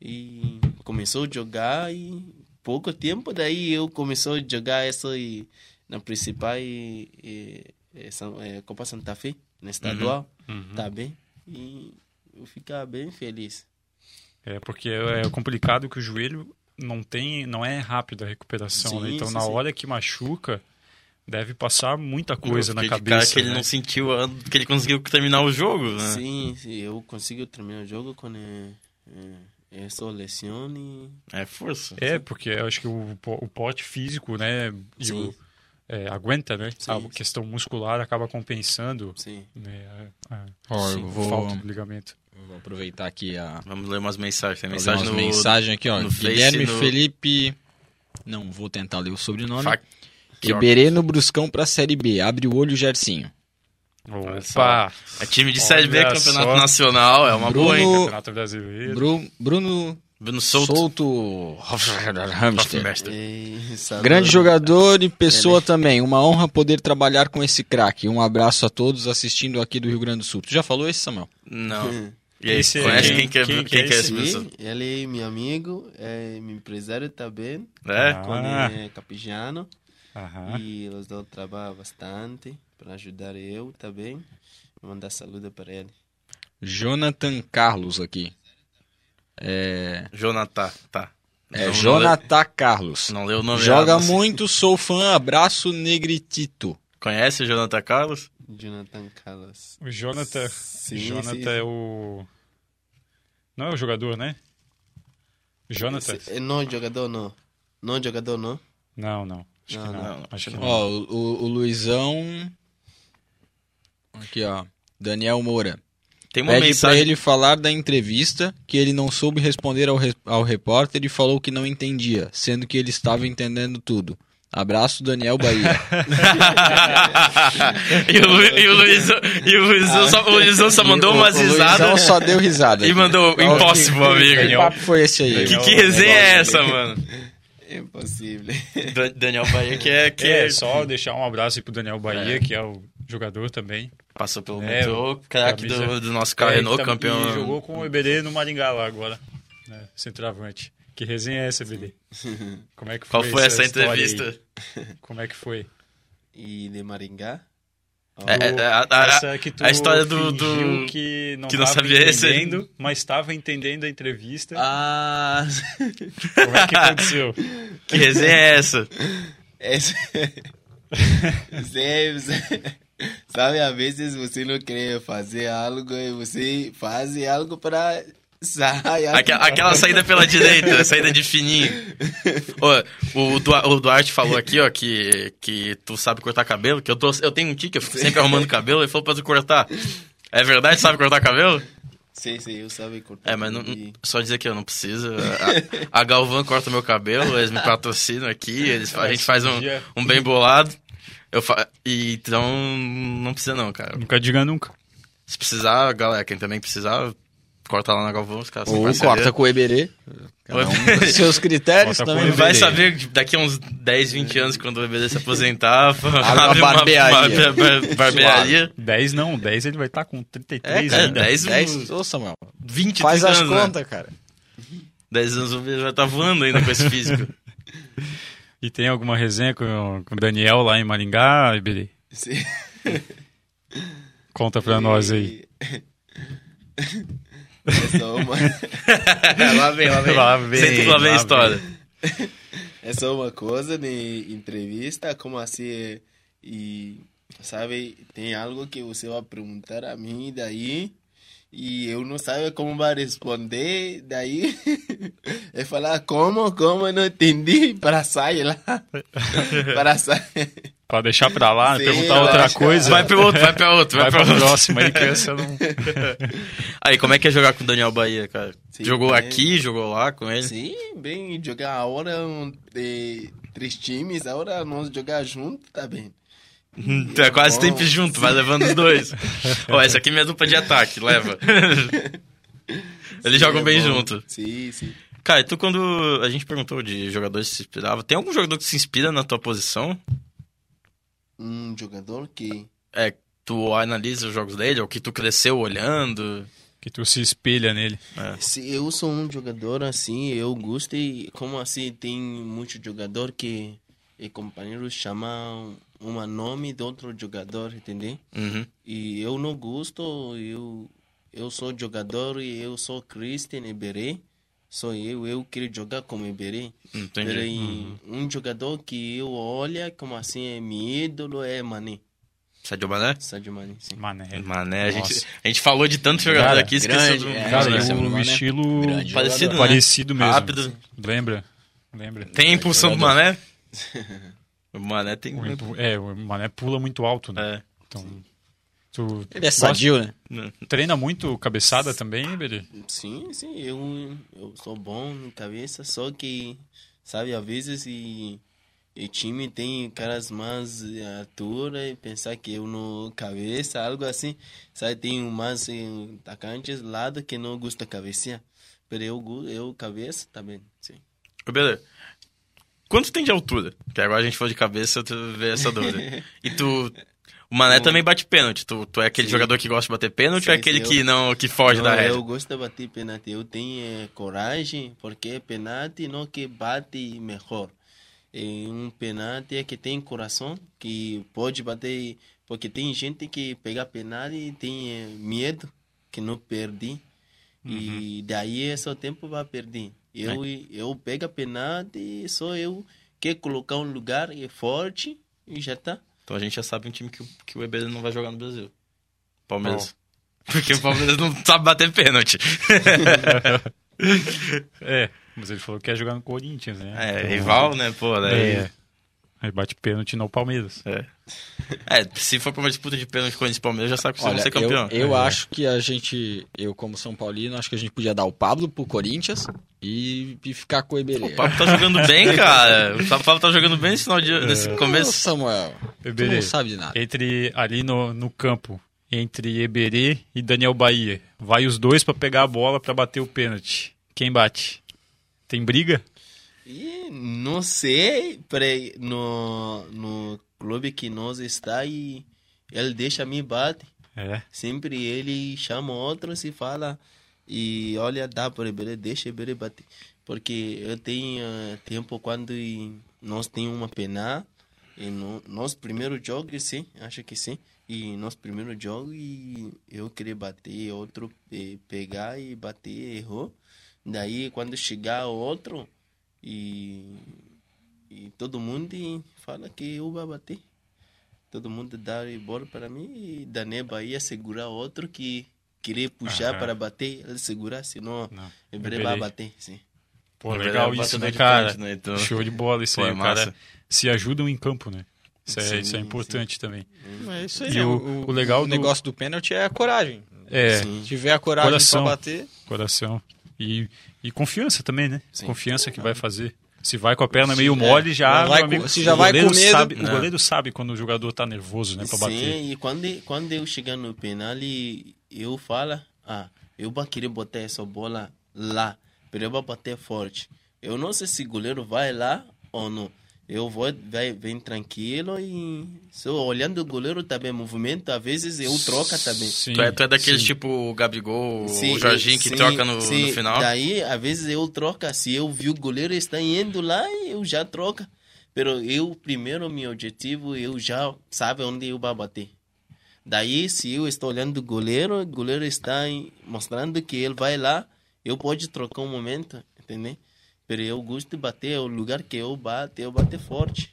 [SPEAKER 2] E começou a jogar e pouco tempo daí eu comecei a jogar essa e, na principal e, e, e São- eh, Copa Santa Fe, na estadual,
[SPEAKER 1] Uhum.
[SPEAKER 2] tá bem? E eu ficar bem feliz.
[SPEAKER 1] É, porque é é complicado que o joelho não tem, não é rápida a recuperação, né?
[SPEAKER 2] Sim,
[SPEAKER 1] Então,
[SPEAKER 2] sim,
[SPEAKER 1] na
[SPEAKER 2] sim.
[SPEAKER 1] hora que machuca, deve passar muita coisa
[SPEAKER 3] Eu
[SPEAKER 1] na
[SPEAKER 3] fiquei de
[SPEAKER 1] cabeça.
[SPEAKER 3] Cara que ele
[SPEAKER 1] né?
[SPEAKER 3] não sentiu, a- que ele conseguiu terminar o jogo,
[SPEAKER 1] Uhum.
[SPEAKER 3] né?
[SPEAKER 2] Sim, sim, eu consigo terminar o jogo quando é, é, é só lesione
[SPEAKER 3] É força.
[SPEAKER 1] É, porque eu acho que o, po- o pote físico, né, e
[SPEAKER 2] Sim.
[SPEAKER 1] o- é, aguenta, né?
[SPEAKER 2] Sim,
[SPEAKER 1] a
[SPEAKER 2] sim.
[SPEAKER 1] questão muscular acaba compensando
[SPEAKER 2] Sim.
[SPEAKER 1] né, a, a
[SPEAKER 4] Ó,
[SPEAKER 3] Sim,
[SPEAKER 4] eu vou,
[SPEAKER 1] falta de ligamento.
[SPEAKER 4] vou aproveitar aqui a
[SPEAKER 3] Vamos ler umas mensagens. Tem
[SPEAKER 4] pra ler
[SPEAKER 3] mensagem
[SPEAKER 4] umas
[SPEAKER 3] no...
[SPEAKER 4] mensagens aqui, ó.
[SPEAKER 3] no Face,
[SPEAKER 4] Guilherme
[SPEAKER 3] no-
[SPEAKER 4] Felipe. Não vou tentar ler o sobrenome.
[SPEAKER 3] Fac-
[SPEAKER 4] Iberê no Bruscão pra Série B. Abre o olho, Gercinho.
[SPEAKER 3] Olha
[SPEAKER 1] Opa!
[SPEAKER 3] É time de Série B,
[SPEAKER 1] Olha
[SPEAKER 3] campeonato
[SPEAKER 1] só.
[SPEAKER 3] nacional, é uma boa, hein?
[SPEAKER 4] Bruno-
[SPEAKER 1] Campeonato Brasileiro.
[SPEAKER 4] Bru- Bruno
[SPEAKER 3] Bruno Souto.
[SPEAKER 4] Souto Hamster.
[SPEAKER 3] Hoffenberg.
[SPEAKER 2] E-
[SPEAKER 4] Grande jogador e pessoa
[SPEAKER 2] Ele-
[SPEAKER 4] também. Uma honra poder trabalhar com esse craque. Um abraço a todos assistindo aqui do Rio Grande do Sul. Tu já falou esse, Samuel?
[SPEAKER 3] Não. E aí,
[SPEAKER 1] Esse é
[SPEAKER 3] conhece
[SPEAKER 1] quem-
[SPEAKER 3] quem, que é-
[SPEAKER 1] quem
[SPEAKER 3] quem,
[SPEAKER 1] que é
[SPEAKER 3] que é
[SPEAKER 1] esse?
[SPEAKER 3] esse pessoa?
[SPEAKER 2] Sim, ele é meu amigo, é meu empresário também,
[SPEAKER 3] É?
[SPEAKER 1] Ah.
[SPEAKER 2] quando ele é capijano,
[SPEAKER 1] Aham.
[SPEAKER 2] e eles dois trabalham bastante para ajudar eu também. Vou mandar saludo para ele.
[SPEAKER 4] Jonathan Carlos aqui. É,
[SPEAKER 3] Jonathan, tá.
[SPEAKER 4] é
[SPEAKER 3] Não- é-
[SPEAKER 4] Jonathan Carlos.
[SPEAKER 3] Não leu o nome
[SPEAKER 4] Joga
[SPEAKER 3] errado, assim.
[SPEAKER 4] muito, sou fã. Abraço, Negritito.
[SPEAKER 3] Conhece o Jonathan Carlos?
[SPEAKER 2] Jonathan Carlos.
[SPEAKER 1] O Jonathan.
[SPEAKER 2] Sim,
[SPEAKER 1] Jonathan
[SPEAKER 2] sim.
[SPEAKER 1] é o. Não é o jogador, né? Jonathan?
[SPEAKER 2] Esse- é Não jogador, não. Não jogador, não.
[SPEAKER 1] Não, não. Acho que
[SPEAKER 2] Não,
[SPEAKER 1] não.
[SPEAKER 3] não.
[SPEAKER 1] Acho que não.
[SPEAKER 4] Ó, o, o- o Luizão. Aqui, ó. Daniel Moura.
[SPEAKER 3] Tem uma
[SPEAKER 4] Pede pra
[SPEAKER 3] mensagem.
[SPEAKER 4] ele falar da entrevista que ele não soube responder ao, re- ao repórter e falou que não entendia, sendo que ele estava entendendo tudo. Abraço, Daniel Bahia.
[SPEAKER 3] e, o, Lu- e o Luizão, e o Luizão, só, o Luizão só mandou
[SPEAKER 4] O-
[SPEAKER 3] umas
[SPEAKER 4] o Luizão
[SPEAKER 3] risadas
[SPEAKER 4] Então só deu risada.
[SPEAKER 3] e
[SPEAKER 1] Tá
[SPEAKER 3] mandou
[SPEAKER 4] Então,
[SPEAKER 3] impossible,
[SPEAKER 4] que, que
[SPEAKER 3] amigo.
[SPEAKER 4] papo foi esse aí?
[SPEAKER 3] Que,
[SPEAKER 1] Daniel-
[SPEAKER 3] que resenha é
[SPEAKER 2] Daniel-
[SPEAKER 3] essa, mano?
[SPEAKER 2] É impossível.
[SPEAKER 3] Dan- Daniel Bahia que é... Que
[SPEAKER 1] É,
[SPEAKER 3] é-
[SPEAKER 1] só deixar um abraço aí pro Daniel Bahia, que é o jogador também.
[SPEAKER 3] Passou pelo
[SPEAKER 1] É,
[SPEAKER 3] metrô, craque
[SPEAKER 1] camisa-
[SPEAKER 3] do, do nosso
[SPEAKER 1] É,
[SPEAKER 3] carro
[SPEAKER 1] que
[SPEAKER 3] Renault,
[SPEAKER 1] tam-
[SPEAKER 3] campeão.
[SPEAKER 1] e jogou com o EBD no Maringá lá agora, né? Centroavante. Que resenha é essa, EBD? Como é que foi
[SPEAKER 3] Qual foi essa
[SPEAKER 1] história aí?
[SPEAKER 3] entrevista?
[SPEAKER 1] Como é que foi?
[SPEAKER 2] E de Maringá? Ó,
[SPEAKER 3] É, é, a- a-
[SPEAKER 1] essa que tu
[SPEAKER 3] a história do-
[SPEAKER 1] fingiu
[SPEAKER 3] do-
[SPEAKER 1] que não,
[SPEAKER 3] que não
[SPEAKER 1] tava
[SPEAKER 3] sabia esse-
[SPEAKER 1] entendendo, mas estava entendendo a entrevista.
[SPEAKER 2] Ah,
[SPEAKER 1] Como é que aconteceu?
[SPEAKER 3] Que resenha é essa?
[SPEAKER 2] Esse... Zé, Zé. é. Sabe, às vezes você não quer fazer algo e você faz algo para sair.
[SPEAKER 3] Aquela, aquela saída pela direita, a saída de fininho. Ô, o, Dua- o Duarte falou aqui, ó, que, que tu sabe cortar cabelo, que eu, tô, eu tenho um tique, eu fico sempre arrumando cabelo, ele falou pra tu cortar. É verdade, sabe cortar cabelo?
[SPEAKER 2] Sim, sim, eu sabe cortar.
[SPEAKER 3] É, mas não-
[SPEAKER 2] e-
[SPEAKER 3] só dizer que eu não preciso. A, a Galvão corta meu cabelo, eles me patrocinam aqui, eles, a gente faz um, um bem bolado. Eu fa... e, então, não precisa não, cara.
[SPEAKER 1] Nunca diga nunca.
[SPEAKER 3] Se precisar, galera, quem também precisar, corta lá na Galvão, os caras são
[SPEAKER 4] Ou
[SPEAKER 3] parceria.
[SPEAKER 4] corta com o Eberê. Cada um com seus critérios
[SPEAKER 1] é. Corta
[SPEAKER 4] é
[SPEAKER 1] com
[SPEAKER 4] também.
[SPEAKER 1] o
[SPEAKER 3] Ele vai
[SPEAKER 1] Eberê.
[SPEAKER 3] saber que daqui a uns 10, 20 anos, quando o bebê se aposentar,
[SPEAKER 4] uma
[SPEAKER 3] abre
[SPEAKER 4] barbearia.
[SPEAKER 3] uma barbe- barbearia.
[SPEAKER 1] 10 não, 10 ele vai estar com 33
[SPEAKER 3] É, cara,
[SPEAKER 1] ainda.
[SPEAKER 3] 10,
[SPEAKER 4] Dez- Ô, Samuel,
[SPEAKER 3] 20
[SPEAKER 4] faz as
[SPEAKER 3] anos, né?
[SPEAKER 4] contas, cara.
[SPEAKER 3] 10 anos o bebê vai estar voando ainda com esse físico.
[SPEAKER 1] E tem alguma resenha com, com o Daniel lá em Maringá, Iberê?
[SPEAKER 2] Sim.
[SPEAKER 1] Conta pra nós aí.
[SPEAKER 2] É só uma,
[SPEAKER 3] lá vem, lá vem. Lá vem. Senta que lá vem a história.
[SPEAKER 2] é só uma coisa de entrevista, como assim, e sabe, tem algo que você vai perguntar a mim, daí, e eu não sabe como vai responder, daí, é falar como, como, eu não entendi, para sair lá, para sair.
[SPEAKER 1] Pra deixar pra lá,
[SPEAKER 2] Sim,
[SPEAKER 1] perguntar
[SPEAKER 2] eu
[SPEAKER 1] outra
[SPEAKER 2] acho que-
[SPEAKER 1] coisa.
[SPEAKER 3] Vai pra outro, vai pra outro, vai,
[SPEAKER 1] Vai
[SPEAKER 3] pra
[SPEAKER 1] pra
[SPEAKER 3] outro.
[SPEAKER 1] próxima aí, que essa não.
[SPEAKER 3] Aí, como é que é jogar com o Daniel Bahia, cara?
[SPEAKER 2] Sim,
[SPEAKER 3] jogou
[SPEAKER 2] é.
[SPEAKER 3] aqui, jogou lá com ele?
[SPEAKER 2] Sim, bem, jogar agora um, de três times, agora nós jogar junto, tá bem.
[SPEAKER 3] Tu é quase
[SPEAKER 2] Tá Bom.
[SPEAKER 3] sempre junto, vai levando os dois. Ó, essa aqui é minha dupla de ataque, leva. Eles jogam
[SPEAKER 2] é
[SPEAKER 3] bem
[SPEAKER 2] bom.
[SPEAKER 3] junto.
[SPEAKER 2] Sim, sim.
[SPEAKER 3] Cara, e tu quando a gente perguntou de jogadores que se inspirava, tem algum jogador que se inspira na tua posição?
[SPEAKER 2] Um jogador que...
[SPEAKER 3] É, tu analisa os jogos dele, ou que tu cresceu olhando?
[SPEAKER 1] Que tu se espelha nele.
[SPEAKER 2] Se eu sou um jogador assim, eu gosto e como assim, tem muito jogador que e companheiro chama um nome de outro jogador, entendeu?
[SPEAKER 3] Uhum.
[SPEAKER 2] E eu não gosto, eu, eu sou jogador e eu sou Christian Iberê, sou eu, eu quero jogar como Iberê.
[SPEAKER 3] Entendi.
[SPEAKER 2] Peraí, um jogador que eu olho como assim é meu ídolo é Mané.
[SPEAKER 3] Sadio Mané?
[SPEAKER 2] Sadio Mané, sim.
[SPEAKER 1] Mané.
[SPEAKER 3] Mané, a gente,
[SPEAKER 1] É. Nossa.
[SPEAKER 3] a gente falou de tanto jogador
[SPEAKER 1] Cara,
[SPEAKER 3] aqui, esqueceu um
[SPEAKER 4] grande,
[SPEAKER 3] do...
[SPEAKER 4] é,
[SPEAKER 1] Cara,
[SPEAKER 4] né?
[SPEAKER 1] e o
[SPEAKER 4] Mané.
[SPEAKER 1] estilo
[SPEAKER 4] Grande
[SPEAKER 3] Parecido,
[SPEAKER 4] jogador.
[SPEAKER 3] né?
[SPEAKER 1] parecido mesmo.
[SPEAKER 3] Rápido.
[SPEAKER 1] Lembra? Lembra?
[SPEAKER 3] Tem a impulsão do
[SPEAKER 4] Jogador.
[SPEAKER 3] Mané? O Mané tem...
[SPEAKER 1] O impu- É, o Mané pula muito alto, né?
[SPEAKER 3] É.
[SPEAKER 1] Então. Tu
[SPEAKER 4] Ele é sadio, né?
[SPEAKER 1] treina muito cabeçada também, Beri?
[SPEAKER 2] Sim, sim, eu, eu sou bom na cabeça, só que, sabe, às vezes e, e time tem caras mais eh, altura e pensar que eu no cabeça, algo assim, sabe, tem mais eh, atacantes lado que não gosta cabecear. Pero eu, gu- eu cabeça também, sim.
[SPEAKER 3] Ô, Bela, quanto tem de altura? Que agora a gente foi de cabeça, tu vê essa dúvida. E tu. O Mané também bate pênalti. Tu, tu é aquele
[SPEAKER 2] Sim.
[SPEAKER 3] jogador que gosta de bater pênalti
[SPEAKER 2] Sim,
[SPEAKER 3] ou é aquele
[SPEAKER 2] sim, eu-
[SPEAKER 3] que não que foge
[SPEAKER 2] Não,
[SPEAKER 3] da reta?
[SPEAKER 2] eu gosto de bater penalti. Eu tenho eh, coragem, porque penalti não que bate melhor. É um penalti é que tem coração, que pode bater. Porque tem gente que pega penalti e tem eh, medo, que não perdi. E
[SPEAKER 3] Uhum.
[SPEAKER 2] daí é só tempo vai perder.
[SPEAKER 3] É.
[SPEAKER 2] Eu, eu pego penalti, só eu quero colocar um lugar eh, forte e já tá.
[SPEAKER 3] Então a gente já sabe um time que, o- que o Ebele não vai jogar no Brasil. Palmeiras. Porque o Palmeiras não sabe bater pênalti.
[SPEAKER 1] É, mas ele falou que ia jogar no Corinthians, né?
[SPEAKER 3] É,
[SPEAKER 1] Então,
[SPEAKER 3] rival, né, pô? daí-
[SPEAKER 1] É. Aí bate pênalti no Palmeiras.
[SPEAKER 3] É. se for pra uma disputa de pênalti com esse Palmeiras, já sabe que você
[SPEAKER 4] Olha,
[SPEAKER 3] vai ser
[SPEAKER 4] eu,
[SPEAKER 3] campeão. É.
[SPEAKER 4] eu acho que a gente, eu como São Paulino, acho que a gente podia dar o Pablo pro Corinthians e, e ficar com o Eberê.
[SPEAKER 3] O Pablo tá jogando bem, cara. O Pablo tá jogando bem nesse, final de- nesse
[SPEAKER 4] Ô,
[SPEAKER 3] começo.
[SPEAKER 4] Samuel, tu
[SPEAKER 1] Eberê, É.
[SPEAKER 4] não sabe de nada.
[SPEAKER 1] entre ali no, no campo, entre Eberê e Daniel Bahia, vai os dois pra pegar a bola pra bater o pênalti. Quem bate? Tem briga?
[SPEAKER 2] E não sei, peraí, no, no clube que nós está e ele deixa me bate.
[SPEAKER 1] É.
[SPEAKER 2] Sempre ele chama outros e fala e olha, dá para Iberê, deixa Iberê bater. Porque eu tenho eh, tempo quando e nós temos uma pena e no, nosso primeiro jogo, sim, acho que sim. E nosso primeiro jogo e eu queria bater, outro eh, pegar e bater, errou. Daí quando chegar outro e, e todo mundo fala que eu vou bater. Todo mundo dá bola para mim e Dané Bahia segurar outro que querer puxar
[SPEAKER 1] Aham.
[SPEAKER 2] para bater, ele segurar, senão
[SPEAKER 1] Não.
[SPEAKER 2] Iberê
[SPEAKER 1] Iberê.
[SPEAKER 2] vai bater, sim.
[SPEAKER 1] Pô,
[SPEAKER 3] O Eberê
[SPEAKER 1] legal
[SPEAKER 3] é
[SPEAKER 1] isso,
[SPEAKER 3] batedor
[SPEAKER 1] né,
[SPEAKER 3] de
[SPEAKER 1] cara?
[SPEAKER 3] pênalti, né, então-
[SPEAKER 1] Show de bola isso
[SPEAKER 3] Pô,
[SPEAKER 1] aí,
[SPEAKER 3] é
[SPEAKER 1] o
[SPEAKER 3] massa.
[SPEAKER 1] cara. Se ajudam em campo, né? Isso é, isso é
[SPEAKER 2] Sim,
[SPEAKER 1] importante também.
[SPEAKER 4] É isso
[SPEAKER 1] aí, E né? o- O- o legal o do- negócio
[SPEAKER 4] negócio do pênalti é a coragem.
[SPEAKER 1] É,
[SPEAKER 2] Sim.
[SPEAKER 4] Se tiver a coragem
[SPEAKER 1] Coração.
[SPEAKER 4] pra bater,
[SPEAKER 1] coração. E, e confiança também, né?
[SPEAKER 2] Sim.
[SPEAKER 1] Confiança que vai fazer. Se vai com a perna
[SPEAKER 4] Se-
[SPEAKER 1] meio
[SPEAKER 4] é,
[SPEAKER 1] mole, já.
[SPEAKER 4] não
[SPEAKER 1] meu
[SPEAKER 4] vai com- se já
[SPEAKER 1] o
[SPEAKER 4] vai com
[SPEAKER 1] goleiro
[SPEAKER 4] medo- né?
[SPEAKER 1] Sabe, o
[SPEAKER 3] Não.
[SPEAKER 1] goleiro sabe quando o jogador tá nervoso, né? Pra bater.
[SPEAKER 2] Sim, e quando, quando eu chegar no penal, e eu falo, ah, eu vou querer botar essa bola lá, mas eu vou bater forte. Eu não sei se o goleiro vai lá ou não. Eu vou, vai, vem tranquilo e só olhando o goleiro também, movimento, às vezes eu troca também.
[SPEAKER 1] Sim,
[SPEAKER 3] Tu é, tu é daqueles
[SPEAKER 1] sim.
[SPEAKER 3] tipo o Gabigol,
[SPEAKER 2] Sim,
[SPEAKER 3] o Jorginho que
[SPEAKER 2] sim,
[SPEAKER 3] troca no,
[SPEAKER 2] sim.
[SPEAKER 3] no final.
[SPEAKER 2] Daí, às vezes eu troco. Se eu vi o goleiro está indo lá, eu já troco. Pero eu, primeiro, meu objetivo, eu já sabe onde eu vou bater. Daí, se eu estou olhando o goleiro, o goleiro está em- mostrando que ele vai lá, eu pode trocar um momento, entendeu? Pero eu gosto de bater, é o lugar que eu bato, eu bato forte.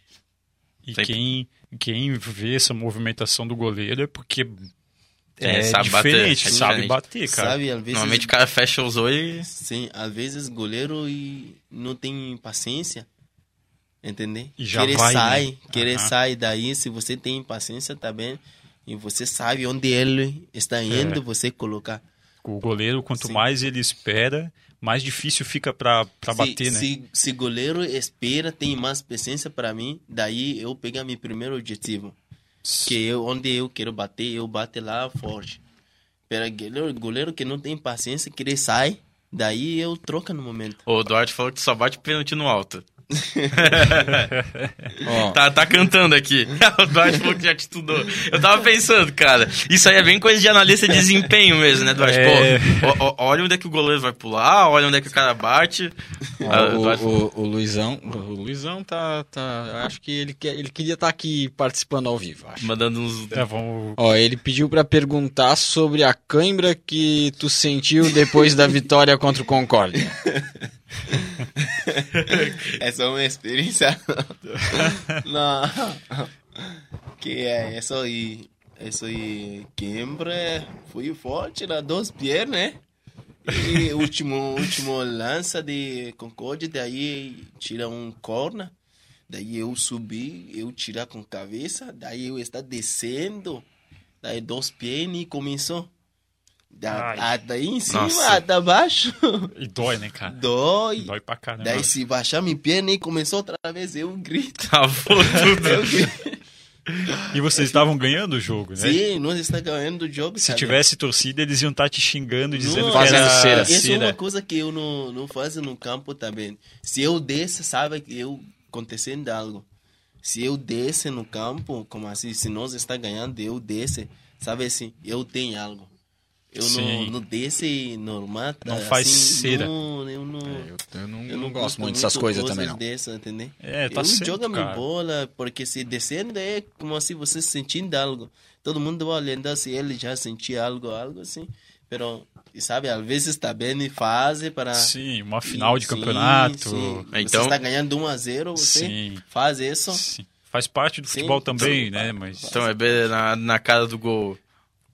[SPEAKER 1] E
[SPEAKER 3] Sempre.
[SPEAKER 1] quem, quem vê essa movimentação do goleiro é porque é,
[SPEAKER 3] É, sabe bater,
[SPEAKER 1] diferente,
[SPEAKER 3] é
[SPEAKER 1] sabe
[SPEAKER 3] diferente.
[SPEAKER 1] bater, cara.
[SPEAKER 2] Sabe, às vezes...
[SPEAKER 3] Normalmente o cara fecha os olhos e.
[SPEAKER 2] Sim, às vezes goleiro e não tem paciência, entendeu?
[SPEAKER 1] E já
[SPEAKER 2] querer
[SPEAKER 1] vai, né?
[SPEAKER 2] sai, querer
[SPEAKER 1] Aham.
[SPEAKER 2] sai daí, se você tem paciência também e você sabe onde ele
[SPEAKER 1] É.
[SPEAKER 2] está indo, você colocar.
[SPEAKER 1] O goleiro, quanto
[SPEAKER 2] Sim.
[SPEAKER 1] mais ele espera, mais difícil fica pra, pra
[SPEAKER 2] se,
[SPEAKER 1] bater, né?
[SPEAKER 2] se, se goleiro espera, tem mais paciência para mim, daí eu pegar meu primeiro objetivo, que eu onde eu quero bater, eu bato lá forte. Pera, goleiro, goleiro que não tem paciência, querer sai, daí eu troca no momento.
[SPEAKER 3] Ô, O Duarte falou que tu só bate pênalti no alto.
[SPEAKER 2] Ó,
[SPEAKER 3] Tá, tá cantando aqui. o Duarte falou que já te estudou. Eu tava pensando, cara. Isso aí é bem coisa de analista de desempenho mesmo, né, Duarte?
[SPEAKER 1] É.
[SPEAKER 3] Pô, ó- ó- olha onde é que o goleiro vai pular, olha onde é que o cara bate. Ah,
[SPEAKER 4] Ó,
[SPEAKER 3] Duarte-
[SPEAKER 4] o, o- o Luizão, o Luizão tá, tá- eu acho que ele, quer- ele queria estar aqui participando ao vivo, acho.
[SPEAKER 3] Mandando uns.
[SPEAKER 1] É, vamos...
[SPEAKER 4] Ó, ele pediu pra perguntar sobre a cãibra que tu sentiu depois da vitória contra o Concórdia.
[SPEAKER 2] Essa é uma experiência. Não. Que é isso aí. Isso aí. Quembra. Fui forte na dois pies, né? E o último, último lança de Concorde, daí tira um corna. Daí eu subi, eu tirar com cabeça. Daí eu está descendo. Daí dois pies e começou. Da,
[SPEAKER 1] Ai.
[SPEAKER 2] a- daí em cima,
[SPEAKER 3] Nossa.
[SPEAKER 2] da baixo.
[SPEAKER 1] E dói, né, cara?
[SPEAKER 2] Dói.
[SPEAKER 1] Dói pra
[SPEAKER 4] Né,
[SPEAKER 1] caramba.
[SPEAKER 2] Daí se baixar minha perna e começou outra vez, eu grito.
[SPEAKER 3] Travou
[SPEAKER 2] Eu
[SPEAKER 3] tudo.
[SPEAKER 2] grito.
[SPEAKER 1] E vocês estavam ganhando o jogo, né?
[SPEAKER 2] Sim, nós está ganhando o jogo.
[SPEAKER 1] Se
[SPEAKER 2] cara.
[SPEAKER 1] tivesse torcida, eles iam estar te xingando, dizendo
[SPEAKER 2] Não,
[SPEAKER 1] que era
[SPEAKER 4] fazendo cera.
[SPEAKER 2] Isso é
[SPEAKER 1] cera.
[SPEAKER 2] uma coisa que eu não, não faço no campo também. Se eu desço, sabe que eu acontecendo algo. Se eu desço no campo, como assim, se nós está ganhando, eu desço, sabe assim, eu tenho algo. Eu não,
[SPEAKER 1] Sim.
[SPEAKER 2] não desço normal.
[SPEAKER 1] Não faz
[SPEAKER 2] assim,
[SPEAKER 1] cera.
[SPEAKER 2] Não, eu não...
[SPEAKER 4] É, eu não,
[SPEAKER 2] eu
[SPEAKER 4] gosto muito dessas coisas também, não.
[SPEAKER 2] Dessa, entendeu?
[SPEAKER 1] É, tá
[SPEAKER 2] eu
[SPEAKER 1] certo,
[SPEAKER 2] joga Um minha
[SPEAKER 1] cara.
[SPEAKER 2] bola, porque se descendo é como se você sentindo algo. Todo mundo vai olhando se ele já sentia algo, algo assim. Pero, e sabe, às vezes tá bem e faz para...
[SPEAKER 1] Sim, uma final de
[SPEAKER 2] né? Sim,
[SPEAKER 1] campeonato.
[SPEAKER 2] sim.
[SPEAKER 3] Então-
[SPEAKER 2] Você está ganhando 1 a 0, você
[SPEAKER 1] Sim,
[SPEAKER 2] faz isso.
[SPEAKER 1] sim. Faz parte do
[SPEAKER 2] Sim.
[SPEAKER 1] futebol também,
[SPEAKER 2] Então,
[SPEAKER 1] né? Mas
[SPEAKER 3] Então é bem na, na cara do gol.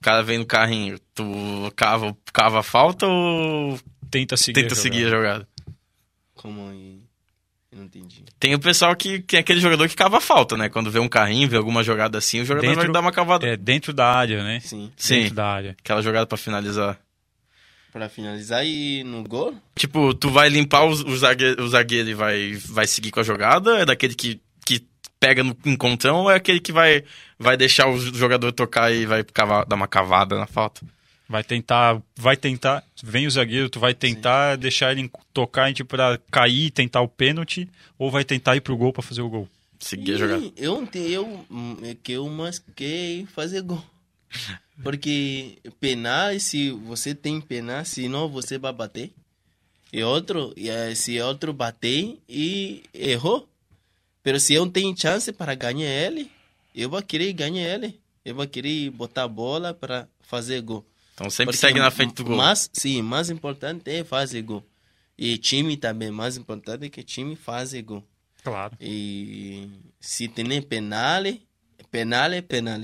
[SPEAKER 3] O cara vem no carrinho. Tu cava, cava a falta ou
[SPEAKER 1] tenta seguir.
[SPEAKER 3] tenta
[SPEAKER 1] a
[SPEAKER 3] seguir a
[SPEAKER 1] jogada.
[SPEAKER 3] jogada?
[SPEAKER 2] Como aí? Eu não entendi.
[SPEAKER 3] Tem o pessoal que, que é aquele jogador que cava a falta, né? Quando vê um carrinho, vê alguma jogada assim, o jogador
[SPEAKER 1] Dentro-
[SPEAKER 3] vai dar uma cavada.
[SPEAKER 1] É, dentro da área, né?
[SPEAKER 2] Sim,
[SPEAKER 3] Sim,
[SPEAKER 1] Dentro da área.
[SPEAKER 3] aquela jogada pra finalizar.
[SPEAKER 2] para finalizar e no gol,
[SPEAKER 3] Tipo, tu vai limpar os- o zagueiro, o zagueiro e vai, vai seguir com a jogada? É daquele que, que pega no encontrão ou é aquele que vai, vai deixar o jogador tocar e vai cavar- dar uma cavada na falta?
[SPEAKER 1] Vai tentar, vai tentar, vem o zagueiro, tu vai tentar deixar ele tocar tipo, pra cair e tentar o pênalti, ou vai tentar ir pro gol pra fazer o gol.
[SPEAKER 3] Seguir a
[SPEAKER 2] Ih,
[SPEAKER 3] jogada.
[SPEAKER 2] Eu ontem eu hum, é que eu mais que fazer gol. Porque penar, se você tem penar, senão você vai bater. E outro, e, eh, se outro bater e errou. Mas se eu tenho chance para ganhar ele, eu vou querer ganhar ele. Eu vou querer botar a bola para fazer gol.
[SPEAKER 3] Então sempre
[SPEAKER 2] Porque
[SPEAKER 3] segue na frente do gol.
[SPEAKER 2] Mas, sim, mais importante é fazer gol. E time também, mais importante é que time fazer gol.
[SPEAKER 1] Claro.
[SPEAKER 2] E se tem penal, penal é penal.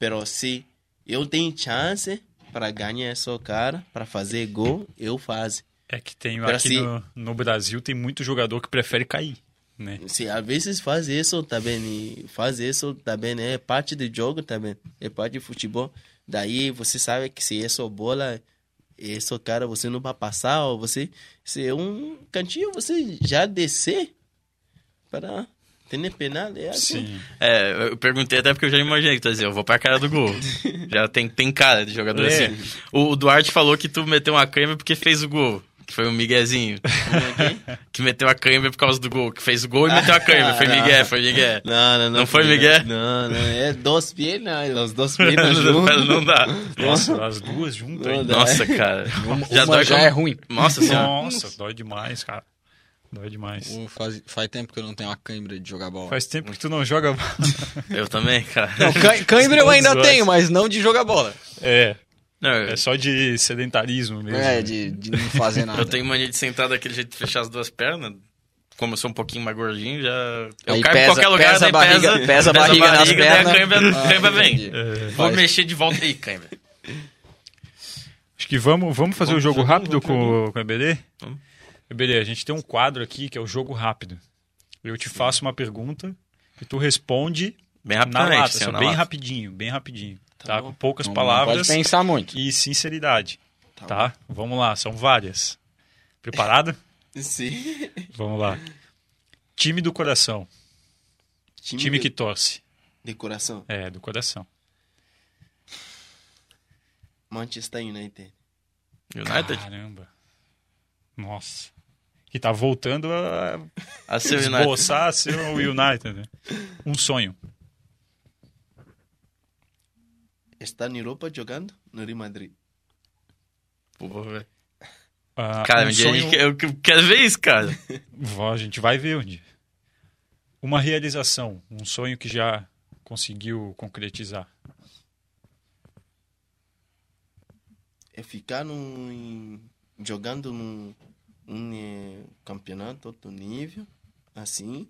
[SPEAKER 2] Pero se eu tenho chance para ganhar esse cara, para fazer gol, eu faço.
[SPEAKER 1] É que tem
[SPEAKER 2] Era
[SPEAKER 1] aqui
[SPEAKER 2] assim.
[SPEAKER 1] no, no Brasil tem muito jogador que prefere cair, né?
[SPEAKER 2] Se às vezes faz isso também, e faz isso também é parte do jogo também, é parte do futebol. Daí você sabe que se essa bola, esse cara você não vai passar, ou você se é um cantinho você já descer para ter penal, é assim.
[SPEAKER 1] Sim.
[SPEAKER 3] É, eu perguntei até porque eu já imaginei que tu ia dizer, eu vou pra cara do gol. já tem, tem cara de jogador
[SPEAKER 1] É.
[SPEAKER 3] assim. O, o Duarte falou que tu meteu uma câimbra porque fez o gol. Que foi um miguezinho. que meteu a câimbra por causa do gol. Que fez o gol e meteu a câimbra. Foi migué, foi migué.
[SPEAKER 2] Não, não, não.
[SPEAKER 3] Não foi Miguel?
[SPEAKER 2] Não, não. É dos pernas, os dos pernas
[SPEAKER 3] Não,
[SPEAKER 2] juntos.
[SPEAKER 3] não dá.
[SPEAKER 1] Nossa, as duas juntas
[SPEAKER 2] Não
[SPEAKER 4] né?
[SPEAKER 1] ainda.
[SPEAKER 2] dá.
[SPEAKER 3] Nossa, cara.
[SPEAKER 4] Uma
[SPEAKER 3] Já
[SPEAKER 4] já,
[SPEAKER 3] dói
[SPEAKER 4] já
[SPEAKER 3] como-
[SPEAKER 4] é ruim.
[SPEAKER 3] Nossa senhora.
[SPEAKER 1] Nossa, dói demais, cara. Dói demais.
[SPEAKER 4] Ô, Faz, faz tempo que eu não tenho a câimbra de jogar bola.
[SPEAKER 1] Faz tempo que tu não joga.
[SPEAKER 3] Eu também, cara.
[SPEAKER 4] Não, cã- câimbra eu ainda
[SPEAKER 1] Zoado.
[SPEAKER 4] tenho, mas não de jogar bola.
[SPEAKER 1] É,
[SPEAKER 3] Não, eu,
[SPEAKER 1] é só de sedentarismo mesmo. né?
[SPEAKER 4] É, de, de não fazer nada.
[SPEAKER 3] eu tenho mania de sentar daquele jeito de fechar as duas pernas. Como eu sou um pouquinho mais gordinho, já. Eu
[SPEAKER 4] Aí
[SPEAKER 3] caio
[SPEAKER 4] pesa-
[SPEAKER 3] em qualquer lugar,
[SPEAKER 4] pesa a
[SPEAKER 3] daí
[SPEAKER 4] barriga-
[SPEAKER 3] pesa,
[SPEAKER 4] pesa a barriga nas
[SPEAKER 3] daí a
[SPEAKER 4] pernas.
[SPEAKER 3] câimbra-
[SPEAKER 4] Ah,
[SPEAKER 3] câimbra
[SPEAKER 4] entendi.
[SPEAKER 3] vem.
[SPEAKER 1] É.
[SPEAKER 3] Vou
[SPEAKER 4] Faz.
[SPEAKER 3] mexer de volta aí, câimbra.
[SPEAKER 1] Acho que vamos, vamos fazer
[SPEAKER 3] Vamos,
[SPEAKER 1] o jogo
[SPEAKER 3] joguinho,
[SPEAKER 1] rápido
[SPEAKER 3] vamos,
[SPEAKER 1] com, com o EBD?
[SPEAKER 3] Vamos.
[SPEAKER 1] EBD, a gente tem um quadro aqui que é o jogo rápido. Eu te faço uma pergunta e tu responde
[SPEAKER 3] Bem
[SPEAKER 1] na
[SPEAKER 3] rapidamente,
[SPEAKER 1] lata,
[SPEAKER 3] assim,
[SPEAKER 1] só
[SPEAKER 3] na
[SPEAKER 1] bem
[SPEAKER 3] lata.
[SPEAKER 1] rapidinho, bem rapidinho. Tá,
[SPEAKER 3] bom.
[SPEAKER 1] com poucas
[SPEAKER 4] Não- não
[SPEAKER 1] palavras
[SPEAKER 4] Pode pensar muito.
[SPEAKER 1] e sinceridade. Tá,
[SPEAKER 2] Tá
[SPEAKER 1] Vamos lá, são várias. Preparado?
[SPEAKER 2] Sim.
[SPEAKER 1] vamos lá. Time do coração.
[SPEAKER 2] Time,
[SPEAKER 1] time que
[SPEAKER 2] de,
[SPEAKER 1] torce.
[SPEAKER 2] de coração.
[SPEAKER 1] É, do coração.
[SPEAKER 2] Manchester United.
[SPEAKER 3] United?
[SPEAKER 1] Caramba. Nossa. Que tá voltando a
[SPEAKER 3] A Ah, seu United.
[SPEAKER 1] esboçar ser o United. né? Um sonho.
[SPEAKER 2] Está na Europa jogando no Real Madrid.
[SPEAKER 3] Pô, velho.
[SPEAKER 1] Ah,
[SPEAKER 3] Cara,
[SPEAKER 1] um
[SPEAKER 3] um dia a
[SPEAKER 1] sonho...
[SPEAKER 3] gente quer- eu quero ver isso, cara.
[SPEAKER 1] Vó, A gente vai ver onde. Uma realização, um sonho que já conseguiu concretizar.
[SPEAKER 2] É ficar no, em- jogando num um, eh, campeonato outro nível, assim.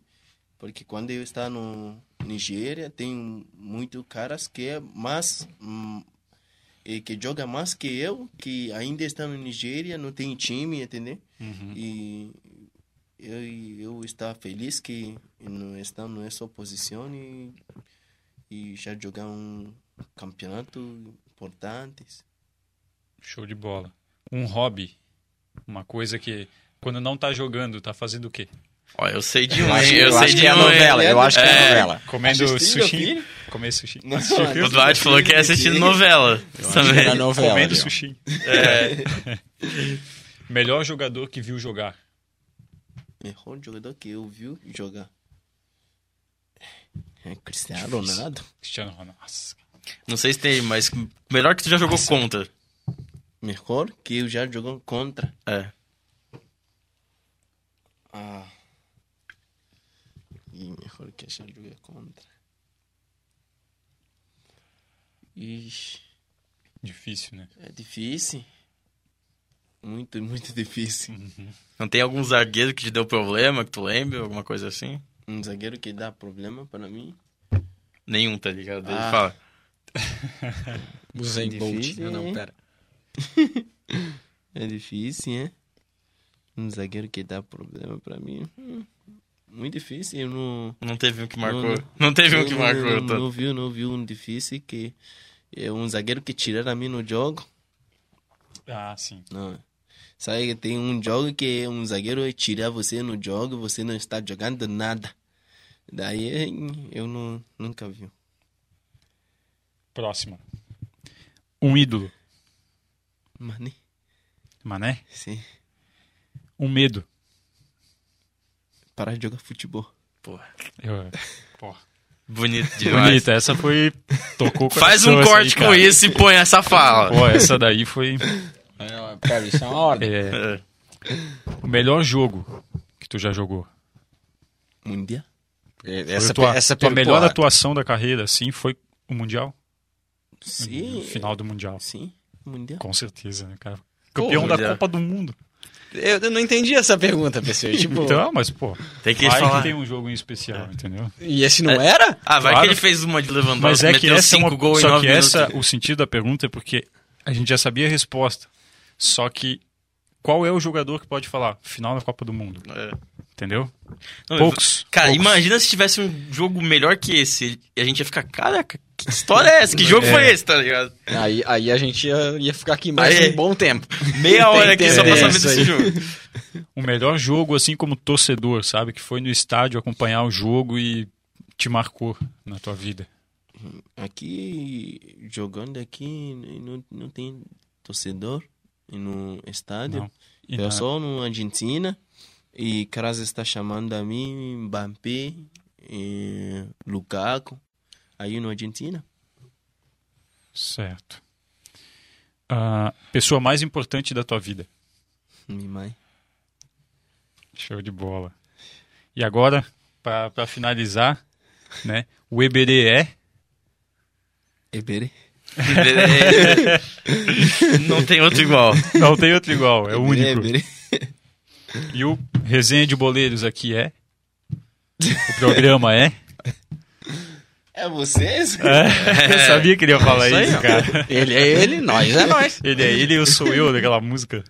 [SPEAKER 2] Porque quando eu estava no Nigéria, tem muito caras que é mais... hum, eh, que joga mais que eu, que ainda está no Nigéria, não tem time, entendeu? E eu, eu estou feliz que não está nessa posição e, e já jogar um campeonato importante.
[SPEAKER 1] Show de bola. Um hobby, uma coisa que quando não tá jogando, tá fazendo o quê?
[SPEAKER 3] Ó, eu sei de
[SPEAKER 4] Eu
[SPEAKER 3] um,
[SPEAKER 4] acho,
[SPEAKER 3] hein? Eu,
[SPEAKER 4] eu
[SPEAKER 3] sei
[SPEAKER 4] acho
[SPEAKER 3] de
[SPEAKER 4] que é a
[SPEAKER 3] um, hein?
[SPEAKER 4] novela. Eu acho que é a
[SPEAKER 3] É.
[SPEAKER 4] novela.
[SPEAKER 1] Comendo
[SPEAKER 2] Assistindo
[SPEAKER 1] sushi. Comer sushi.
[SPEAKER 2] Não,
[SPEAKER 1] Assistiu o quê?
[SPEAKER 3] O Duarte falou que ia assistindo novela
[SPEAKER 4] Era
[SPEAKER 3] também.
[SPEAKER 4] novela.
[SPEAKER 1] Comendo
[SPEAKER 4] ali, ó.
[SPEAKER 1] sushi.
[SPEAKER 3] É,
[SPEAKER 1] Melhor jogador que viu jogar.
[SPEAKER 2] Melhor jogador que eu vi jogar. É Cristiano Ronaldo.
[SPEAKER 1] Cristiano Ronaldo. Nossa.
[SPEAKER 3] não sei se tem, mas melhor que tu já jogou contra.
[SPEAKER 2] Melhor que eu já jogou contra.
[SPEAKER 3] É.
[SPEAKER 2] Ah. E melhor que eu já joguei contra. Ixi.
[SPEAKER 1] Difícil, né?
[SPEAKER 2] É difícil. Muito, muito difícil.
[SPEAKER 3] Não tem algum zagueiro que te deu problema, que tu lembra, alguma coisa assim?
[SPEAKER 2] Um zagueiro que dá problema para mim.
[SPEAKER 3] Nenhum, tá ligado? Daí
[SPEAKER 2] Ah.
[SPEAKER 3] fala.
[SPEAKER 4] O Zen
[SPEAKER 2] Difícil,
[SPEAKER 4] Bolt. Não, não,
[SPEAKER 2] hein?
[SPEAKER 4] pera.
[SPEAKER 2] É difícil, hein? Um zagueiro que dá problema para mim. Hum, Muito difícil. Eu não.
[SPEAKER 3] Não teve um que marcou. Não,
[SPEAKER 2] Não,
[SPEAKER 3] teve um
[SPEAKER 2] eu
[SPEAKER 3] que
[SPEAKER 2] não-
[SPEAKER 3] marcou.
[SPEAKER 2] Não,
[SPEAKER 3] tá?
[SPEAKER 2] não viu, não viu um difícil que. É um zagueiro que tiraram a mim no jogo.
[SPEAKER 1] Ah, sim.
[SPEAKER 2] Não. Sabe que tem um jogo que um zagueiro tirar você no jogo, você não está jogando nada. Daí eu não, nunca vi.
[SPEAKER 1] Próximo. Um ídolo.
[SPEAKER 2] Mané,
[SPEAKER 1] Mané?
[SPEAKER 2] sim.
[SPEAKER 1] Um medo.
[SPEAKER 2] Parar de jogar futebol.
[SPEAKER 3] Pô,
[SPEAKER 1] Eu... Porra.
[SPEAKER 3] bonito demais.
[SPEAKER 1] Bonita, essa foi. Tocou o
[SPEAKER 3] Faz
[SPEAKER 1] coração
[SPEAKER 3] um
[SPEAKER 1] essa
[SPEAKER 3] corte
[SPEAKER 1] aí,
[SPEAKER 3] com
[SPEAKER 1] cara.
[SPEAKER 3] isso e põe essa fala.
[SPEAKER 1] Pô, essa daí foi.
[SPEAKER 4] Não, Pera, isso é uma ordem.
[SPEAKER 1] é,
[SPEAKER 3] É.
[SPEAKER 1] o melhor jogo que tu já jogou.
[SPEAKER 2] Mundial?
[SPEAKER 1] Foi
[SPEAKER 4] Essa,
[SPEAKER 1] a tua,
[SPEAKER 4] essa é
[SPEAKER 1] tua melhor
[SPEAKER 4] perdoa.
[SPEAKER 1] atuação da carreira, assim, foi o Mundial?
[SPEAKER 2] Sim.
[SPEAKER 1] No final do Mundial.
[SPEAKER 2] Sim, Mundial.
[SPEAKER 1] Com certeza, né, cara? Campeão
[SPEAKER 3] Porra,
[SPEAKER 1] da
[SPEAKER 3] já.
[SPEAKER 1] Copa do Mundo.
[SPEAKER 4] Eu, eu não entendi essa pergunta, pessoal. Tipo,
[SPEAKER 1] Então, mas, pô,
[SPEAKER 3] Tem que
[SPEAKER 1] vai
[SPEAKER 3] falar.
[SPEAKER 1] que tem um jogo em
[SPEAKER 3] É.
[SPEAKER 1] especial, entendeu?
[SPEAKER 4] e esse não era?
[SPEAKER 3] Ah, vai
[SPEAKER 1] Claro.
[SPEAKER 3] que ele fez uma de Lewandowski.
[SPEAKER 1] Mas é que
[SPEAKER 3] meteu
[SPEAKER 1] essa, é
[SPEAKER 3] cinco
[SPEAKER 1] uma-
[SPEAKER 3] gols em
[SPEAKER 1] só
[SPEAKER 3] nove
[SPEAKER 1] que essa,
[SPEAKER 3] minutos.
[SPEAKER 1] o sentido da pergunta é porque a gente já sabia a resposta. Só que qual é o jogador que pode falar final da Copa do Mundo,
[SPEAKER 3] É.
[SPEAKER 1] entendeu?
[SPEAKER 3] Não,
[SPEAKER 1] Poucos.
[SPEAKER 3] Cara,
[SPEAKER 1] poucos.
[SPEAKER 3] imagina se tivesse um jogo melhor que esse. E a gente ia ficar, caraca, que história é essa? Que jogo
[SPEAKER 1] É.
[SPEAKER 3] foi esse, tá ligado?
[SPEAKER 4] Aí, aí a gente ia, ia ficar aqui mais
[SPEAKER 3] Aí.
[SPEAKER 4] um bom tempo.
[SPEAKER 3] Meia hora
[SPEAKER 4] Tem
[SPEAKER 3] aqui só
[SPEAKER 4] tempo
[SPEAKER 3] pra saber
[SPEAKER 4] disso
[SPEAKER 3] desse
[SPEAKER 4] aí.
[SPEAKER 3] jogo.
[SPEAKER 1] O melhor jogo, assim como torcedor, sabe? Que foi no estádio acompanhar o jogo e te marcou na tua vida.
[SPEAKER 2] Aqui, jogando aqui, não, não tem torcedor no estádio.
[SPEAKER 1] Não. E
[SPEAKER 2] Eu
[SPEAKER 1] na-
[SPEAKER 2] sou no Argentina e caras está chamando a mim Mbappé, e Lukaku. Aí no Argentina.
[SPEAKER 1] Certo. Ah, A pessoa mais importante da tua vida.
[SPEAKER 2] Minha mãe.
[SPEAKER 1] Show de bola. E agora, para finalizar, né? O EBD é.
[SPEAKER 2] Ebere.
[SPEAKER 3] Não tem outro igual.
[SPEAKER 1] Não tem outro igual, é o único.
[SPEAKER 2] Ebere.
[SPEAKER 1] E o Resenha de Boleiros aqui é. O programa é.
[SPEAKER 2] É vocês?
[SPEAKER 1] É, Eu sabia que ele ia falar
[SPEAKER 3] É isso aí,
[SPEAKER 1] isso,
[SPEAKER 3] ó.
[SPEAKER 1] cara.
[SPEAKER 4] Ele é ele, nós é nós.
[SPEAKER 1] Ele é ele e eu sou eu daquela música.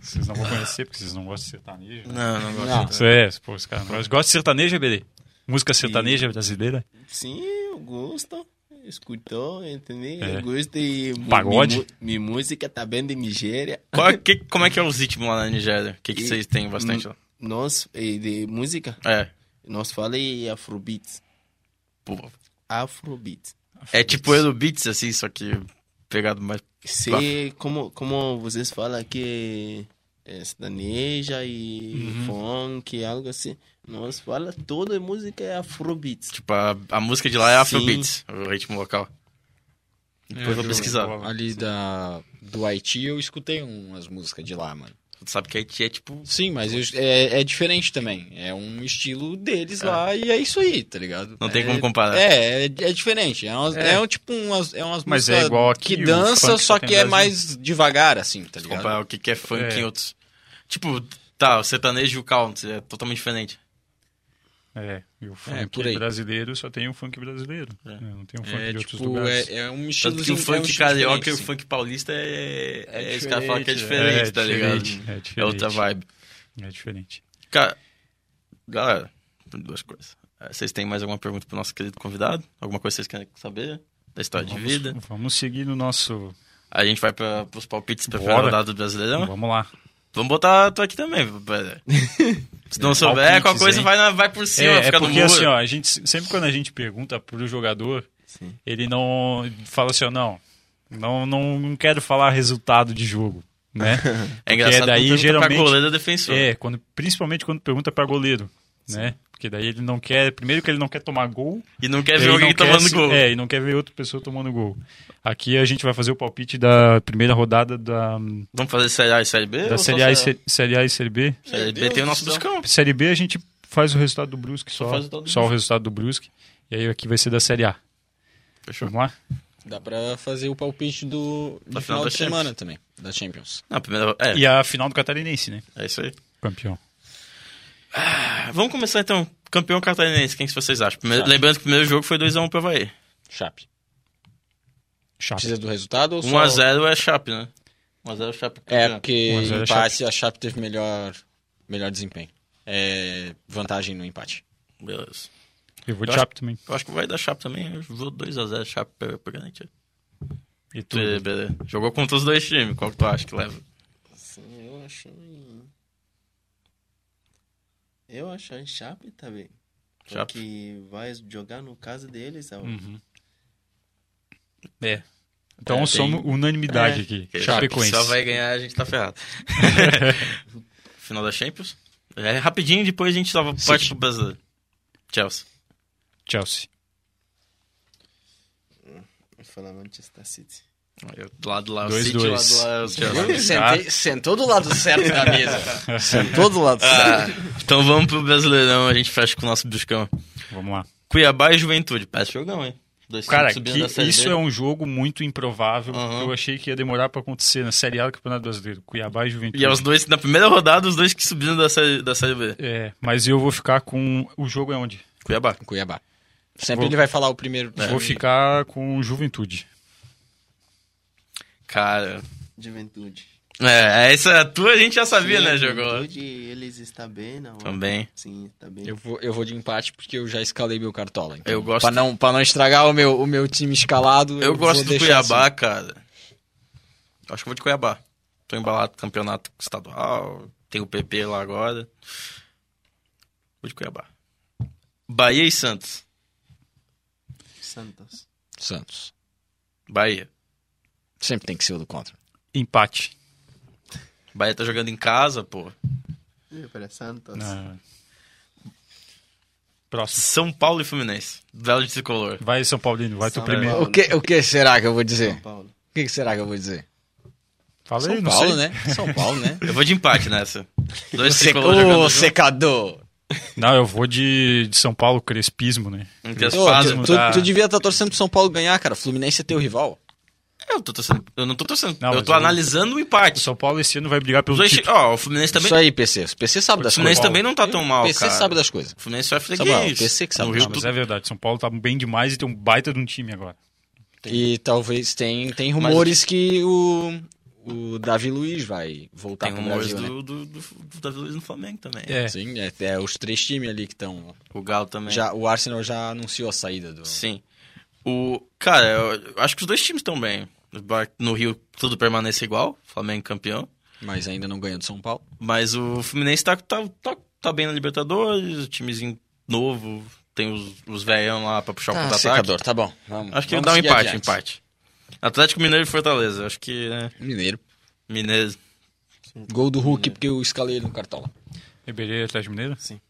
[SPEAKER 1] Vocês não vão conhecer, porque vocês não gostam de sertanejo. Né?
[SPEAKER 3] Não, não gosto.
[SPEAKER 4] Não.
[SPEAKER 1] Isso é, pô, os caras não gostam. Gosta de sertanejo, EBD? Música sertaneja brasileira?
[SPEAKER 2] Sim, eu gosto. Escutou, entendeu?
[SPEAKER 1] É.
[SPEAKER 2] Eu gosto de. mi-
[SPEAKER 1] Pagode.
[SPEAKER 2] Mi, mi música também de Nigéria.
[SPEAKER 3] Qual é- que- como é que é os ritmos lá na Nigéria? O que, que vocês têm bastante lá?
[SPEAKER 2] Nós, eh, de música,
[SPEAKER 3] É.
[SPEAKER 2] nós falamos afrobeat.
[SPEAKER 3] pô,
[SPEAKER 2] Afrobeat.
[SPEAKER 3] é tipo Eurobeats, assim, só que pegado mais.
[SPEAKER 2] Se, como, como vocês falam que é sertaneja e
[SPEAKER 3] Uhum.
[SPEAKER 2] funk, algo assim. Nós falamos toda música é afrobeat.
[SPEAKER 3] Tipo, a, a música de lá é
[SPEAKER 2] Sim.
[SPEAKER 3] Afrobeats, o ritmo local. Depois eu vou pesquisar.
[SPEAKER 4] Ali da, do Haiti eu escutei umas músicas de lá, mano.
[SPEAKER 3] Tu sabe que Haiti é tipo.
[SPEAKER 4] Sim, mas eu- é, é diferente também. É um estilo deles lá e é isso aí, tá ligado?
[SPEAKER 3] Não tem
[SPEAKER 4] É-
[SPEAKER 3] como comparar.
[SPEAKER 4] É, é, é diferente. É, umas,
[SPEAKER 1] É.
[SPEAKER 4] é um tipo umas, é umas
[SPEAKER 1] Mas é
[SPEAKER 4] músicas
[SPEAKER 1] igual aqui,
[SPEAKER 4] que
[SPEAKER 1] o
[SPEAKER 4] dança,
[SPEAKER 1] funk né?
[SPEAKER 4] só
[SPEAKER 1] que
[SPEAKER 4] que,
[SPEAKER 1] tem
[SPEAKER 4] é
[SPEAKER 1] no Brasil.
[SPEAKER 4] mais devagar, assim, tá ligado?
[SPEAKER 3] comparar o que, que é funk
[SPEAKER 1] É.
[SPEAKER 3] em outros. Tipo, tá, o sertanejo e o country é totalmente diferente.
[SPEAKER 1] É, e o
[SPEAKER 4] É,
[SPEAKER 1] funk
[SPEAKER 4] por aí.
[SPEAKER 1] brasileiro só tem o funk brasileiro.
[SPEAKER 3] É.
[SPEAKER 1] né? Não tem o funk
[SPEAKER 4] É,
[SPEAKER 1] de outros
[SPEAKER 4] tipo,
[SPEAKER 1] lugares.
[SPEAKER 4] é, é um
[SPEAKER 3] Tanto
[SPEAKER 4] estilo
[SPEAKER 3] que o
[SPEAKER 4] é um
[SPEAKER 3] funk
[SPEAKER 4] estilo
[SPEAKER 3] carioca e o
[SPEAKER 4] diferente,
[SPEAKER 3] funk paulista é.
[SPEAKER 4] É
[SPEAKER 3] é, os caras falam que é
[SPEAKER 4] diferente,
[SPEAKER 3] diferente, tá ligado?
[SPEAKER 1] diferente, né? É
[SPEAKER 3] É outra
[SPEAKER 1] diferente.
[SPEAKER 3] vibe.
[SPEAKER 1] É diferente.
[SPEAKER 3] Cara, galera, duas coisas. Eh, Vocês têm mais alguma pergunta pro nosso querido convidado? Alguma coisa que vocês querem saber? Da história de
[SPEAKER 1] Vamos-
[SPEAKER 3] vida?
[SPEAKER 1] Vamos seguir no nosso.
[SPEAKER 3] A gente vai pra, pros palpites pra
[SPEAKER 1] Bora.
[SPEAKER 3] final rodada do Brasileirão?
[SPEAKER 1] Vamos lá.
[SPEAKER 3] Vamos botar tu aqui também. velho. Se não souber,
[SPEAKER 1] Palpites,
[SPEAKER 3] qual coisa
[SPEAKER 1] hein?
[SPEAKER 3] vai, na- vai por
[SPEAKER 1] É,
[SPEAKER 3] cima,
[SPEAKER 1] é
[SPEAKER 3] fica no
[SPEAKER 1] porque
[SPEAKER 3] muro.
[SPEAKER 1] assim, ó, a gente, sempre quando a gente pergunta pro jogador,
[SPEAKER 2] Sim.
[SPEAKER 1] ele não fala assim, ó, não, não, não, não quero falar resultado de jogo, né?
[SPEAKER 3] é engraçado
[SPEAKER 1] daí,
[SPEAKER 3] quando pergunta
[SPEAKER 1] geralmente,
[SPEAKER 3] pra goleiro defensor.
[SPEAKER 1] é, quando, principalmente quando pergunta pra goleiro, né? Porque daí ele não quer, primeiro que ele não quer tomar gol,
[SPEAKER 3] E não quer
[SPEAKER 1] e
[SPEAKER 3] ver
[SPEAKER 1] não
[SPEAKER 3] alguém
[SPEAKER 1] quer
[SPEAKER 3] tá tomando
[SPEAKER 1] se-
[SPEAKER 3] gol.
[SPEAKER 1] É, e não quer ver outra pessoa tomando gol. Aqui a gente vai fazer o palpite da primeira rodada da,
[SPEAKER 3] Vamos fazer Série A e Série B?
[SPEAKER 1] da
[SPEAKER 3] ou
[SPEAKER 1] série,
[SPEAKER 3] só
[SPEAKER 1] A e Sé- série A e Série B.
[SPEAKER 3] Série B tem o nosso buscão.
[SPEAKER 1] Série B a gente faz o resultado do Brusque só,
[SPEAKER 3] faz o resultado do
[SPEAKER 1] só o resultado do Brusque. E aí aqui vai ser da Série A.
[SPEAKER 3] Fechou.
[SPEAKER 1] Vamos lá?
[SPEAKER 4] Dá pra fazer o palpite do, do
[SPEAKER 3] Da final
[SPEAKER 4] final
[SPEAKER 3] da
[SPEAKER 4] de semana também, da Champions.
[SPEAKER 3] Não, primeiro, é,
[SPEAKER 1] E a final do Catarinense, né?
[SPEAKER 3] é isso aí.
[SPEAKER 1] Campeão.
[SPEAKER 3] Ah, Vamos começar então. Campeão catarinense, quem que vocês acham? Primeiro-
[SPEAKER 1] Tá.
[SPEAKER 3] lembrando que o primeiro jogo foi 2x1 pro Havaí.
[SPEAKER 4] Chape.
[SPEAKER 1] Chape.
[SPEAKER 4] Precisa do resultado ou só...
[SPEAKER 3] 1x0 é Chape, né? 1x0 é Chape.
[SPEAKER 4] É,
[SPEAKER 3] campeão.
[SPEAKER 4] porque
[SPEAKER 1] 1 a 0 é
[SPEAKER 4] empate, a Chape teve melhor, melhor desempenho. É, vantagem no empate.
[SPEAKER 3] Beleza.
[SPEAKER 1] Eu vou
[SPEAKER 3] Eu
[SPEAKER 1] de
[SPEAKER 3] acho-
[SPEAKER 1] Chape também.
[SPEAKER 3] Eu acho que vai dar Chape também. Eu vou 2x0 Chape pra, pra garantir.
[SPEAKER 1] E tu?
[SPEAKER 3] Beleza, beleza. Jogou contra os dois times. Qual que tu acha que leva?
[SPEAKER 2] Sim, eu acho. em- Eu acho em Chape também.
[SPEAKER 3] Chape. Hum.
[SPEAKER 2] Que vai jogar no caso deles. ó.
[SPEAKER 1] Uhum. É. Então
[SPEAKER 3] É,
[SPEAKER 1] somos unanimidade aqui.
[SPEAKER 3] Porque
[SPEAKER 1] Chapecoense.
[SPEAKER 3] Só vai ganhar, a gente tá ferrado. Final da Champions. É rapidinho, depois a gente só parte pro brasileiro. Chelsea.
[SPEAKER 1] Chelsea.
[SPEAKER 2] Vou falar Manchester City.
[SPEAKER 3] Aí, Do lado de lá, o
[SPEAKER 1] Dois,
[SPEAKER 3] City,
[SPEAKER 1] dois.
[SPEAKER 3] do lado de lá, o Chelsea.
[SPEAKER 1] Sentei-
[SPEAKER 4] sentou do lado certo da mesa. sentou do lado
[SPEAKER 3] Ah, então vamos pro Brasileirão, a gente fecha com o nosso buscão.
[SPEAKER 1] Vamos lá.
[SPEAKER 3] Cuiabá e Juventude. Parece jogão, hein? Dois
[SPEAKER 1] Cara,
[SPEAKER 3] times subindo da
[SPEAKER 1] que
[SPEAKER 3] Série
[SPEAKER 1] isso
[SPEAKER 3] B.
[SPEAKER 1] é um jogo muito improvável.
[SPEAKER 3] Aham.
[SPEAKER 1] Eu achei que ia demorar pra acontecer na Série A do Campeonato Brasileiro. Cuiabá e Juventude.
[SPEAKER 3] E é os dois, na primeira rodada, os dois que subiram da Série, da série B.
[SPEAKER 1] É, mas eu vou ficar com. O jogo é onde?
[SPEAKER 3] Cuiabá.
[SPEAKER 4] Cuiabá. Sempre
[SPEAKER 1] Vou-
[SPEAKER 4] ele vai falar o primeiro.
[SPEAKER 3] É.
[SPEAKER 1] Vou ficar com Juventude.
[SPEAKER 3] Cara...
[SPEAKER 2] Juventude.
[SPEAKER 3] É, essa tua a gente já sabia, né? Jogou.
[SPEAKER 2] Juventude, eles estão bem na hora.
[SPEAKER 3] Também.
[SPEAKER 2] Sim, está bem.
[SPEAKER 4] Eu vou, eu vou de empate porque eu já escalei meu cartola. Então,
[SPEAKER 3] Eu gosto-
[SPEAKER 4] Pra não, pra não estragar o meu, o meu time escalado.
[SPEAKER 3] Eu
[SPEAKER 4] vou
[SPEAKER 3] gosto do
[SPEAKER 4] deixar
[SPEAKER 3] Cuiabá,
[SPEAKER 4] assim.
[SPEAKER 3] cara. Eu Acho que eu vou de Cuiabá. Tô embalado no campeonato estadual, tem o PP lá agora. Vou de Cuiabá. Bahia e Santos.
[SPEAKER 2] Santos.
[SPEAKER 4] Santos.
[SPEAKER 3] Bahia.
[SPEAKER 4] Sempre tem que ser o do contra.
[SPEAKER 1] Empate.
[SPEAKER 3] Bahia tá jogando em casa, pô.
[SPEAKER 2] Ih, Pera, Santos.
[SPEAKER 1] Na- Próximo.
[SPEAKER 3] São Paulo e Fluminense. Duelo de tricolor.
[SPEAKER 1] Vai, São Paulino, vai tu
[SPEAKER 2] São
[SPEAKER 1] primeiro.
[SPEAKER 2] Paulo.
[SPEAKER 4] O que, o que será que eu vou dizer?
[SPEAKER 2] São Paulo.
[SPEAKER 4] O que será que eu vou dizer?
[SPEAKER 1] Fala aí,
[SPEAKER 4] São
[SPEAKER 1] não
[SPEAKER 4] Paulo,
[SPEAKER 1] sei.
[SPEAKER 4] né? São Paulo, né?
[SPEAKER 3] Eu vou de empate nessa. Dois
[SPEAKER 4] Sec-
[SPEAKER 3] tricolores jogando
[SPEAKER 4] Ô,
[SPEAKER 3] junto.
[SPEAKER 4] secador!
[SPEAKER 1] Não, eu vou de, de São Paulo, Crespismo, né?
[SPEAKER 4] Ô,
[SPEAKER 3] Interespasmo,
[SPEAKER 4] tu, tu,
[SPEAKER 3] tá?
[SPEAKER 4] tu devia estar torcendo pro São Paulo ganhar, cara. Fluminense é teu rival.
[SPEAKER 3] Eu, tô torcendo- eu não tô torcendo.
[SPEAKER 1] Não,
[SPEAKER 3] eu
[SPEAKER 1] mas
[SPEAKER 3] tô
[SPEAKER 1] eu-
[SPEAKER 3] analisando o
[SPEAKER 1] O
[SPEAKER 3] empate.
[SPEAKER 1] São Paulo esse ano vai brigar
[SPEAKER 3] Os
[SPEAKER 1] pelo
[SPEAKER 3] dois-
[SPEAKER 1] título.
[SPEAKER 3] Ó, o Fluminense também.
[SPEAKER 4] é um Isso aí, PC. O PC sabe
[SPEAKER 3] o
[SPEAKER 4] das coisas.
[SPEAKER 3] Fluminense também não tá tão mal,
[SPEAKER 4] O PC
[SPEAKER 3] cara.
[SPEAKER 4] sabe das coisas.
[SPEAKER 3] O Fluminense só é
[SPEAKER 4] Samuel,
[SPEAKER 3] freguês.
[SPEAKER 4] o PC que sabe.
[SPEAKER 3] No
[SPEAKER 1] Não,
[SPEAKER 3] Rio
[SPEAKER 1] mas
[SPEAKER 3] tu-
[SPEAKER 1] é verdade. São Paulo tá bem demais e tem um baita de um time agora.
[SPEAKER 4] E talvez tem, tem rumores que o, o Davi Luiz vai voltar
[SPEAKER 3] Tem
[SPEAKER 4] pro
[SPEAKER 3] rumores
[SPEAKER 4] Brasil,
[SPEAKER 3] do,
[SPEAKER 4] né?
[SPEAKER 3] do, do, do Davi Luiz no Flamengo também.
[SPEAKER 1] É.
[SPEAKER 4] Sim, é, é os três times ali que estão.
[SPEAKER 3] O Galo também.
[SPEAKER 4] Já, o Arsenal já anunciou a saída do.
[SPEAKER 3] Sim. O, cara, eu acho que os dois times estão bem. No Rio tudo permanece igual, Flamengo campeão.
[SPEAKER 4] Mas ainda não ganhou do São Paulo.
[SPEAKER 3] Mas o Fluminense tá, tá, tá, tá bem na Libertadores, o timezinho novo, tem os, os velhão lá pra puxar o contra-ataque.
[SPEAKER 4] secador, tá bom. Vamos,
[SPEAKER 3] Acho que
[SPEAKER 4] vamos
[SPEAKER 3] dá um
[SPEAKER 4] seguir
[SPEAKER 3] empate,
[SPEAKER 4] adiante.
[SPEAKER 3] empate. Atlético Mineiro e Fortaleza. Acho que né,
[SPEAKER 4] Mineiro.
[SPEAKER 3] Mineiro.
[SPEAKER 4] Gol do Hulk, porque eu escalei ele no cartola.
[SPEAKER 1] Ribeirê, Atlético Mineiro?
[SPEAKER 3] Sim.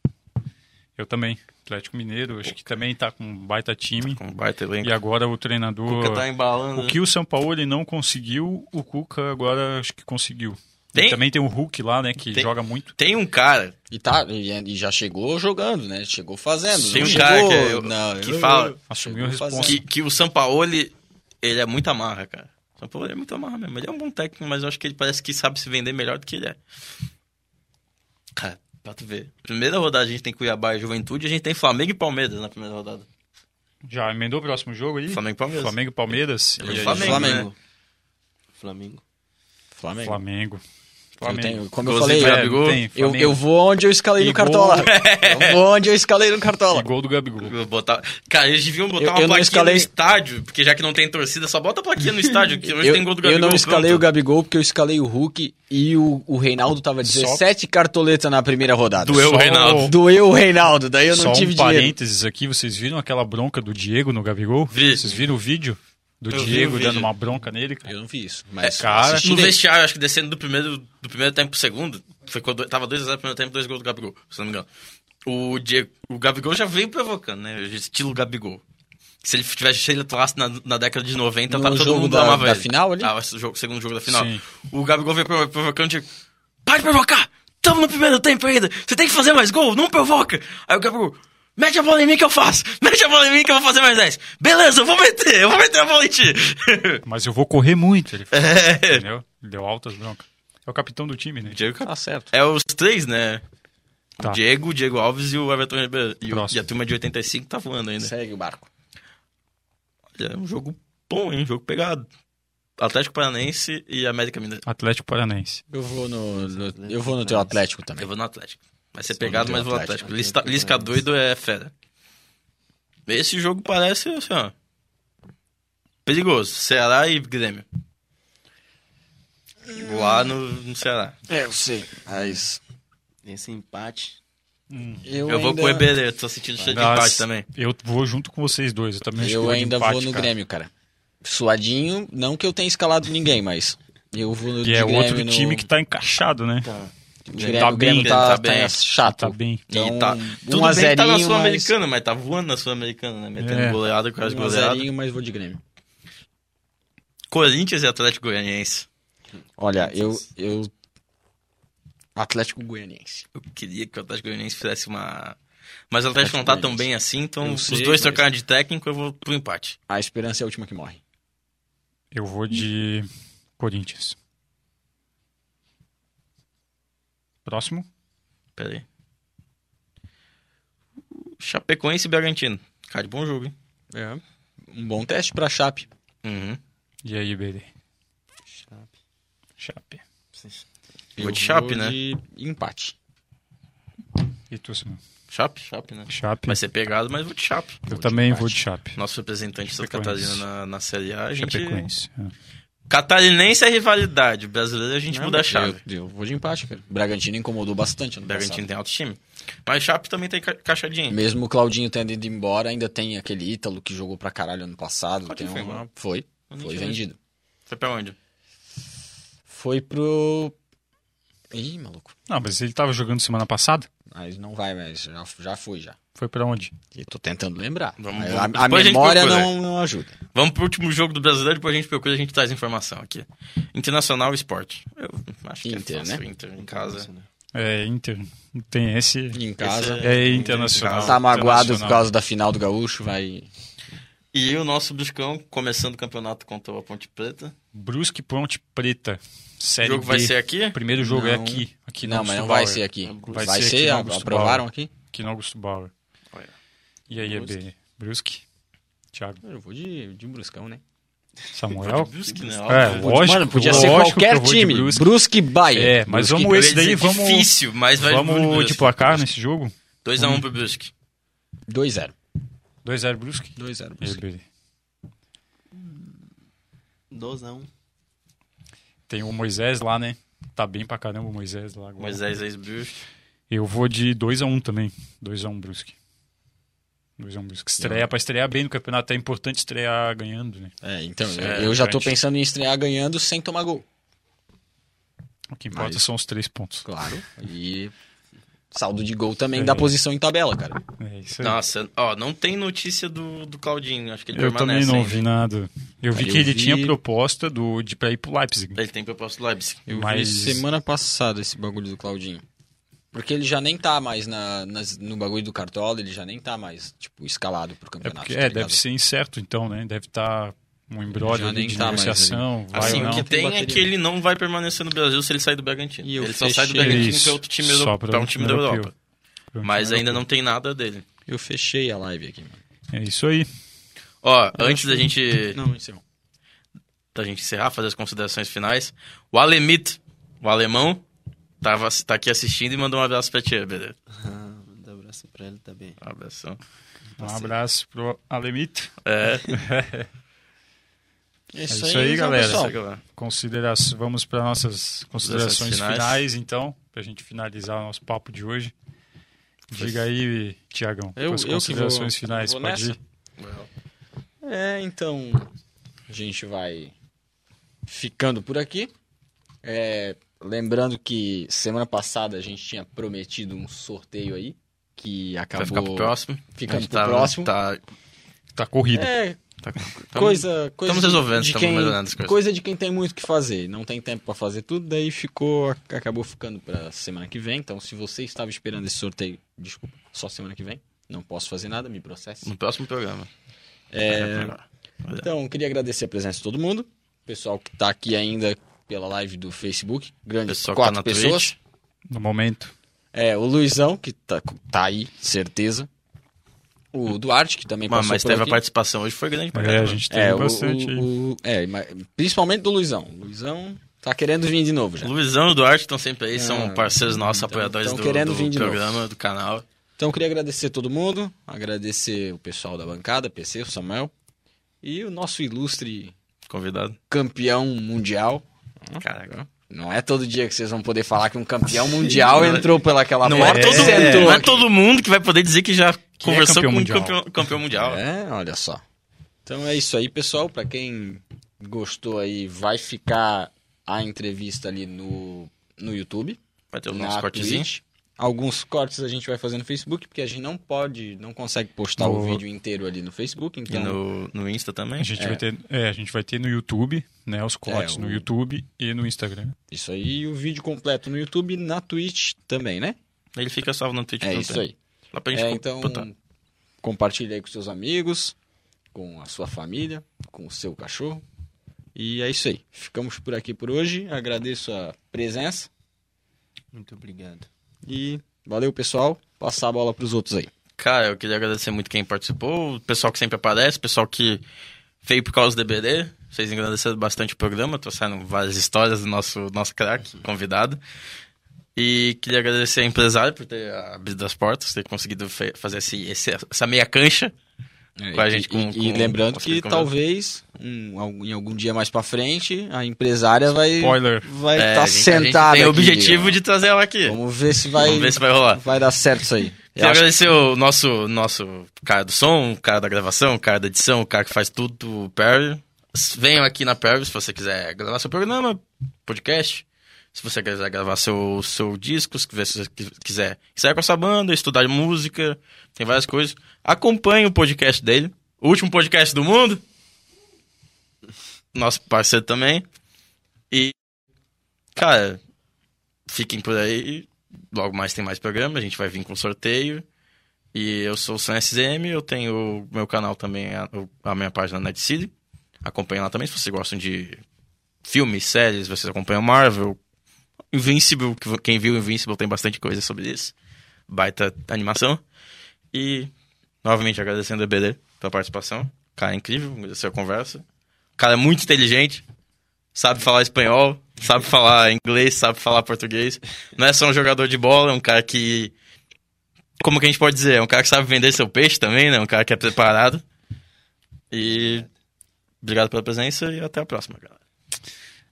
[SPEAKER 1] Eu também. Atlético Mineiro, acho que também tá com um baita time.
[SPEAKER 3] Tá Com baita elenco.
[SPEAKER 1] E agora o
[SPEAKER 3] O
[SPEAKER 1] treinador...
[SPEAKER 3] Cuca tá embalando.
[SPEAKER 1] O
[SPEAKER 4] né?
[SPEAKER 1] que o São Paulo ele não conseguiu, o Cuca agora acho que conseguiu. E
[SPEAKER 3] Tem-
[SPEAKER 1] também tem o Hulk lá, né, que
[SPEAKER 3] Tem-
[SPEAKER 1] joga muito.
[SPEAKER 3] Tem um cara
[SPEAKER 4] E tá, e, e já chegou jogando, né? Chegou fazendo.
[SPEAKER 3] Tem
[SPEAKER 4] não
[SPEAKER 3] um cara
[SPEAKER 4] chegou-
[SPEAKER 3] que-
[SPEAKER 4] não,
[SPEAKER 3] que
[SPEAKER 4] eu-
[SPEAKER 3] fala-
[SPEAKER 1] Assumiu a
[SPEAKER 4] Chegou
[SPEAKER 1] responsa.
[SPEAKER 4] fazendo.
[SPEAKER 3] que, que o Sampaoli, ele é muito amarra, cara. O Sampaoli é muito amarra mesmo. Ele é um bom técnico, mas eu acho que ele parece que sabe se vender melhor do que ele é. Cara, pra tu ver. Primeira rodada a gente tem Cuiabá e Juventude, a gente tem Flamengo e Palmeiras na primeira rodada.
[SPEAKER 1] Já emendou o próximo jogo aí?
[SPEAKER 3] Flamengo e Palmeiras.
[SPEAKER 1] Flamengo, Palmeiras.
[SPEAKER 3] Eu-
[SPEAKER 1] e aí-
[SPEAKER 3] Flamengo, né?
[SPEAKER 4] Flamengo.
[SPEAKER 2] Flamengo.
[SPEAKER 4] Flamengo.
[SPEAKER 1] Flamengo.
[SPEAKER 4] Eu
[SPEAKER 1] Flamengo.
[SPEAKER 4] tenho, como eu
[SPEAKER 3] Golzinho
[SPEAKER 4] falei,
[SPEAKER 3] do
[SPEAKER 1] É,
[SPEAKER 3] Gabigol.
[SPEAKER 1] tem,
[SPEAKER 4] eu,
[SPEAKER 1] Flamengo.
[SPEAKER 4] eu vou onde eu escalei no
[SPEAKER 1] E gol.
[SPEAKER 4] cartola. Eu vou onde eu escalei no
[SPEAKER 1] E
[SPEAKER 4] cartola.
[SPEAKER 1] gol do Gabigol.
[SPEAKER 3] Vou Botar... Cara, eles deviam botar
[SPEAKER 4] Eu-
[SPEAKER 3] uma
[SPEAKER 4] eu não
[SPEAKER 3] plaquinha
[SPEAKER 4] escalei-
[SPEAKER 3] no estádio, porque já que não tem torcida, só bota a plaquinha no estádio, que hoje
[SPEAKER 4] Eu,
[SPEAKER 3] tem gol do
[SPEAKER 4] eu
[SPEAKER 3] Gabigol.
[SPEAKER 4] não escalei
[SPEAKER 3] pronto.
[SPEAKER 4] o Gabigol porque eu escalei o Hulk e o, o Reinaldo tava 17 cartoletas na primeira rodada.
[SPEAKER 3] Doeu
[SPEAKER 1] Só
[SPEAKER 3] o Reinaldo.
[SPEAKER 4] Doeu o Reinaldo, daí eu não
[SPEAKER 1] Só
[SPEAKER 4] tive
[SPEAKER 1] um
[SPEAKER 4] dinheiro.
[SPEAKER 1] parênteses aqui, vocês viram aquela bronca do Diego no Gabigol?
[SPEAKER 3] Vi.
[SPEAKER 1] Vocês viram o vídeo do
[SPEAKER 3] Eu vi o
[SPEAKER 1] Diego
[SPEAKER 3] vídeo.
[SPEAKER 1] dando uma bronca nele? cara?
[SPEAKER 4] Eu não vi isso, mas
[SPEAKER 1] É, cara,
[SPEAKER 4] assisti
[SPEAKER 3] No
[SPEAKER 4] daí.
[SPEAKER 3] vestiário, acho que descendo do primeiro, do primeiro tempo pro segundo, foi quando tava 2x0 no primeiro tempo, dois gols do Gabigol, se não me engano. O, Diego, o Gabigol já veio provocando, né? Estilo Gabigol. Se ele tivesse se ele atuasse na, na década de 90,
[SPEAKER 4] No
[SPEAKER 3] tá, todo
[SPEAKER 4] jogo
[SPEAKER 3] mundo
[SPEAKER 4] da-
[SPEAKER 3] amava
[SPEAKER 4] da
[SPEAKER 3] ele.
[SPEAKER 4] final ali?
[SPEAKER 3] Ah, esse jogo, segundo jogo da final.
[SPEAKER 1] Sim.
[SPEAKER 3] O Gabigol veio provo- provocando, o Diego, para de provocar! Tamo no primeiro tempo ainda! Você tem que fazer mais gol, não provoca! Aí o Gabigol, mete a bola em mim que eu faço! Mete a bola em mim que eu vou fazer mais 10! Beleza, eu vou meter, eu vou meter a bola em ti!
[SPEAKER 1] Mas eu vou correr muito, ele falou,
[SPEAKER 3] É.
[SPEAKER 1] entendeu? Deu altas broncas. É o capitão do time, né?
[SPEAKER 3] Diego
[SPEAKER 4] Tá certo.
[SPEAKER 3] É os três, né?
[SPEAKER 1] Tá.
[SPEAKER 3] O Diego, o Diego Alves e o Everton Ribeiro. E, o- e
[SPEAKER 1] Próximo.
[SPEAKER 3] a turma de 85 tá voando ainda.
[SPEAKER 4] Segue o barco.
[SPEAKER 3] É um jogo bom, hein? Um jogo pegado. Atlético Paranaense e América Mineiro.
[SPEAKER 1] Atlético Paranaense.
[SPEAKER 4] Eu vou no, no- eu vou no teu Atlético também.
[SPEAKER 3] Eu vou no Atlético. Vai ser
[SPEAKER 4] Só não
[SPEAKER 3] pegado,
[SPEAKER 4] tem um
[SPEAKER 3] mas vou no
[SPEAKER 4] Atlético,
[SPEAKER 3] Atlético. Lisca, Lisca doido é fera. Esse jogo parece, assim, ó... Perigoso. Ceará e Grêmio. Lá no, no Ceará.
[SPEAKER 4] É, eu sei, mas
[SPEAKER 2] Esse empate.
[SPEAKER 4] eu,
[SPEAKER 3] Eu, vou
[SPEAKER 4] ainda-
[SPEAKER 3] com o Eberê, tô sentindo cheio de
[SPEAKER 1] Mas
[SPEAKER 3] empate também.
[SPEAKER 1] Eu vou junto com vocês dois. Eu também acho que
[SPEAKER 4] Eu
[SPEAKER 1] de
[SPEAKER 4] ainda
[SPEAKER 1] empate,
[SPEAKER 4] vou no
[SPEAKER 1] cara.
[SPEAKER 4] Grêmio, cara. Suadinho, não que eu tenha escalado ninguém, mas eu vou no
[SPEAKER 1] Que
[SPEAKER 4] de
[SPEAKER 1] é
[SPEAKER 4] Grêmio
[SPEAKER 1] outro
[SPEAKER 4] no-
[SPEAKER 1] time que tá encaixado, né?
[SPEAKER 4] o Grêmio,
[SPEAKER 1] tá
[SPEAKER 4] o Grêmio
[SPEAKER 1] bem,
[SPEAKER 4] tá,
[SPEAKER 3] tá
[SPEAKER 4] tá
[SPEAKER 3] bem.
[SPEAKER 4] chato.
[SPEAKER 1] Tá bem.
[SPEAKER 4] Então,
[SPEAKER 3] e tá,
[SPEAKER 4] um
[SPEAKER 3] tudo
[SPEAKER 4] a
[SPEAKER 3] bem que tá na
[SPEAKER 4] zerinho,
[SPEAKER 3] Sul-Americana, mas... tá voando na Sul-Americana, né? Metendo
[SPEAKER 1] É.
[SPEAKER 3] goleada, quase
[SPEAKER 4] Um a
[SPEAKER 3] goleada.
[SPEAKER 4] zerinho, mas vou de Grêmio.
[SPEAKER 3] Corinthians e Atlético Goianiense.
[SPEAKER 4] Olha, eu, eu... Atlético Goianiense.
[SPEAKER 3] Eu queria que o Atlético Goianiense fizesse uma... Mas o Atlético não tá tão
[SPEAKER 4] Atlético
[SPEAKER 3] bem assim, então
[SPEAKER 4] Eu
[SPEAKER 3] os
[SPEAKER 4] sei,
[SPEAKER 3] dois
[SPEAKER 4] mas-
[SPEAKER 3] trocaram de técnico, eu vou pro empate.
[SPEAKER 4] A esperança é a última que morre.
[SPEAKER 1] Eu vou de Corinthians. Próximo?
[SPEAKER 3] Pera aí. Chapecoense e Bragantino. Cara, de bom jogo, hein?
[SPEAKER 4] É. Um bom teste pra Chape.
[SPEAKER 3] Uhum.
[SPEAKER 1] E aí, Bele? Chape.
[SPEAKER 3] Vou
[SPEAKER 4] Eu
[SPEAKER 3] de Chape, né?
[SPEAKER 4] de empate.
[SPEAKER 1] E tu, Simão?
[SPEAKER 3] Chape? Chape, né?
[SPEAKER 1] Chape.
[SPEAKER 3] Vai ser pegado, mas vou de Chape.
[SPEAKER 1] eu também vou de Chape.
[SPEAKER 3] Nosso representante de Santa
[SPEAKER 1] Chapecoense.
[SPEAKER 3] Catarina na, na Série A, a gente...
[SPEAKER 1] Chapecoense. é.
[SPEAKER 3] Catarinense é rivalidade. Brasileiro a gente
[SPEAKER 4] Não, é
[SPEAKER 3] muda a chave.
[SPEAKER 4] Eu, eu vou de empate, cara. Bragantino incomodou bastante ano
[SPEAKER 3] Bragantino
[SPEAKER 4] Bragantino.
[SPEAKER 3] tem alto time. Mas Chape também tá enca- encaixadinho.
[SPEAKER 4] Mesmo o Claudinho tendo ido embora, ainda tem aquele Ítalo que jogou pra caralho ano passado.
[SPEAKER 3] Claudinho
[SPEAKER 4] tem
[SPEAKER 3] foi
[SPEAKER 4] uma-
[SPEAKER 3] embora?
[SPEAKER 4] foi,
[SPEAKER 3] Eu nem
[SPEAKER 4] foi
[SPEAKER 3] tinha
[SPEAKER 4] vendido.
[SPEAKER 3] Foi né? pra onde?
[SPEAKER 4] Foi pro... Ih, maluco.
[SPEAKER 1] Não, mas ele tava jogando semana passada?
[SPEAKER 4] Mas não vai mais, já, já foi já.
[SPEAKER 1] Foi pra onde?
[SPEAKER 4] Eu tô tentando lembrar.
[SPEAKER 3] Vamos-
[SPEAKER 4] Mas
[SPEAKER 3] vamos-
[SPEAKER 4] a, a
[SPEAKER 3] depois a gente
[SPEAKER 4] memória
[SPEAKER 3] procura.
[SPEAKER 4] não, não ajuda.
[SPEAKER 3] Vamos pro último jogo do brasileiro, depois a gente procura, a gente traz informação aqui. Internacional e esporte. Eu acho que
[SPEAKER 4] Inter, né?
[SPEAKER 3] é fácil, Inter em casa.
[SPEAKER 1] É Inter. Tem esse.
[SPEAKER 4] Em casa.
[SPEAKER 3] Esse
[SPEAKER 1] É internacional.
[SPEAKER 4] Tá magoado por
[SPEAKER 1] Internacional.
[SPEAKER 4] causa da final do Gaúcho, vai.
[SPEAKER 3] E o nosso Bruscão, começando o campeonato contra a Ponte Preta.
[SPEAKER 1] Brusque Ponte Preta.
[SPEAKER 3] O
[SPEAKER 1] Série
[SPEAKER 3] jogo
[SPEAKER 1] B.
[SPEAKER 3] vai ser aqui?
[SPEAKER 1] Primeiro jogo é
[SPEAKER 4] Não.
[SPEAKER 1] aqui. aqui no
[SPEAKER 4] não, mas não
[SPEAKER 1] Augusto
[SPEAKER 4] vai
[SPEAKER 1] Bauer.
[SPEAKER 4] ser aqui.
[SPEAKER 1] Vai
[SPEAKER 4] Vai,
[SPEAKER 1] ser aqui
[SPEAKER 4] ser,
[SPEAKER 1] no
[SPEAKER 4] a-
[SPEAKER 1] Augusto
[SPEAKER 4] aprovaram aqui?
[SPEAKER 1] Aqui no Augusto Bauer.
[SPEAKER 3] Olha.
[SPEAKER 1] E aí é
[SPEAKER 3] Brusque.
[SPEAKER 1] B. Brusque. Thiago.
[SPEAKER 4] Eu vou de, de Bruscão, né?
[SPEAKER 1] Samuel.
[SPEAKER 3] Brusque, né?
[SPEAKER 1] É, lógico.
[SPEAKER 4] Mano, podia ser
[SPEAKER 1] lógico que eu
[SPEAKER 4] qualquer
[SPEAKER 1] vou de
[SPEAKER 4] time.
[SPEAKER 1] Brusque.
[SPEAKER 4] Brusque, e Bahia.
[SPEAKER 1] É, mas
[SPEAKER 4] Brusque-
[SPEAKER 1] vamos esse
[SPEAKER 3] Eu ia
[SPEAKER 1] daí,
[SPEAKER 3] dizer
[SPEAKER 1] vamos,
[SPEAKER 3] Difícil, mas vai
[SPEAKER 1] vamos tipo, de placar nesse jogo?
[SPEAKER 3] 2x1 pro Brusque.
[SPEAKER 4] 2-0.
[SPEAKER 1] 2x0 Brusque.
[SPEAKER 4] 2-0.
[SPEAKER 1] É, B.
[SPEAKER 2] 2 a 1.
[SPEAKER 1] Tem o Moisés lá, né? Tá bem pra caramba o Moisés lá agora.
[SPEAKER 3] Moisés ex-Brusque.
[SPEAKER 1] Eu vou de 2x1 também. 2x1 Brusque. 2x1 Brusque. Estreia pra estrear bem no campeonato. É importante estrear ganhando, né?
[SPEAKER 4] É, então, eu-
[SPEAKER 1] É,
[SPEAKER 4] eu já tô
[SPEAKER 1] grande.
[SPEAKER 4] pensando em estrear ganhando sem tomar gol.
[SPEAKER 1] O que importa
[SPEAKER 4] Mas-
[SPEAKER 1] são os três pontos.
[SPEAKER 4] Claro. E saldo de gol também dá posição em tabela, cara.
[SPEAKER 1] É isso aí.
[SPEAKER 3] Nossa, ó, não tem notícia do, do Claudinho. Acho que ele
[SPEAKER 1] eu
[SPEAKER 3] permanece.
[SPEAKER 1] também não
[SPEAKER 3] ainda.
[SPEAKER 1] vi nada. Eu vi
[SPEAKER 4] Cara,
[SPEAKER 1] que
[SPEAKER 4] eu
[SPEAKER 1] ele
[SPEAKER 4] vi- É,
[SPEAKER 1] tinha proposta do, de pra ir pro Leipzig.
[SPEAKER 3] Ele tem proposta do Leipzig.
[SPEAKER 4] Eu
[SPEAKER 1] Mas-
[SPEAKER 4] vi semana passada esse bagulho do Claudinho. Porque ele já nem tá mais na- nas- no bagulho do Cartola, ele já nem tá mais, tipo, escalado pro
[SPEAKER 1] É,
[SPEAKER 4] campeonato.
[SPEAKER 1] porque,
[SPEAKER 4] tá
[SPEAKER 1] é
[SPEAKER 4] ligado?
[SPEAKER 1] deve ser incerto então, né? Deve estar um
[SPEAKER 4] Já
[SPEAKER 1] embrólio ali
[SPEAKER 4] nem
[SPEAKER 1] de
[SPEAKER 4] tá mais
[SPEAKER 1] negociação. Vai
[SPEAKER 3] Assim,
[SPEAKER 1] ou
[SPEAKER 3] o
[SPEAKER 1] não.
[SPEAKER 3] que tem é
[SPEAKER 2] bateria.
[SPEAKER 3] que ele não vai permanecer no Brasil se ele sair do Bragantino.
[SPEAKER 4] E eu
[SPEAKER 3] Ele só sai do
[SPEAKER 4] fechei-
[SPEAKER 3] Bragantino
[SPEAKER 1] É Isso,
[SPEAKER 3] pra outro time,
[SPEAKER 1] só
[SPEAKER 3] euro...
[SPEAKER 1] pra
[SPEAKER 4] tá
[SPEAKER 3] pra um
[SPEAKER 1] um
[SPEAKER 3] time da
[SPEAKER 1] time
[SPEAKER 3] Europa.
[SPEAKER 1] europeu. Pra um
[SPEAKER 3] Mas
[SPEAKER 1] time
[SPEAKER 3] ainda
[SPEAKER 1] europeu.
[SPEAKER 3] não tem nada dele.
[SPEAKER 4] Eu fechei a live aqui, mano.
[SPEAKER 1] É isso aí.
[SPEAKER 3] Ó, antes da gente,
[SPEAKER 4] Não, é encerrou.
[SPEAKER 3] da gente encerrar, fazer as considerações finais, o Alemit, o alemão, tava, tá aqui assistindo e mandou um abraço pra ti, beleza?
[SPEAKER 2] Ah, manda abraço pra ele
[SPEAKER 5] tá
[SPEAKER 2] também.
[SPEAKER 3] Um abração.
[SPEAKER 1] Um
[SPEAKER 4] Tá
[SPEAKER 1] abraço pro Alemito.
[SPEAKER 3] É,
[SPEAKER 4] É
[SPEAKER 1] isso aí, galera.
[SPEAKER 4] pessoal.
[SPEAKER 3] chega lá.
[SPEAKER 1] Considera vamos para nossas considerações
[SPEAKER 3] finais.
[SPEAKER 1] finais. então, para a gente finalizar o nosso papo de hoje. Diga aí, Tiagão,
[SPEAKER 4] Eu-
[SPEAKER 1] as
[SPEAKER 4] eu que vou-
[SPEAKER 1] considerações finais.
[SPEAKER 4] vou
[SPEAKER 1] pode
[SPEAKER 4] nessa?
[SPEAKER 1] ir.
[SPEAKER 4] É, então a gente vai ficando por aqui. É, lembrando que semana passada a gente tinha prometido um sorteio aí que
[SPEAKER 3] Vai ficar pro
[SPEAKER 4] acabou
[SPEAKER 3] próximo.
[SPEAKER 4] ficando
[SPEAKER 3] A gente
[SPEAKER 4] pro
[SPEAKER 3] tá-
[SPEAKER 4] próximo.
[SPEAKER 3] Tá, tá,
[SPEAKER 1] Tá corrido.
[SPEAKER 4] É,
[SPEAKER 3] tamo-
[SPEAKER 4] coisa, coisa
[SPEAKER 3] estamos resolvendo,
[SPEAKER 4] de
[SPEAKER 3] estamos
[SPEAKER 4] quem,
[SPEAKER 3] melhorando as coisas.
[SPEAKER 4] coisa de quem tem muito o que fazer, não tem tempo pra fazer tudo, daí ficou acabou ficando pra semana que vem. Então, se você estava esperando esse sorteio, desculpa, só semana que vem, não posso fazer nada, me processe.
[SPEAKER 3] No próximo programa.
[SPEAKER 4] É,
[SPEAKER 3] Olha.
[SPEAKER 4] Então, queria agradecer a presença de todo mundo. Pessoal que tá aqui ainda pela live do Facebook. Grandes
[SPEAKER 3] Pessoal que tá
[SPEAKER 4] quatro
[SPEAKER 3] na
[SPEAKER 4] pessoas.
[SPEAKER 3] Twitch.
[SPEAKER 1] No momento.
[SPEAKER 4] É, o Luizão, que tá, tá aí, certeza. O Duarte, que também
[SPEAKER 3] Mas,
[SPEAKER 4] passou
[SPEAKER 3] mas
[SPEAKER 4] por
[SPEAKER 3] teve a
[SPEAKER 4] aqui.
[SPEAKER 3] participação hoje, foi grande pra
[SPEAKER 1] É,
[SPEAKER 3] caramba.
[SPEAKER 1] a gente teve
[SPEAKER 4] É, o,
[SPEAKER 1] bastante aí.
[SPEAKER 4] o- o- é, mas principalmente do Luizão. O Luizão tá querendo vir de novo já.
[SPEAKER 3] Luizão e o Duarte estão sempre aí, são
[SPEAKER 4] Ah,
[SPEAKER 3] parceiros nossos,
[SPEAKER 4] então-
[SPEAKER 3] apoiadores
[SPEAKER 4] então
[SPEAKER 3] do,
[SPEAKER 4] querendo
[SPEAKER 3] do
[SPEAKER 4] vir de novo.
[SPEAKER 3] programa, do canal.
[SPEAKER 4] Então, queria agradecer todo mundo. Agradecer o pessoal da bancada, PC, o Samuel. E o nosso ilustre
[SPEAKER 3] Convidado.
[SPEAKER 4] campeão mundial.
[SPEAKER 3] Caraca.
[SPEAKER 4] Não é todo dia que vocês vão poder falar que um campeão mundial entrou pelaquela
[SPEAKER 3] Não é,
[SPEAKER 4] porta
[SPEAKER 3] todo,
[SPEAKER 4] e sentou.
[SPEAKER 3] não é todo mundo que vai poder dizer que já conversou
[SPEAKER 1] campeão
[SPEAKER 3] com um
[SPEAKER 1] mundial.
[SPEAKER 3] campeão, campeão mundial.
[SPEAKER 4] É, olha só. Então é isso aí, pessoal. Pra quem gostou aí, vai ficar a entrevista ali no, no YouTube,
[SPEAKER 3] Vai ter um os nossos
[SPEAKER 4] na
[SPEAKER 3] cortezinhos.
[SPEAKER 4] Twitch. Alguns cortes a gente vai fazer no Facebook, porque a gente não pode, não consegue postar o
[SPEAKER 1] No-
[SPEAKER 4] vídeo inteiro ali no Facebook,
[SPEAKER 3] E
[SPEAKER 4] então
[SPEAKER 3] no, no Insta também.
[SPEAKER 1] A gente, vai ter, é, a gente vai ter no YouTube, né? Os cortes
[SPEAKER 4] É, o-
[SPEAKER 1] no YouTube e no Instagram.
[SPEAKER 4] isso aí, o vídeo completo no YouTube, na Twitch também, né?
[SPEAKER 3] Ele fica salvo no Twitch.
[SPEAKER 4] É
[SPEAKER 3] não
[SPEAKER 4] isso
[SPEAKER 3] tem.
[SPEAKER 4] aí.
[SPEAKER 3] Lá pra gente
[SPEAKER 4] É, então,
[SPEAKER 3] botar.
[SPEAKER 4] compartilha aí com seus amigos, com a sua família, com o seu cachorro. E é isso aí. Ficamos por aqui por hoje. Agradeço a presença
[SPEAKER 2] Muito obrigado.
[SPEAKER 4] e valeu, pessoal. Passar a bola pros outros aí.
[SPEAKER 3] Cara, eu queria agradecer muito quem participou, o pessoal que sempre aparece, o pessoal que veio por causa do DBD. Vocês agradeceram bastante o programa, trouxeram várias histórias do nosso, nosso craque, convidado. E queria agradecer a empresária por ter abrido as portas, ter conseguido fe- fazer esse, esse- essa meia cancha. Com a gente, com-
[SPEAKER 4] e, e
[SPEAKER 3] com-
[SPEAKER 4] lembrando
[SPEAKER 3] com as
[SPEAKER 4] que
[SPEAKER 3] pessoas.
[SPEAKER 4] talvez um, algum- em algum dia mais pra frente a empresária vai estar
[SPEAKER 1] Spoiler.
[SPEAKER 4] vai
[SPEAKER 3] É,
[SPEAKER 4] tá
[SPEAKER 3] a gente- a gente
[SPEAKER 4] sentada.
[SPEAKER 3] Tem o
[SPEAKER 4] aqui,
[SPEAKER 3] objetivo
[SPEAKER 4] ó.
[SPEAKER 3] de trazer ela aqui.
[SPEAKER 4] Vamos ver se vai
[SPEAKER 3] Vamos ver se é vai rolar.
[SPEAKER 4] vai dar certo isso aí. Eu
[SPEAKER 3] Queria
[SPEAKER 4] acho
[SPEAKER 3] agradecer o nosso, nosso cara do som, o cara da gravação, o cara da edição, o cara que faz tudo, o Perry. S- Venham aqui na Perry se você quiser gravar seu programa, podcast. Se você quiser gravar seu, seu disco, se quiser- se quiser, quiser com a sua banda, estudar música, tem várias coisas. Acompanhe o podcast dele. O último podcast do mundo. Nosso parceiro também. E, cara, fiquem por aí. Logo mais tem mais programa, a gente vai vir com sorteio. E eu sou o Sam SZM, eu tenho o meu canal também, a, o- a minha página na Netcity. Acompanha lá também, se vocês gostam de filmes, séries, vocês acompanham Marvel. Invincible, que vo- quem viu Invincible tem bastante coisa sobre isso. Baita animação. E, novamente, agradecendo a BD pela participação. Cara, é incrível agradecer a conversa. O cara é muito inteligente, sabe falar espanhol, sabe falar inglês, sabe falar português. Não é só um jogador de bola, é um cara que como que a gente pode dizer? É um cara que sabe vender seu peixe também, né? Um cara que é preparado. E obrigado pela presença e até a próxima, galera.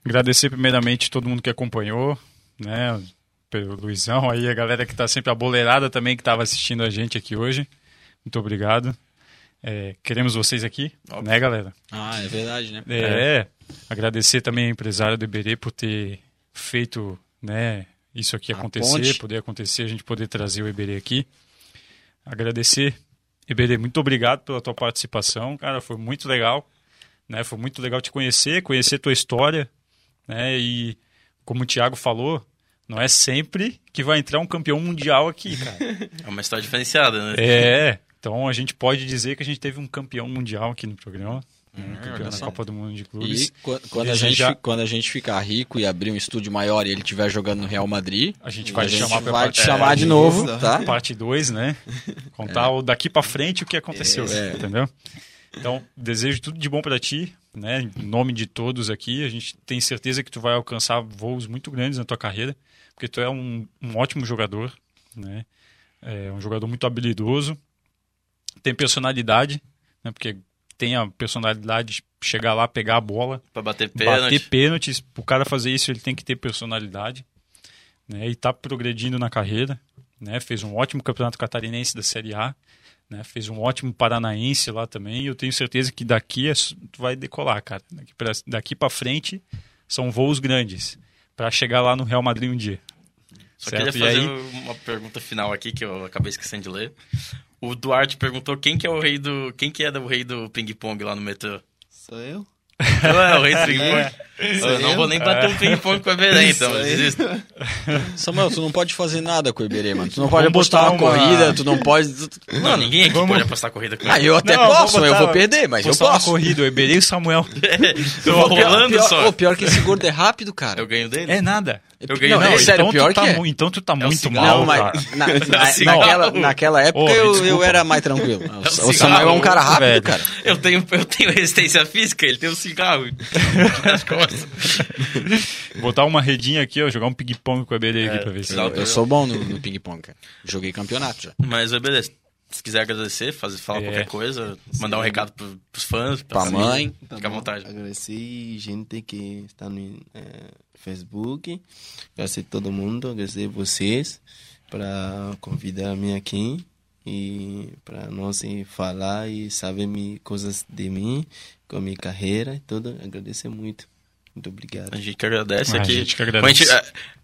[SPEAKER 1] Agradecer primeiramente todo mundo que acompanhou, né? Pelo Luizão aí, a galera que tá sempre aboleirada também, que estava assistindo a gente aqui hoje. Muito obrigado. É, queremos vocês aqui,
[SPEAKER 3] Óbvio.
[SPEAKER 1] né, galera?
[SPEAKER 4] Ah, é verdade, né?
[SPEAKER 1] É, agradecer também ao empresário do Iberê por ter feito né, isso aqui
[SPEAKER 4] A
[SPEAKER 1] acontecer,
[SPEAKER 4] ponte.
[SPEAKER 1] poder acontecer, a gente poder trazer o Iberê aqui. Agradecer, Iberê, muito obrigado pela tua participação, cara, foi muito legal, né, foi muito legal te conhecer, conhecer tua história, né, e como o Thiago falou, não é sempre que vai entrar um campeão mundial aqui, cara.
[SPEAKER 3] É uma história diferenciada, né?
[SPEAKER 1] É, então a gente pode dizer que a gente teve um campeão mundial aqui no programa, né, um
[SPEAKER 4] É, olha
[SPEAKER 1] campeão na
[SPEAKER 4] só.
[SPEAKER 1] Copa do Mundo de Clubes.
[SPEAKER 4] E quan- quando a, gente,
[SPEAKER 1] Desejar-
[SPEAKER 4] fi- quando a gente ficar rico e abrir um estúdio maior e ele estiver jogando no Real Madrid,
[SPEAKER 1] A gente
[SPEAKER 4] a
[SPEAKER 1] vai te
[SPEAKER 4] gente
[SPEAKER 1] chamar pra
[SPEAKER 4] vai
[SPEAKER 1] parte,
[SPEAKER 4] te chamar de
[SPEAKER 5] é,
[SPEAKER 4] novo,
[SPEAKER 5] isso.
[SPEAKER 4] tá?
[SPEAKER 1] parte 2, né? Contar o daqui pra frente o que aconteceu,
[SPEAKER 4] É.
[SPEAKER 1] entendeu? Então, desejo tudo de bom pra ti, né? Em nome de todos aqui, a gente tem certeza que tu vai alcançar voos muito grandes na tua carreira, porque tu é um, um ótimo jogador, né? É um jogador muito habilidoso, tem personalidade, né? Porque tem a personalidade de chegar lá, pegar a bola,
[SPEAKER 3] Pra bater
[SPEAKER 1] bater
[SPEAKER 3] pênalti.
[SPEAKER 1] pênaltis, o cara fazer isso, ele tem que ter personalidade, né? E tá progredindo na carreira, né? Fez um ótimo campeonato catarinense da Série A, né? Fez um ótimo paranaense lá também, e eu tenho certeza que daqui é s- tu vai decolar, cara. Daqui pra, daqui pra frente são voos grandes para chegar lá no Real Madrid um dia.
[SPEAKER 3] Só
[SPEAKER 1] certo,
[SPEAKER 3] queria
[SPEAKER 1] e
[SPEAKER 3] fazer um-
[SPEAKER 1] aí-
[SPEAKER 3] uma pergunta final aqui que eu acabei esquecendo de ler. O Duarte perguntou quem que é o rei do. Quem que é o rei do ping-pong lá no metrô?
[SPEAKER 5] Sou eu?
[SPEAKER 3] Eu é o rei do ping-pong.
[SPEAKER 5] Sou
[SPEAKER 3] Eu não vou nem bater um ping-pong com a Belém, então.
[SPEAKER 5] Isso aí.
[SPEAKER 3] desisto.
[SPEAKER 4] Samuel, tu não pode fazer nada com o Iberê, mano. Tu não pode
[SPEAKER 1] Vamos
[SPEAKER 4] apostar
[SPEAKER 1] botar
[SPEAKER 4] uma
[SPEAKER 1] uma-
[SPEAKER 4] corrida, tu não pode. tu-
[SPEAKER 3] Não, ninguém aqui pode apostar corrida com
[SPEAKER 4] Ah,
[SPEAKER 3] ele.
[SPEAKER 4] eu até
[SPEAKER 1] Não,
[SPEAKER 4] posso,
[SPEAKER 1] vou
[SPEAKER 4] eu
[SPEAKER 1] botar-
[SPEAKER 4] vou perder, mas eu
[SPEAKER 1] Postar uma
[SPEAKER 4] posso.
[SPEAKER 1] corrida, o Eberê e o Samuel.
[SPEAKER 3] Eu vou
[SPEAKER 4] Pior-
[SPEAKER 3] rolando
[SPEAKER 4] pior,
[SPEAKER 3] só.
[SPEAKER 4] ô, pior que esse gordo é rápido, cara.
[SPEAKER 3] Eu ganho dele.
[SPEAKER 1] É nada.
[SPEAKER 3] eu ganhei
[SPEAKER 4] Não,
[SPEAKER 3] dele.
[SPEAKER 4] é sério,
[SPEAKER 1] então,
[SPEAKER 4] pior
[SPEAKER 1] tu tá
[SPEAKER 4] que é.
[SPEAKER 1] mu- então tu tá muito
[SPEAKER 3] cigarro.
[SPEAKER 1] mal,
[SPEAKER 4] Não,
[SPEAKER 1] cara.
[SPEAKER 4] mas na, na-
[SPEAKER 3] cigarro.
[SPEAKER 4] naquela, naquela época
[SPEAKER 1] Ô,
[SPEAKER 4] eu,
[SPEAKER 1] desculpa.
[SPEAKER 4] eu era mais tranquilo. O,
[SPEAKER 3] cigarro,
[SPEAKER 4] Samuel é um cara rápido,
[SPEAKER 1] velho.
[SPEAKER 4] cara.
[SPEAKER 3] Eu tenho, eu tenho resistência física, ele tem um cigarro nas costas.
[SPEAKER 1] Botar uma redinha aqui, ó, jogar um ping-pong com o Eberê aqui pra ver se...
[SPEAKER 3] Não,
[SPEAKER 4] Eu, eu sou bom no, no ping-pong, cara. Joguei campeonato já.
[SPEAKER 3] Mas ô, beleza. Se quiser agradecer, fazer, falar
[SPEAKER 1] É.
[SPEAKER 3] qualquer coisa, mandar um recado pro, pros fãs, pra
[SPEAKER 4] Pra
[SPEAKER 1] Então,
[SPEAKER 3] família,
[SPEAKER 4] mãe.
[SPEAKER 5] Tá
[SPEAKER 3] Fica à
[SPEAKER 5] bom.
[SPEAKER 3] vontade.
[SPEAKER 5] Agradecer gente que está no eh, Facebook. Agradecer todo mundo. Agradecer vocês para convidar-me aqui e para nós eh, falar e saber me, coisas de mim, com minha carreira e tudo. Agradecer muito. Muito obrigado.
[SPEAKER 3] A gente que agradece
[SPEAKER 1] Ah, a
[SPEAKER 3] aqui.
[SPEAKER 1] gente que
[SPEAKER 3] Bom, a gente,
[SPEAKER 1] agradece.
[SPEAKER 3] é,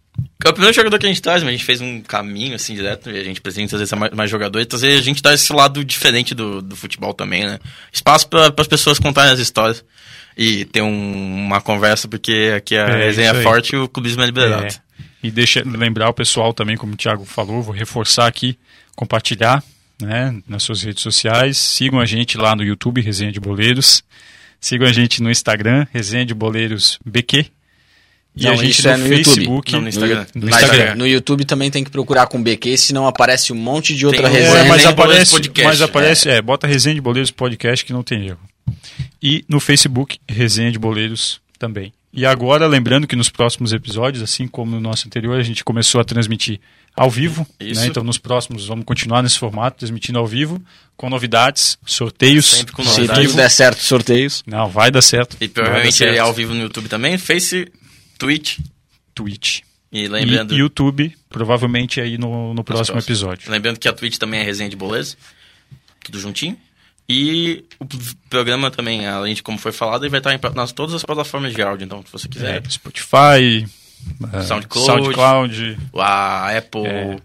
[SPEAKER 3] é o primeiro jogador que a gente traz, mas a gente fez um caminho assim direto e a gente precisa trazer mais, mais jogadores, trazer a gente dá esse lado diferente do, do futebol também, né? Espaço para as pessoas contarem as histórias e ter um- uma conversa, porque aqui a
[SPEAKER 1] É,
[SPEAKER 3] resenha
[SPEAKER 1] isso
[SPEAKER 3] é
[SPEAKER 1] aí.
[SPEAKER 3] forte e o clubismo é liberado.
[SPEAKER 1] É. E deixa lembrar o pessoal também, como o Thiago falou, vou reforçar aqui, compartilhar né, nas suas redes sociais. Sigam a gente lá no YouTube, Resenha de Boleiros. Sigam a gente no Instagram, Resenha de Boleiros BQ. E
[SPEAKER 4] Não,
[SPEAKER 1] a gente
[SPEAKER 4] isso
[SPEAKER 1] no,
[SPEAKER 4] é no YouTube.
[SPEAKER 1] Facebook.
[SPEAKER 3] Não, no Instagram.
[SPEAKER 1] No
[SPEAKER 4] Mas
[SPEAKER 1] Instagram.
[SPEAKER 4] No YouTube também tem que procurar com BQ, senão aparece um monte de outra
[SPEAKER 3] Tem-
[SPEAKER 1] É,
[SPEAKER 4] resenha. né?
[SPEAKER 1] mas
[SPEAKER 3] Boleiros
[SPEAKER 1] aparece,
[SPEAKER 3] Podcast,
[SPEAKER 1] mas aparece, é. bota Resenha de Boleiros Podcast que não tem erro. E no Facebook, Resenha de Boleiros também. E agora, lembrando que nos próximos episódios, assim como no nosso anterior, a gente começou a transmitir ao vivo.
[SPEAKER 3] Isso.
[SPEAKER 1] né? Então, nos próximos, vamos continuar nesse formato, transmitindo ao vivo, com novidades, sorteios.
[SPEAKER 3] Sempre com
[SPEAKER 4] Se
[SPEAKER 3] novidades.
[SPEAKER 1] ao
[SPEAKER 4] tudo
[SPEAKER 1] vivo.
[SPEAKER 4] der certo, sorteios.
[SPEAKER 1] Não, vai dar certo.
[SPEAKER 3] E
[SPEAKER 1] provavelmente
[SPEAKER 3] provavelmente é ao vivo no YouTube também, Face, Twitch.
[SPEAKER 1] Twitch.
[SPEAKER 3] E lembrando,
[SPEAKER 1] E YouTube, provavelmente aí no, no próximo
[SPEAKER 3] próximos.
[SPEAKER 1] episódio.
[SPEAKER 3] lembrando que a Twitch também é resenha de beleza, tudo juntinho. E o p- programa também, além de como foi falado, ele vai estar em pra- nas todas as plataformas de áudio. Então, se você
[SPEAKER 1] É,
[SPEAKER 3] quiser,
[SPEAKER 1] Spotify, é,
[SPEAKER 3] SoundCloud.
[SPEAKER 1] SoundCloud
[SPEAKER 3] a Apple,
[SPEAKER 1] É,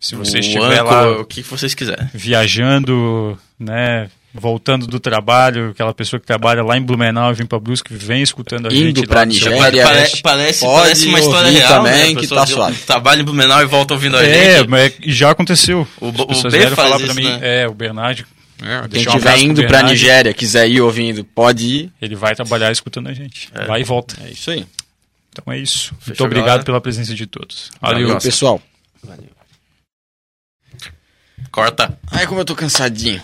[SPEAKER 1] Se você
[SPEAKER 3] o
[SPEAKER 1] estiver
[SPEAKER 3] Anchor,
[SPEAKER 1] lá
[SPEAKER 3] o que vocês quiserem.
[SPEAKER 1] viajando, né, voltando do trabalho, aquela pessoa que trabalha lá em Blumenau e vem para Brusque, vem escutando a
[SPEAKER 4] Indo
[SPEAKER 1] gente
[SPEAKER 4] pra
[SPEAKER 1] lá. no seu-
[SPEAKER 4] Nigéria. Férias.
[SPEAKER 3] Parece, parece,
[SPEAKER 4] Pode
[SPEAKER 3] parece uma história
[SPEAKER 4] ouvir
[SPEAKER 3] real. né?
[SPEAKER 4] também que
[SPEAKER 3] Pessoas
[SPEAKER 4] tá
[SPEAKER 3] de-
[SPEAKER 4] suave.
[SPEAKER 3] Trabalha em Blumenau e volta ouvindo a
[SPEAKER 1] É,
[SPEAKER 3] gente.
[SPEAKER 1] mas e já aconteceu.
[SPEAKER 3] O
[SPEAKER 1] As
[SPEAKER 3] Bo- o
[SPEAKER 1] pessoas
[SPEAKER 3] B
[SPEAKER 1] vieram
[SPEAKER 3] faz
[SPEAKER 1] falar
[SPEAKER 3] isso,
[SPEAKER 1] pra mim,
[SPEAKER 3] né? É,
[SPEAKER 1] é, o Bernard.
[SPEAKER 4] Quem
[SPEAKER 1] deixar um abraço
[SPEAKER 4] estiver
[SPEAKER 1] pro
[SPEAKER 4] indo pra
[SPEAKER 1] Bernard.
[SPEAKER 4] Nigéria, quiser ir ouvindo, pode ir.
[SPEAKER 1] Ele vai trabalhar escutando a gente. Vai e volta.
[SPEAKER 4] É isso aí.
[SPEAKER 1] Então é isso. Muito
[SPEAKER 3] Fechou,
[SPEAKER 1] obrigado
[SPEAKER 3] galera.
[SPEAKER 1] pela presença de todos.
[SPEAKER 3] Valeu.
[SPEAKER 1] Valeu.
[SPEAKER 4] Valeu,
[SPEAKER 3] Nossa.
[SPEAKER 4] pessoal.
[SPEAKER 3] Corta.
[SPEAKER 4] Ai, como eu tô cansadinho.